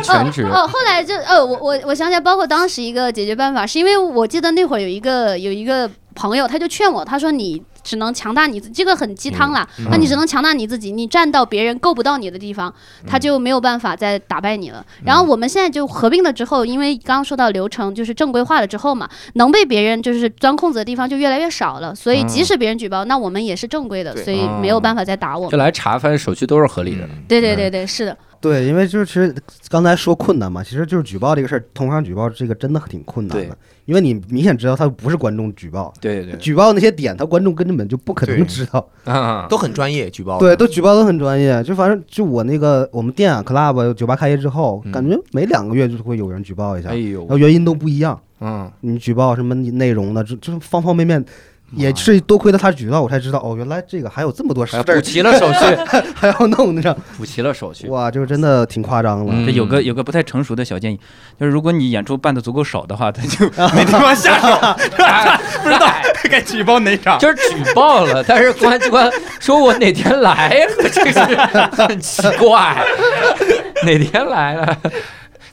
S1: 全职，
S7: 哦，哦后来就呃、我我我想起来，包括当时一个解决办法，是因为我记得那会儿有一个有一个朋友，他就劝我，他说你。只能强大你自己，这个很鸡汤啦。那、你只能强大你自己，你站到别人够不到你的地方，他就没有办法再打败你了。然后我们现在就合并了之后，因为刚刚说到流程就是正规化了之后嘛，能被别人就是钻空子的地方就越来越少了。所以即使别人举报，那我们也是正规的，
S5: 对
S7: 所以没有办法再打我
S1: 就
S7: 们。
S1: 来查，发现手续都是合理的。
S7: 对对对对，是的，
S8: 对，因为就是其实刚才说困难嘛，其实就是举报这个事儿，同行举报这个真的挺困难
S1: 对
S8: 的，因为你明显知道他不是观众举报，
S1: 对对
S8: 举报那些点，他观众根本就不可
S5: 对
S8: 能知道。
S1: 啊，
S5: 都很专业举报。
S8: 对，都举报都很专业，就反正就我那个我们店啊 club 酒吧开业之后，感觉每两个月就会有人举报一下，
S1: 嗯哎呦
S8: 然，后原因都不一样。
S1: 嗯，
S8: 你举报什么内容的，这这方方面面，也是多亏了他举报，我才知道哦，原来这个还有这么多事
S1: 哎
S8: 儿
S1: 补齐了手续， <laughs>
S8: 还要弄呢。
S1: 补齐了手续。
S8: 哇，就真的挺夸张了。
S1: 嗯
S6: 这有个有个不太成熟的小建议，就是如果你演出办的足够少的话，他
S1: <laughs>
S6: 就没地方下手，是
S1: 哎
S6: 吧不知道该举报哪场。
S1: 就是举报了，但是公安机关说我哪天来，我这个很奇怪，哪天来了？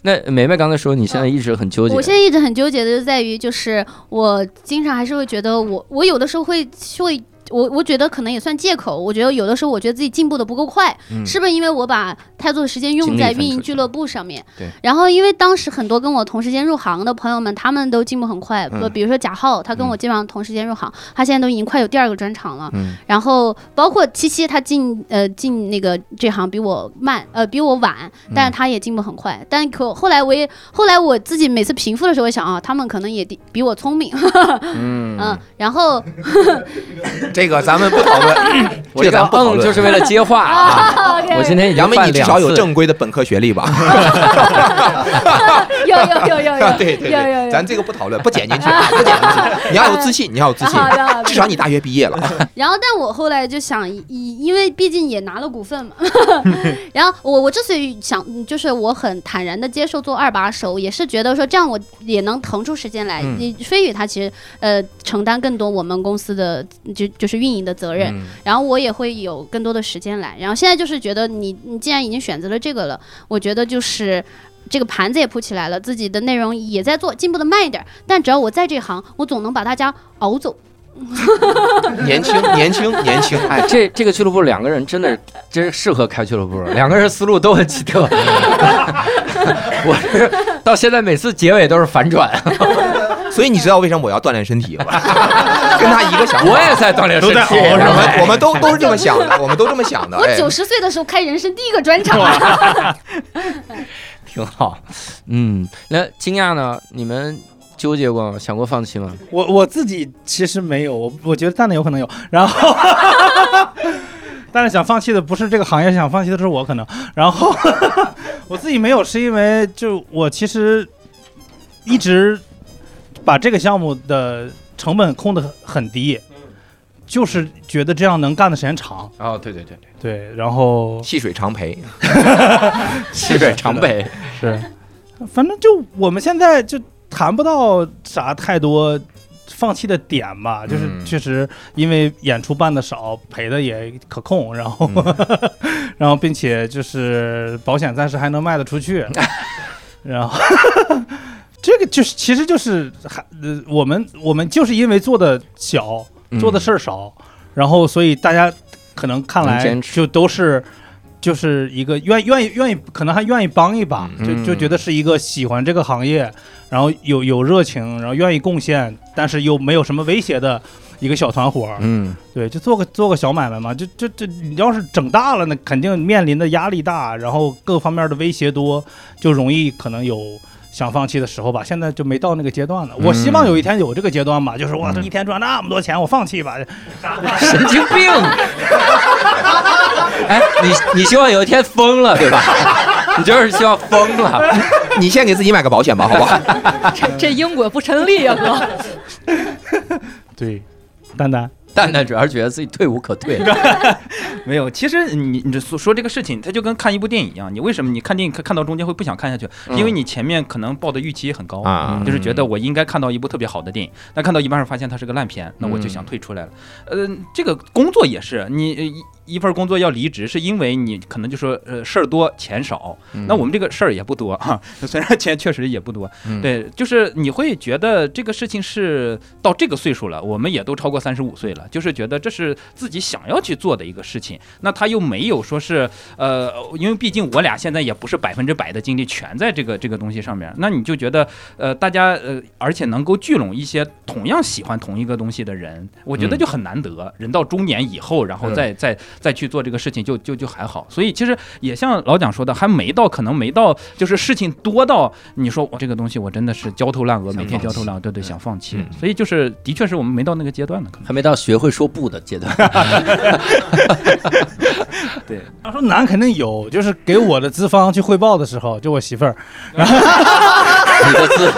S1: 那梅梅刚才说你现在一直很纠结，
S7: 我现在一直很纠结的就在于，就是我经常还是会觉得我，我有的时候会会。我我觉得可能也算借口，我觉得有的时候我觉得自己进步的不够快，
S1: 嗯
S7: 是不是因为我把太多的时间
S1: 精
S7: 用
S1: 力
S7: 在
S1: 分出
S7: 运营
S1: 去
S7: 俱乐部上面？
S1: 对。
S7: 然后因为当时很多跟我同时间入行的朋友们，他们都进步很快，
S1: 嗯
S7: 不比如说贾浩，他跟我基本上同时间入行，他现在都已经快有第二个专场了。
S1: 嗯
S7: 然后包括七七，他进呃进那个这行比我慢，呃比我晚，
S1: 嗯
S7: 但是他也进步很快。但可后来我也后来我自己每次平复的时候，我想啊，他们可能也比比我聪明， <laughs> 嗯然后
S5: 这个咱们不
S1: <laughs>
S5: 讨论，
S1: 我
S5: 这
S1: 这个
S5: 个咱不讨
S1: 嗯
S5: 论。
S1: 就是为了接话啊。我今天已经
S5: 杨梅，
S1: 犯
S5: 你至
S1: 两
S5: 少有
S1: 次
S5: 正规的本科学历吧？
S7: 有有有
S9: 哎
S5: <laughs>
S7: 有有
S5: 对对
S7: 有有
S5: 对，
S7: 有
S5: 咱这个不讨论，不剪进去，不剪进去。你要有自信，你要有自
S9: <laughs>
S5: 信
S9: 啊
S7: 好的好，的
S5: 至少你大学毕业了。
S7: 然后，但我后来就想，以因为毕竟也拿了股份嘛， <laughs> 然后我我之所以想，嗯就是我很坦然的接受做二把手，也是觉得说这样我也能腾出时间来。你飞宇他其实呃承担更多我们公司的就就是运营的责任，然后我也会有更多的时间来。然后现在就是觉得你你既然已经选择了这个了，我觉得就是。这个盘子也铺起来了，自己的内容也在做，进步的慢一点儿，但只要我在这行，我总能把大家熬走。
S5: 年轻，年轻，年轻。
S1: 哎，这这个俱乐部两个人真的真是适合开俱乐部，两个人思路都很奇特。 <laughs> 我是到现在每次结尾都是反转， <laughs>
S5: 所以你知道为什么我要锻炼身体吧？跟他一个想法。
S1: 我也在锻炼身体。
S6: 都在熬是
S5: 我
S1: 嗯
S6: 吧
S5: 们我们都都是这么想的，我们都这么想的。
S7: 我
S5: 哎
S7: 九十岁的时候开人生第一个专场，
S1: 挺好。嗯，那惊讶呢？你们纠结过吗？想过放弃吗？
S2: 我我自己其实没有，我我觉得蛋蛋有可能有，然后， <laughs> 但是想放弃的不是这个行业，想放弃的是我可能，然后 <laughs> 我自己没有，是因为就我其实一直把这个项目的成本控得很很低，就是觉得这样能干的时间长，
S1: 哦，对对对对，
S2: 对，然后
S5: 细水长
S2: <laughs>
S5: 培，
S1: 细水长培。
S2: 是，反正就我们现在就谈不到啥太多放弃的点吧，就是
S5: 嗯
S2: 确实因为演出办的少，赔的也可控，然后、
S5: 嗯
S2: <laughs> 然后并且就是保险暂时还能卖得出
S5: <laughs>
S2: 去，然后 <laughs> 这个就是其实就是还呃我们我们就是因为做的小，
S1: 嗯
S2: 做的事儿少，然后所以大家可能看
S1: 能
S2: 来
S1: 坚持
S2: 就都是就是一个愿愿意愿意，可能还愿意帮一把，
S15: 嗯
S2: 就就觉得是一个喜欢这个行业，然后有有热情，然后愿意贡献，但是又没有什么威胁的一个小团伙儿。
S15: 嗯，
S2: 对，就做个做个小买卖嘛。就就这，你要是整大了，那肯定面临的压力大，然后各方面的威胁多，就容易可能有。想放弃的时候吧，现在就没到那个阶段呢。我希望有
S5: 嗯
S2: 一天有这个阶段吧，就是我一天赚那么多钱，我放弃吧。
S1: 神经病！ <laughs> 哎，你你希望有一天疯了，对吧？ <laughs> 你就是希望疯了，
S5: 你先给自己买个保险吧，好
S1: <laughs>
S5: 不好？
S9: 这这因果不成立呀、哥。
S2: 对，丹丹，
S1: 蛋蛋主要是觉得自己退无可退了。
S6: <laughs> 没有，其实你你这说说这个事情，它就跟看一部电影一样。你为什么你看电影看看到中间会不想看下去？因为你前面可能抱的预期很高
S15: 嗯啊
S6: 就是觉得我应该看到一部特别好的电影，但看到一半儿发现它是个烂片，那我就
S15: 嗯
S6: 想退出来了。呃，这个工作也是，你呃一一份工作要离职，是因为你可能就说呃事儿多钱少。那我们这个事儿也不多 <laughs> 啊，虽然钱确实也不多，
S15: 嗯
S6: 对，就是你会觉得这个事情是到这个岁数了，我们也都超过三十五岁了，就是觉得这是自己想要去做的一个事情。那他又没有说是呃，因为毕竟我俩现在也不是百分之百的精力全在这个这个东西上面，那你就觉得呃，大家呃，而且能够聚拢一些同样喜欢同一个东西的人，我觉得
S15: 嗯
S6: 就很难得。人到中年以后，然后再再再去做这个事情就，就就还好。所以其实也像老蒋说的，还没到可能没到，就是事情多到你说我这个东西我真的是焦头烂额，每天焦头烂额，对对，想放弃。
S15: 嗯
S6: 所以就是的确是我们没到那个阶段呢，可能
S1: 还没到学会说不的阶段。
S2: 他说难肯定有，就是给我的资方去汇报的时候，就我媳妇儿，
S5: 嗯
S2: <laughs>
S1: 你的字，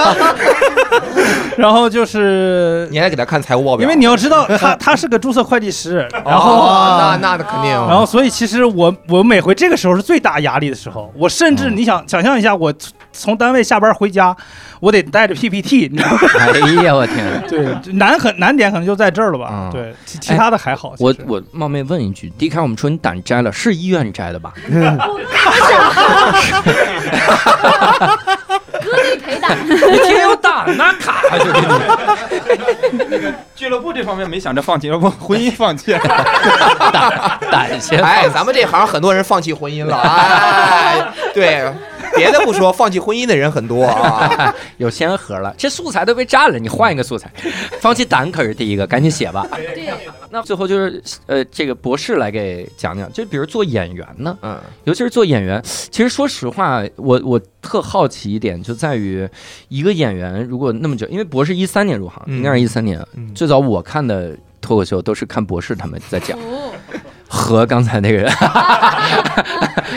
S2: 然后就是
S5: 你还给他看财务报表，
S2: 因为你要知
S5: <laughs>
S2: 道，他他是个注册会计师，然后、
S5: 哦那那肯定，
S1: 啊
S2: 然后所以其实我我每回这个时候是最大压力的时候，我甚
S1: 啊
S2: 至你想想象一下，我从从单位下班回家，我得带着 PPT，你知道吗？
S1: 哎呀，我天！
S2: 对，就难很难点可能就在这儿了吧
S15: 嗯？
S2: 对，其其他的还好。
S1: 啊我
S2: 其实
S1: 我冒昧问一句，第一开始我们说你胆摘了，是医院摘的吧？
S7: 割地陪打，
S6: 你天又大，那卡
S1: <laughs>
S6: 他就给你。那个俱乐部这方面没想着放弃， <laughs> 要不婚姻放弃。
S1: 胆先
S5: 哎，咱们这行很多人放弃婚
S1: <laughs>
S5: 姻了，哎，对，别的不说，放弃婚姻的人很多
S1: <laughs>
S5: 啊。
S1: 有先河了，这素材都被占了，你换一个素
S5: <laughs>
S1: 材。放弃胆可是第一个，赶紧写吧。
S7: 对，
S1: 那最后就是呃，这个博士来给讲讲，就比如做演员呢，
S5: 嗯，
S1: 尤其是做演员，其实说实话，我我特好奇一点，就在于一个演员如果那么久，因为博士一三年入行，
S5: 嗯
S1: 应该是一三年，
S5: 嗯
S1: 最早我看的脱口秀都是看博士他们在
S5: <laughs>
S1: 讲。
S7: 哦，
S1: 和刚才那个人，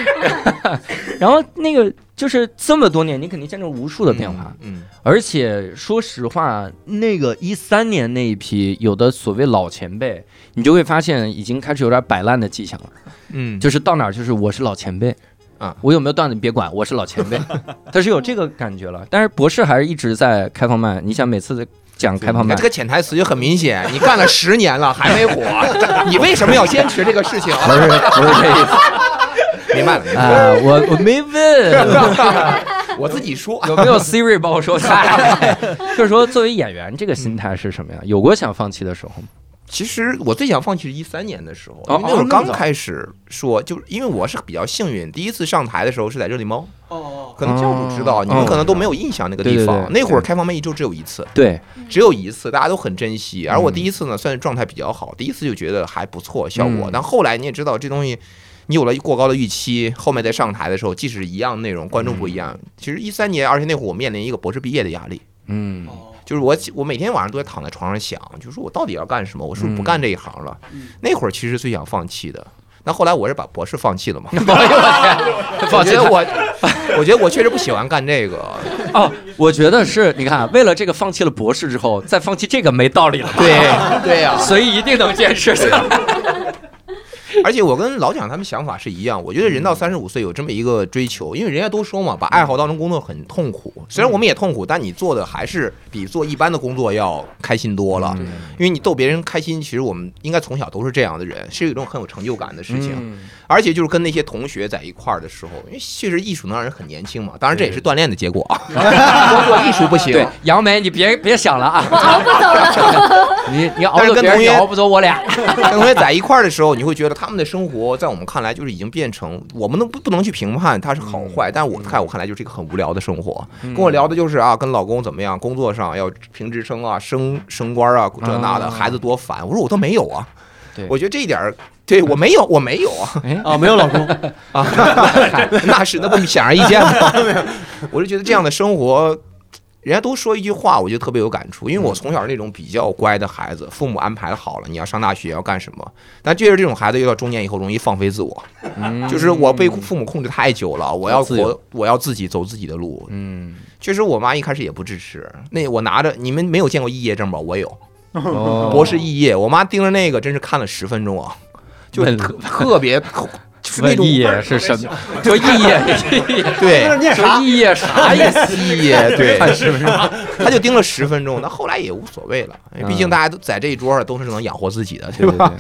S1: <laughs> 然后那个就是这么多年，你肯定见证无数的变化。
S5: 嗯，
S1: 而且说实话，那个一三年那一批有的所谓老前辈，你就会发现已经开始有点摆烂的迹象了。
S5: 嗯嗯，
S1: 就是到哪儿就是我是老前辈
S5: 啊，
S1: 我有没有段子你别管，我是老前
S5: <laughs>
S1: 辈，他是有这个感觉了。但是博士还是一直在开放麦，你想每次讲开放
S5: 你
S1: 麦
S5: 哎看这，
S1: <laughs>
S5: 个潜台词就很明显，你干了十年了还没火，你为什么要坚持这个事情？
S1: 不是不是这意思
S5: 明白了，明白了
S1: 啊，我我没问。呃
S5: <laughs> 我自己说，
S1: 有没有 Siri 帮我说
S5: <laughs>
S1: 菜？就是说，作为演员，这个心态是什么呀？
S5: 嗯
S1: 有过想放弃的时候吗？
S5: 其实我最想放弃是一三年的时候，因
S1: 哦
S5: 为那会
S1: 哦
S5: 儿
S1: 那么
S5: 刚
S1: 早
S5: 开始说，就是因为我是比较幸运，第一次上台的时候是在热力猫。哦，可能教主知道，
S1: 哦
S5: 你们可能都没有印象那个地方。
S1: 对对对
S5: 那会儿开放麦一周只有一次，
S1: 对，
S5: 只有一次，大家都很珍惜。
S1: 嗯
S5: 而我第一次呢，算是状态比较好，第一次就觉得还不错效果。
S1: 嗯
S5: 但后来你也知道，这东西你有了过高的预期，后面再上台的时候，即使一样内容，观众不一样。其实一三年，而且那会儿我面临一个博士毕业的压力，
S1: 嗯， <laughs>
S5: 就是我我每天晚上都在躺在床上想，就是我到底要干什么？我是不是不
S1: 嗯
S5: 干这一行了？那会儿其实最想放弃的。那后来我是把博士放弃 <laughs> 了嘛？我
S1: 放
S5: 觉
S1: 弃
S5: 得我， <laughs> 我觉得我确实不喜欢干这个。
S1: 哦，我觉得是，你看，为了这个放弃了博士之后，再放弃这个没道理了，
S5: 对 <laughs> 对呀、
S1: 所以一定能坚持下来。
S5: <laughs> 而且我跟老蒋他们想法是一样，我觉得人到三十五岁有这么一个追求，因为人家都说嘛，把爱好当成工作很痛苦。虽然我们也痛苦，但你做的还是比做一般的工作要开心多了，因为你逗别人开心，其实我们应该从小都是这样的人，是有一种很有成就感的事情。
S1: 嗯
S5: 而且就是跟那些同学在一块儿的时候，因为确实艺术能让人很年轻嘛，当然这也是锻炼的结果
S1: <laughs>
S5: 啊，光做艺术不行。
S1: 对，杨梅，你别别想了啊，
S7: 我熬不走了，
S1: <laughs> 你你熬
S5: 但是
S1: 着
S5: 跟
S1: 别人，
S5: 同
S1: 你
S5: 学
S1: 熬不走我俩。
S5: 跟同学在一块儿的时候，你会觉得他们们的生活在我们看来就是已经变成，我们都不不能去评判它是好
S1: 嗯
S5: 坏，但我看我看来就是一个很无聊的生活。跟我聊的就是啊，跟老公怎么样，工作上要评职称啊，升升官啊，这那的，孩子多烦。我说我都没有啊，
S1: 嗯对
S5: 我觉得这一点儿，对我没有，我没有啊。
S4: 啊，没有老公，
S5: 啊， <laughs> 那是那不显而易见吗？
S1: <laughs>
S5: 我就觉得这样的生活，人家都说一句话，我就特别有感触，因为
S1: 嗯
S5: 我从小是那种比较乖的孩子，父母安排的好了，你要上大学要干什么，但就是这种孩子越到中年以后容易放飞自我，
S1: 嗯
S5: 就是我被父母控制太久了，我要
S1: 自由
S5: 活，我要自己走自己的路。
S1: 嗯，
S5: 确实，我妈一开始也不支持，那我拿着你们没有见过肄业证吧？我有， <laughs> 博
S1: 嗯博
S5: 士肄业，我妈盯着那个真是看了十分钟啊，就
S1: 问
S5: 特特别。 <laughs> 就是那
S1: 问
S5: 种
S1: 意业是什
S5: <laughs>
S1: 么？ <laughs> 说意业，
S5: 对，
S1: 说意业
S5: <laughs>
S1: 啥意思？
S5: 意
S1: 哎
S5: 业，哎对，
S1: 是不是？
S5: 他就盯了十分钟，那后来也无所谓了，因
S1: 嗯
S5: 为毕竟大家都在这一桌上 <laughs> 都是能养活自己的，对吧？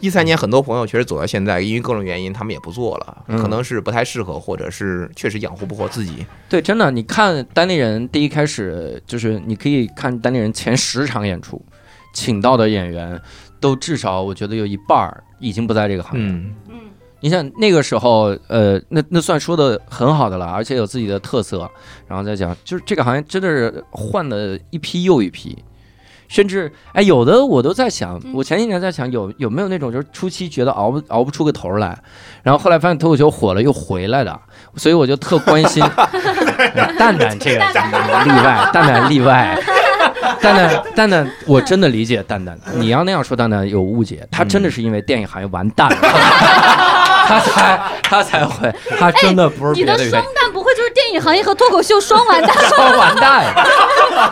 S5: 一三年很多朋友确实走到现在，因为各种原因，他们也不做了，
S1: 嗯
S5: 可能是不太适合，或者是确实养活不活自己。
S1: 对，真的，你看单立人第一开始就是你可以看单立人前十场演出，请到的演员都至少我觉得有一半儿已经不在这个行业。
S5: 嗯
S7: 嗯，
S1: 你想那个时候，呃，那那算说的很好的了，而且有自己的特色，然后再讲，就是这个行业真的是换了一批又一批。甚至，哎，有的我都在想，
S7: 嗯
S1: 我前几年在想有有没有那种就是初期觉得熬不熬不出个头儿来，然后后来发现脱口秀火了又回来的，所以我就特关心蛋蛋这个蛋蛋例外，蛋蛋例外，蛋蛋蛋蛋，我真的理解蛋蛋，你要那样说蛋蛋有误解，他真的是因为电影行业完蛋
S7: <laughs>
S1: 了，他才他才会，他真的不是
S7: 哎你
S1: 别
S7: 的
S1: 的原
S7: 双旦不会就是电影行业和脱口秀双完蛋？
S1: 因，完蛋，
S6: <laughs>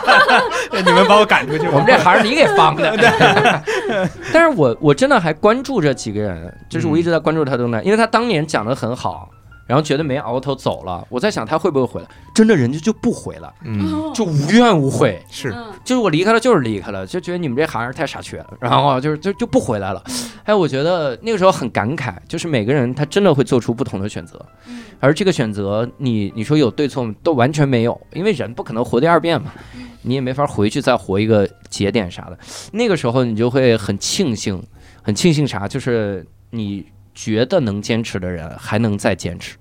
S6: 你们把我赶出去吧
S1: 我们这行是你给放
S6: <laughs>
S1: 的。 <laughs> 但是我我真的还关注这几个人，就是我一直在关注他动态，因为他当年讲的很好。然后觉得没熬头走了，我在想他会不会回来？真的人家就不回来，
S5: 嗯，
S1: 就无怨无悔。
S5: 是
S7: 嗯
S1: 就是我离开了，就是离开了，就觉得你们这行业太傻缺了，然后就是就就不回来了。哎，我觉得那个时候很感慨，就是每个人他真的会做出不同的选择，而这个选择你你说有对错吗都完全没有，因为人不可能活第二遍嘛，你也没法回去再活一个节点啥的。那个时候你就会很庆幸，很庆幸啥，就是你觉得能坚持的人还能再坚持。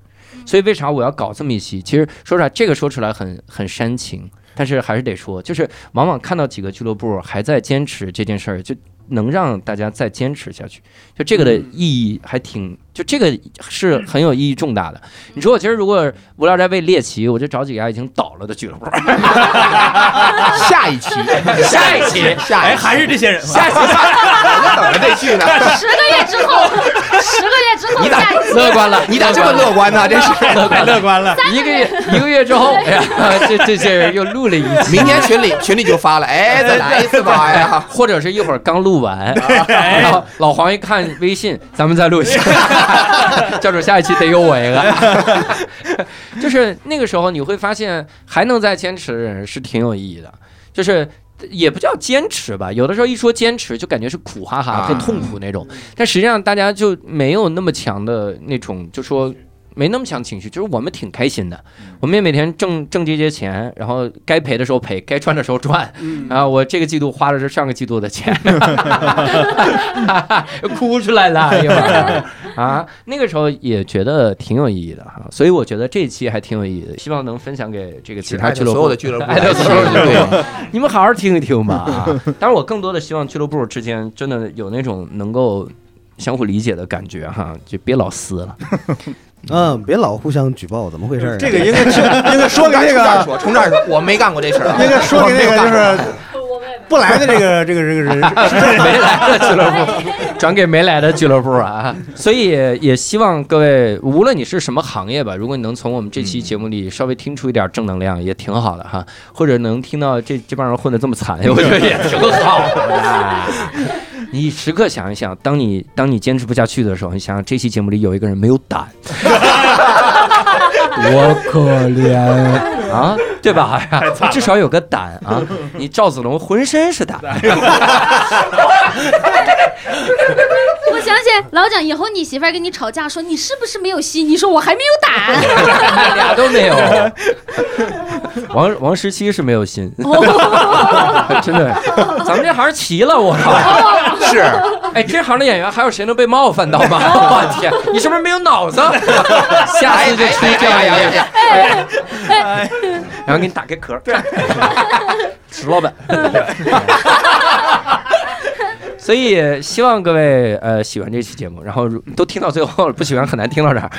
S1: 所以为啥我要搞这么一期？其实说实话，这个说出来很很煽情，但是还是得说，就是往往看到几个俱乐部还在坚持这件事儿，就能让大家再坚持下去。就这个的意义还挺，就这个是很有意义重大的。你说我今儿如果无聊斋被猎奇，我就找几家已经倒了的俱乐部，
S5: <laughs> 下一期，
S1: <laughs> 下一期哎
S5: 下一期，
S6: 哎还是这些 <laughs> 人吗？
S5: 下一期，我就等着这句呢。
S7: 十个月之后，十个月之后
S5: 你咋
S7: 下一次
S1: <laughs> 乐观了，
S5: 你咋这么乐观呢？真是，
S1: <laughs>
S6: 太乐观了，
S1: 一个月一个月之后，哎呀，这这些人又录了一期，
S5: 明年群里群里就发了，哎，再来一次吧，哎呀，
S1: 或者是一会儿刚录完，
S5: 啊
S1: <laughs> 然后老黄一看微信，咱们再录一下， <laughs> 教主下一期得有我一个。 <laughs> 就是那个时候你会发现，还能再坚持的人是挺有意义的，就是。也不叫坚持吧，有的时候一说坚持，就感觉是苦哈哈、
S5: 啊
S1: 很痛苦那种。但实际上，大家就没有那么强的那种，就说没那么强情绪，就是我们挺开心的，我们也每天挣挣这些钱，然后该赔的时候赔，该赚的时候赚，
S5: 嗯
S1: 啊，我这个季度花的是上个季度的钱， <laughs> 哭出来了，
S5: <laughs>
S1: 一会儿啊，那个时候也觉得挺有意义的哈，所以我觉得这一期还挺有意义的，希望能分享给这个其他俱乐部
S5: 所有的俱乐部，
S1: 爱豆所有的俱乐
S5: 对
S1: 部，你们好好听一听吧 <laughs> 啊！当然，我更多的希望俱乐部之间真的有那种能够相互理解的感觉哈，就别老撕
S5: <laughs>
S1: 了。
S8: 嗯，别老互相举报，怎么回事儿啊？
S4: 这个应该 <laughs> 去应该说给
S5: 从这
S4: 那
S5: 儿
S4: 个，
S5: 说，从这儿说，我没干过这事儿啊，
S4: 应该说给那个
S5: 我没有干
S4: 就
S5: 过
S4: 是不来的这个这个这个人，
S1: 没来的俱乐部，转给没来的俱乐部啊！ <laughs> 所以也希望各位，无论你是什么行业吧，如果你能从我们这期节目里稍微听出一点正能量，也挺好的哈。或者能听到这这帮人混得这么 <laughs> 惨，哎我觉得也挺好 <laughs> 的。你时刻想一想，当你当你坚持不下去的时候，你想想这期节目里有一个人没有胆， <laughs> 我可怜啊，对 <laughs> 吧？至少有个胆啊！你赵子龙浑身是胆，
S7: 我想起来老蒋，以后你媳妇儿跟你吵架说你是不是没有心，你说我还没有
S1: <laughs>
S7: 胆。
S5: <laughs>
S1: 俩都没有。王王十七是没有 <laughs> <laughs> 心，真的，咱们这行齐了，我靠！
S5: 是
S1: 哎，这行的演员还有谁能被冒犯到 <laughs> 吗？我天，你是不是没有 <laughs> 脑子？下次
S5: 哎
S1: 就出这样一个，然后给你打开壳。对， <laughs> 石老板。 <laughs> 所以希望各位呃喜欢这期节目，然后如都听到最后了，不喜欢很难听到这儿，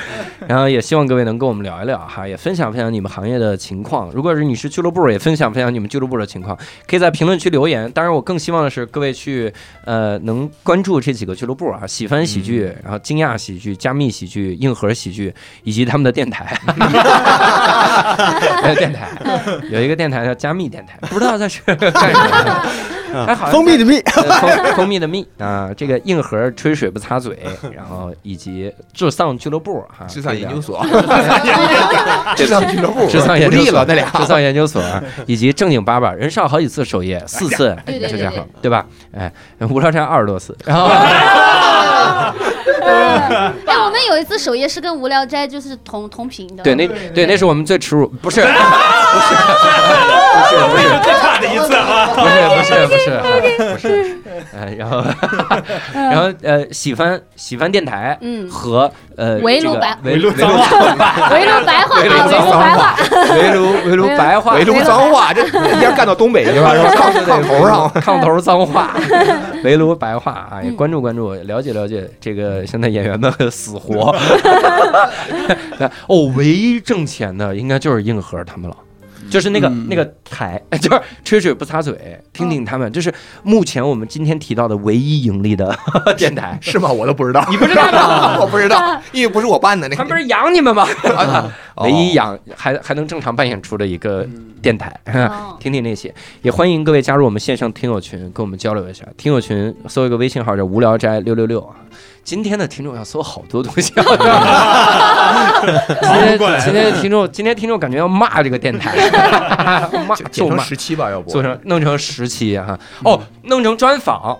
S1: 然后也希望各位能跟我们聊一聊哈，也分享分享你们行业的情况。如果是你是俱乐部，也分享分享你们俱乐部的情况，可以在评论区留言。当然，我更希望的是各位去呃能关注这几个俱乐部啊，喜翻喜剧，然后惊讶喜剧、加密喜剧、硬核喜剧以及他们的电台，还有电台，有一个电台叫加密电台，不知道在是干什么的。哎，好像
S16: 蜂蜜的蜜，
S1: 呃蜂蜂蜜的蜜啊，这个硬核吹水不擦嘴，然后以及智丧俱乐部哈，
S5: 智丧研究
S1: <laughs>
S5: 所，
S1: 这
S5: 智
S1: 个
S5: 丧俱乐部，
S1: 智丧研
S5: 不
S1: 究
S5: 利
S1: 所
S5: 了那俩。
S1: 智丧研究所，啊以及正经八百人上好几次首页，四次
S7: 对对
S1: 就这
S7: 对对
S1: 样，对吧？哎，无聊斋二十多次，然
S5: <laughs>
S1: 后
S7: 嗯哎，我们有一次首页是跟《无聊斋》就是同同频的。
S1: 对那对那是我们最耻辱，不是不是 <laughs>
S7: 嗯
S1: 不是
S2: 最差的一次啊！
S1: 不是不是不是啊不是，呃，然后 <laughs> 然后呃，喜欢喜欢电台
S7: 嗯，
S1: 和呃
S7: 围
S1: 这
S7: 炉
S1: 个
S7: 白
S1: 围炉
S2: 脏话
S7: 围炉白话啊，围炉白
S1: 围
S7: 话，
S1: 炉围炉白话
S5: 围炉脏话，这一下干到东北去了，是吧？炕炕头上，
S1: <laughs> 炕头脏 <laughs> 话，围炉白话啊，也
S7: 嗯
S1: 关注关注，了解了解这个现在演员的死 <laughs> 活。哦，唯一挣钱的应该就是硬核他们了。就是那个、那个台， <laughs> 就是吹水不擦嘴，听听他们，这是目前我们今天提到的唯一盈利 <laughs> 的电台。
S5: 是吗？我都不知道，
S1: 你不知道吗？
S5: <laughs> 我不知道，
S1: <laughs>
S5: 因为不是我办的那
S1: 他
S5: 个
S1: 们 <laughs> 不。是养你们吗？
S5: 哦
S1: <laughs> 唯一养还还能正常办演出的一个电台，
S7: 哦
S1: 听听那些，也欢迎各位加入我们线上听友群，跟我们交流一下。听友群搜一个微信号叫“无聊斋六六六”啊。今天的听众要搜好多东西、啊，今天今天的听众今天听众感觉要骂这个电台，骂
S5: 就
S1: 咒
S5: 哦减成
S1: 骂，
S5: 十七吧，要不
S1: 做成弄成十期哈、哦，
S2: 嗯
S1: 弄成专访。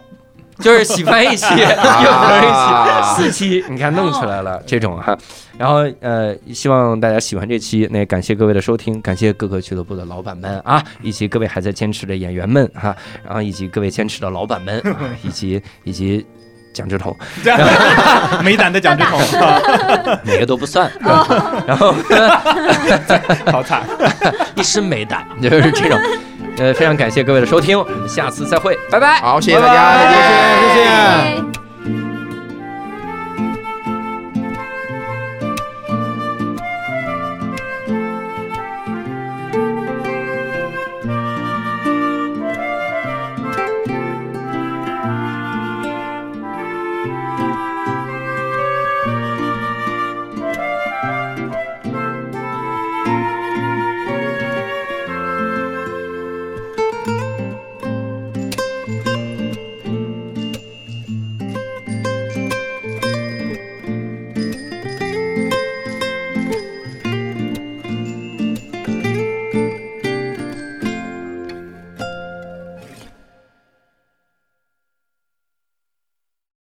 S1: 就是喜欢
S2: <laughs>
S1: 一期，有人
S2: 啊
S1: 一期，四期，你看弄出来
S2: 哦
S1: 了这种哈、然后呃，希望大家喜欢这期，那也感谢各位的收听，感谢各个俱乐部的老板们啊，以及各位还在坚持的演员们哈、然后以及各位坚持的老板们，啊、以及以及蒋志彤，
S2: 没胆的蒋志彤，
S1: 每个都不
S2: <laughs>
S1: 算，然后
S2: 好惨。
S1: <laughs> 一身美胆，就是这种。呃，非常感谢各位的收听，我们下次再会，拜拜。
S5: 好，谢谢大家，再见。
S16: 谢谢。
S7: 哎